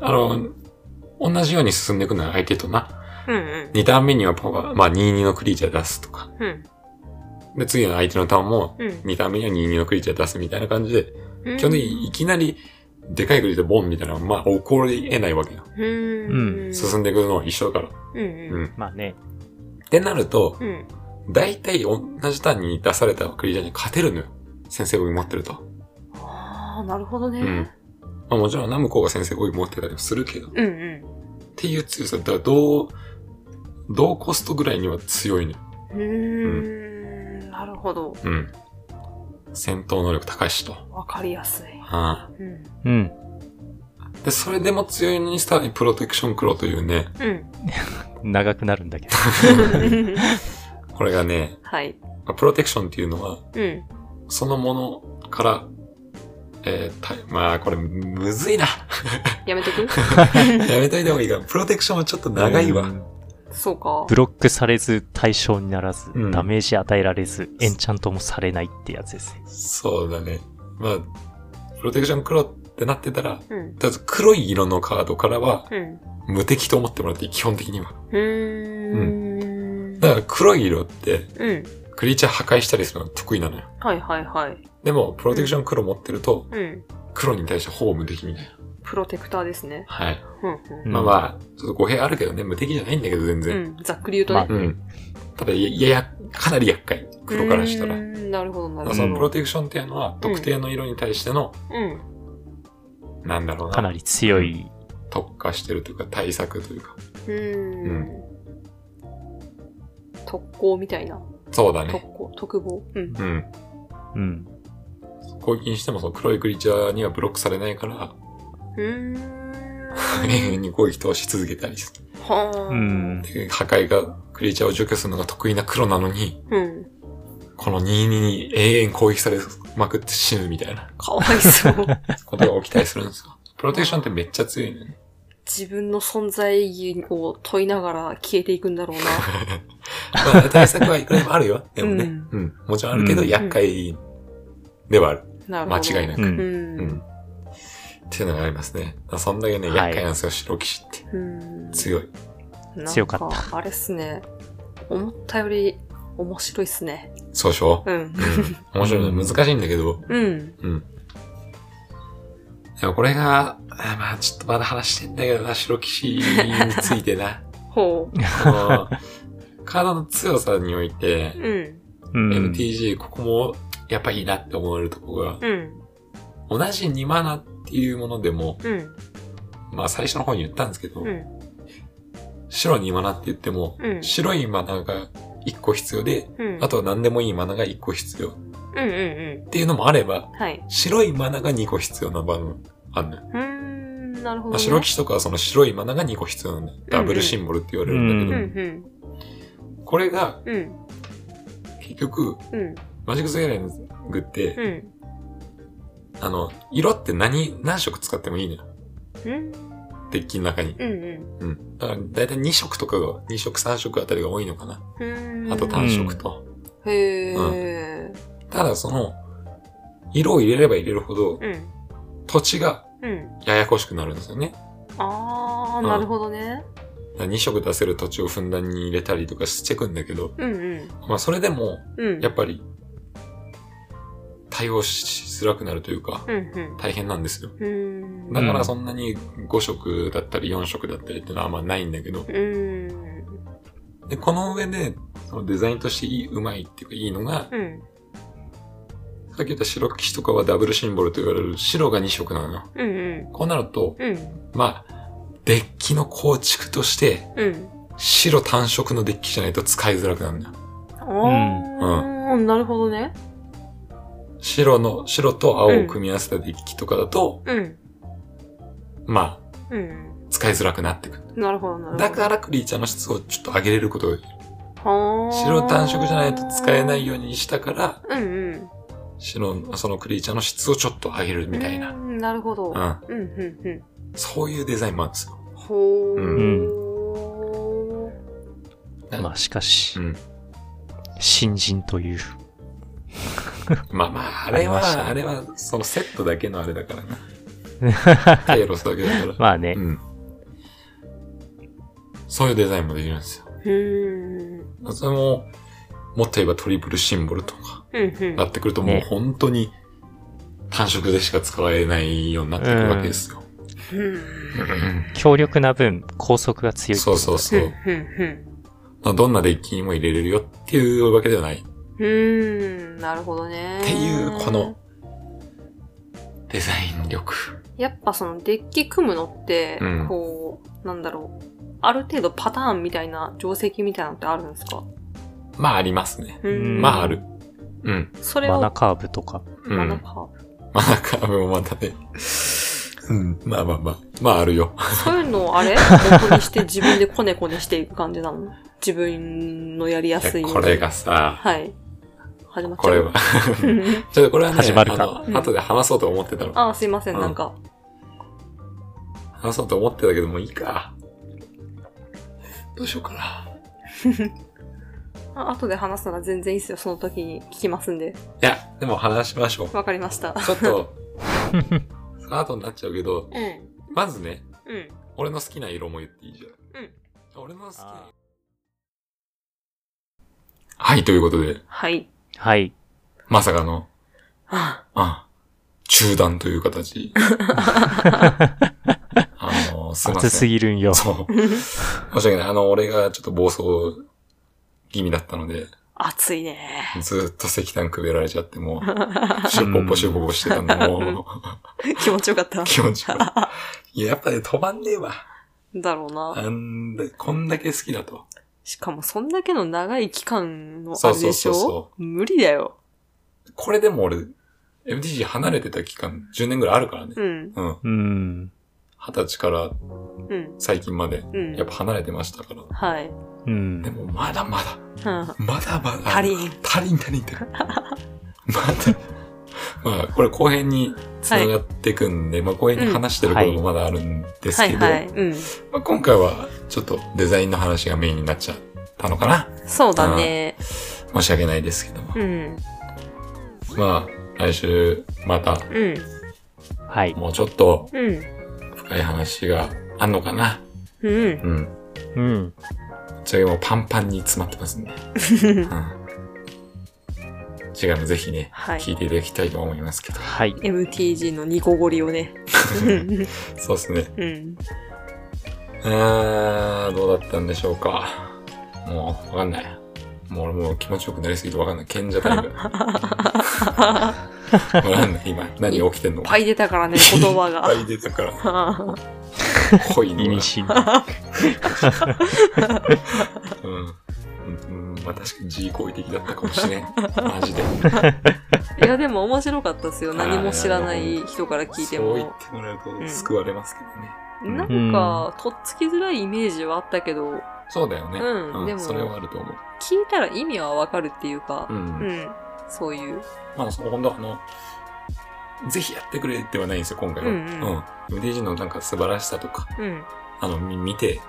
S1: あの、同じように進んでいくのは相手とな。
S2: うん。
S1: 2ターン目にはパワー、まあ22のクリーチャー出すとか。
S2: うん。
S1: で、次の相手のターンも、
S2: うん。
S1: 2ターン目には22のクリーチャー出すみたいな感じで、
S2: うん。
S1: 基本的にいきなり、でかいクリーチャーボンみたいなのは、まあ起こり得ないわけよ。
S2: うん。
S1: 進んでいくのは一緒だから。
S2: うん。うん。
S3: まあね。
S1: ってなると、
S2: うん。
S1: 大体同じターンに出されたクリーチャーに勝てるのよ。先制攻撃持ってると。
S2: ああ、なるほどね。
S1: うん。まあもちろんナムコが先制攻撃持ってたりもするけど。っ
S2: うんうん。
S1: ていう強さ。だから同、同コストぐらいには強いのよ。
S2: うん。なるほど。
S1: うん。戦闘能力高いしと。
S2: わかりやすい。
S1: は
S2: うん。
S3: うん。
S1: いで、それでも強いのにさらにプロテクション黒というね、
S2: うん。
S3: 長くなるんだけど。
S1: これがね、
S2: はい。
S1: まあプロテクションっていうのは、
S2: うん。
S1: そのものから、えーたまあ、これ、むずいな。
S2: やめとく
S1: やめといた方がいいから、プロテクションはちょっと 長いわ。
S3: うん
S2: そうか
S3: ブ。ロックされず、対象にならず、
S1: うん
S3: ダメージ与えられず、エンチャントもされないってやつですね。
S1: そうだね。まあ、プロテクション黒ってなってたら、
S2: うん。
S1: とりあえず黒い色のカードからは
S2: うん。
S1: 無敵と思ってもらっていい、基本的には。
S2: うーん。
S1: だから黒い色って、
S2: うん。
S1: クリーチャー破壊したりするのが得意なのよ。
S2: はいはいはい。
S1: でも、プロテクション黒持ってると、
S2: うん。
S1: 黒に対してほぼ無敵みたいな。
S2: プロテクターですね。
S1: はい。
S2: うん
S3: うん
S1: まあまあ、ちょっと語弊あるけどね、無敵じゃないんだけど、全
S2: うん。
S1: 然。
S2: うん。ざっくり言うとね。
S1: うん。ただ、や、やや、かなり厄介。黒からしたら。
S2: う
S1: だ
S2: ーんなるほど
S1: か
S2: なる
S1: ら
S2: ほ
S1: そ
S2: ど。
S1: のプロテクションっていうのは、特定の色に対しての、
S2: うん。
S1: なんだろう
S3: かな
S1: な、
S3: り強い。
S1: 特化してるというか、対策というか。
S2: うーん。特攻みたいな。
S1: そうだ
S2: 特
S1: ね。
S2: 攻、特防。うん。
S1: うん。
S3: うん。
S1: 攻撃にしても、その黒いクリーチャーにはブロックされないから、
S2: うーん。
S1: 永遠に 攻撃通し続けたりする。
S2: はー
S3: うん。
S1: で破壊が、クリーチャーを除去するのが得意な黒なのに、
S2: うん。
S1: この22に永遠攻撃されまくって死ぬみたいな
S2: かわいそう。
S1: ことが起きたりするんですよ。プロテクションってめっちゃ強いのよね。
S2: 自分の存在意義を問いながら消えていくんだろうな。
S1: まあ対策はいくらでもあるよ。でもね。
S2: う
S1: うんん、もちろんあるけど、
S3: うん
S1: 厄介ではある。
S2: なる
S1: 間
S2: ほど。
S1: 違いなく。
S3: う。
S2: うんん。
S1: うん。っていうのがありますね。だからそんだけね、
S3: はい
S1: 厄介なんですよ、白騎士って。
S2: うん。
S1: 強い。
S2: なん
S3: 強かっ
S2: あれっすね。思ったより面白いっすね。
S1: そうでしょ
S2: うん。
S1: うん。面白いの難しいんだけど、
S2: うん。
S1: うん。でもこれが、あまあちょっとまだ話してんだけどな、白騎士についてな。
S2: ほ
S1: この、体の強さにおいて
S2: う。、うん。
S3: うん。
S1: MTG、ここも、やっぱいいなって思えるとこが、
S2: うん。
S1: 同じ2マナっていうものでも、
S2: うん。
S1: まあ最初の方に言ったんですけど、
S2: うん。
S1: 白にマナって言っても、
S2: うん
S1: 白いマナが1個必要で、
S2: うん。
S1: あとは何でもいいマナが1個必要っ
S2: うんうんう
S1: ていうのもあれば、
S2: ん。はい。
S1: 白いマナが2個必要な場合もあるのよ。
S2: うーん。なるほど、
S1: まあ、
S2: ね。
S1: 白騎士とかはその白いマナが2個必要なんだよ。ダブルシンボルって言われるんだけ
S2: う
S1: ど、
S2: んうん。
S1: これが
S2: うん。
S1: 結局、
S2: うん。
S1: マジック・ザ・ギャラリングって、
S2: うん。
S1: あの、色って何、何色使ってもいいのよ。
S2: うん。
S1: デッキの中に。
S2: うんうん
S1: うん。だから、だいたい2色とかが、2色、3色あたりが多いのかな。
S2: うーん。
S1: あと単色と。
S2: へー。
S1: ただ、その、色を入れれば入れるほど、
S2: うん。
S1: 土地が
S2: うん。
S1: ややこしくなるんですよね。
S2: あー、
S1: うん
S2: なるほどね。
S1: 2色出せる土地をふんだんに入れたりとかしてくんだけど、
S2: うんうん。
S1: まあ、それでも、
S2: うん。
S1: やっぱり、対応しづらくなるというか、
S2: うんうん。
S1: 大変なんですよ。
S2: うーん。
S1: だか
S3: う
S1: ら
S3: ん
S1: そんなに5色だったり4色だったりっていうのはあんまないんだけど
S2: う、ーん。
S1: で、この上で、そのデザインとしていい、うまいっていうかいいのが、
S2: うん。
S1: さっき言った白騎士とかはダブルシンボルと言われる白が2色なのよ。
S2: うんうん。
S1: こうなると、
S2: うん。
S1: まあ、デッキの構築として、
S2: うん。
S1: 白単色のデッキじゃないと使いづらくなるんだよ。
S2: あー、なるほどね。
S1: 白の、白と青を組み合わせたデッキとかだと、
S2: うん。
S1: まあ、
S2: うん。
S1: 使いづらくなってくる。
S2: なるほど、なるほど。
S1: だからクリーチャーの質をちょっと上げれることができる
S2: はー
S1: 白単色じゃないと使えないようにしたから、
S2: うんうん。
S1: 白、そのクリーチャーの質をちょっと上げるみたいうな。
S2: んなるほど。
S1: う。
S2: うんんうんう
S1: そういうデザインもあるんですよ。
S2: ん。ほー。
S3: まあしかし
S1: う、ん。
S3: 新人 という。
S1: まあまあ、あ
S3: あ
S1: れ
S3: りました
S1: は、
S3: ね
S1: あれは、そのセットだけのあれだからな。タイロスだけだから。
S3: まあね
S1: う。ん。そういうデザインもできるんです
S2: うーん。
S1: よ。それも、もっと言えばトリプルシンボルとか、
S2: うんうん。
S1: なってくるともう
S3: ね
S1: 本当に単色でしか使えないようになってくるわけですよ。
S2: うん。
S3: 強力な分、高速が強い。
S1: そうそう
S2: う
S1: そ
S2: ん
S1: う。
S2: うん
S1: まあどんなデッキにも入れれるよっていうわけではない。っ
S2: うん。うーん。なるほどね。
S1: ていう、この、。デザイン力。
S2: やっぱそのデッキ組むのって
S1: うん、
S2: こう、なんだろう。ある程度パターンみたいな定石みたいなのってあるんですか
S1: まあありますね。
S2: うーん
S1: まあある。うん。
S2: それ
S3: マ
S2: を、
S3: ナカーブとか。
S1: うん
S2: マナカー
S1: まあ、カーブもまたね。うん。まあまあまあ。まああるよ。
S2: ブそういうのを あれ元にして自分でコネコネしていく感じなの自分のやりやす
S1: い
S2: いよ
S1: や
S2: うに
S1: これ。がさ、
S2: はい。始まっちゃう。
S1: これは。。ちょっとこれはね、
S3: 始まるか
S1: あの、後で話そうと思ってたの。
S2: ああ、すいません、
S1: うん
S2: なんか。
S1: 話そうと思ってたけど、もういいか。どうしようかな。
S2: あ後で話すなら全然いいっすよ、その時に聞きますんで。
S1: いや、でも話しましょう。
S2: わかりました。
S1: ちょっと、 その後になっちゃうけど、
S2: うん。
S1: まずね、
S2: うん。
S1: 俺の好きな色も言っていいじゃん。
S2: うん。
S1: 俺の好きな
S3: あ
S1: はい、ということで、
S2: はい。
S3: はい。
S1: まさかの、
S2: は
S1: あ、中断という 形。あの、すいませ
S3: 熱
S1: ん。
S3: すぎるんよ。
S1: そう。
S2: ぁ
S1: 申し訳ない。あの、俺がちょっと暴走気味だったので、
S2: 熱いね。
S1: ずっと石炭くべられちゃって、もう、シュッポッポシュッポッポしてたんで、も
S2: 気持ちよかった
S1: う、。気持ち悪い。いや、やっぱね、止まんねえわ。
S2: だろうな。
S1: あんだ、こんだけ好きだと。
S2: しかも、そんだけの長い期間のあれでし
S1: そうそ
S2: ょ
S1: うそうそ
S2: 無理だよ。
S1: これでも俺、MTG 離れてた期間、10年ぐらいあるからね。
S2: うん。
S1: うん。
S3: うん。
S1: 二十歳から
S2: うん。
S1: 最近まで、
S2: うん。
S1: やっぱ離れてましたから。
S2: はい。
S3: う
S1: で
S3: ん。
S1: も、まだまだ、
S2: うん
S1: まだまだ。
S2: 足りん。
S1: 足りん足りん足りん。まだ、まあ、これ後編に繋がっていくんで、まあ後編に話してることもまだあるんです
S2: は
S1: け
S2: い
S1: ど、
S2: はい。うん。
S1: まあ、今回はちょっとデザインの話がメインになっちゃったのかな
S2: そうだね。
S1: 申し訳ないですけども。
S2: うん。
S1: まあ、来週また
S2: うん。
S3: はい。
S1: もうちょっと
S2: うん。
S1: 深い話があんのかな
S2: うん。
S1: うん。
S3: うん。
S1: それもパンパンに詰まってますんで。 うん。次回もぜひね、
S2: はい
S1: 聞いていただきたいと思いますけど。
S3: はい。
S2: MTG のニコゴリを ね。
S1: そうですね。
S2: うん。
S1: あー、どうだったんでしょうか。もう、わかんない。もう俺もう気持ちよくなりすぎてわかんない。賢者タイ ム。わかんない、今。何が起きてんの
S2: いっぱい出たからね、言葉
S1: いっぱい出たから。
S2: が。
S1: 濃いのが
S3: 意味深。
S1: うん。うん、まあ確かに G 行為的だったかもし れん。マジで。
S2: いや、でも面白かったですよ。何も知らない人から聞いて
S1: そう言っ
S2: も。
S1: てもらえると救われますけどね。うん
S2: なんか、とっつきづらいイメージはあったけど、
S1: そうだよね。
S2: うんでも
S1: それはあると思う。
S2: 聞いたら意味はわかるっていうか
S1: う、ん。
S2: うん。そういう。
S1: まあ、その本当はあの、ぜひやってくれではないんですよ、今回は。
S2: うんうん
S1: うん。MDG のなんか素晴らしさとか、
S2: うん。
S1: あの、み見て、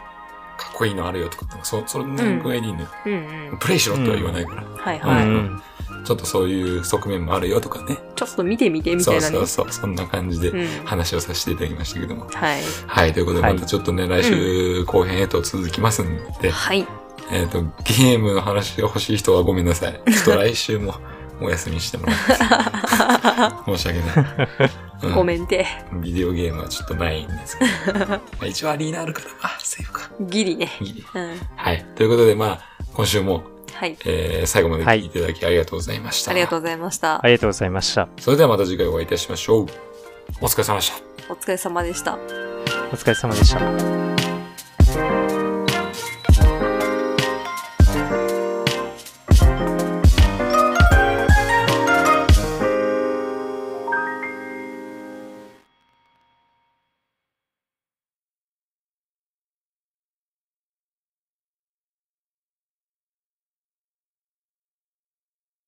S1: かっこいいのあるよとかって、そ、それの具合でいいのよ。
S2: うんうん。
S1: プレイしろとは言わないから、
S2: はいうはい。
S3: ん。
S1: ちょっとそういう側面もあるよとかね。
S2: ちょっと見てみてみた
S1: そ
S2: いうなね。
S1: そうそう、そんな感じ
S2: う
S1: で
S2: ん。
S1: 話をさせていただきましたけども。
S2: はい。
S1: はい、ということで、
S3: はい
S1: またちょっとね、来週後編へと続きますんで、
S2: はい。
S1: えっ、と、ゲームの話が欲しい人はごめんな さい。ちょっと来週もお休みしてもらって。申し訳ない。 う
S2: ごめんて。
S1: ビデオゲームはちょっとないんですけど。 まあ一応アリーナあるから、あ、セーフか。
S2: ギリね。
S1: いいね
S2: うん。
S1: はい。ということで、まあ、今週も、
S2: はい。
S1: えー最後まで聞いていただきありがとうございました。
S2: ありがとうございました
S3: あ。りがとうございました。
S1: それではまた次回お会いいたしましょう。お疲れ様でした。
S2: お疲れ様でした。
S3: お疲れ様でした。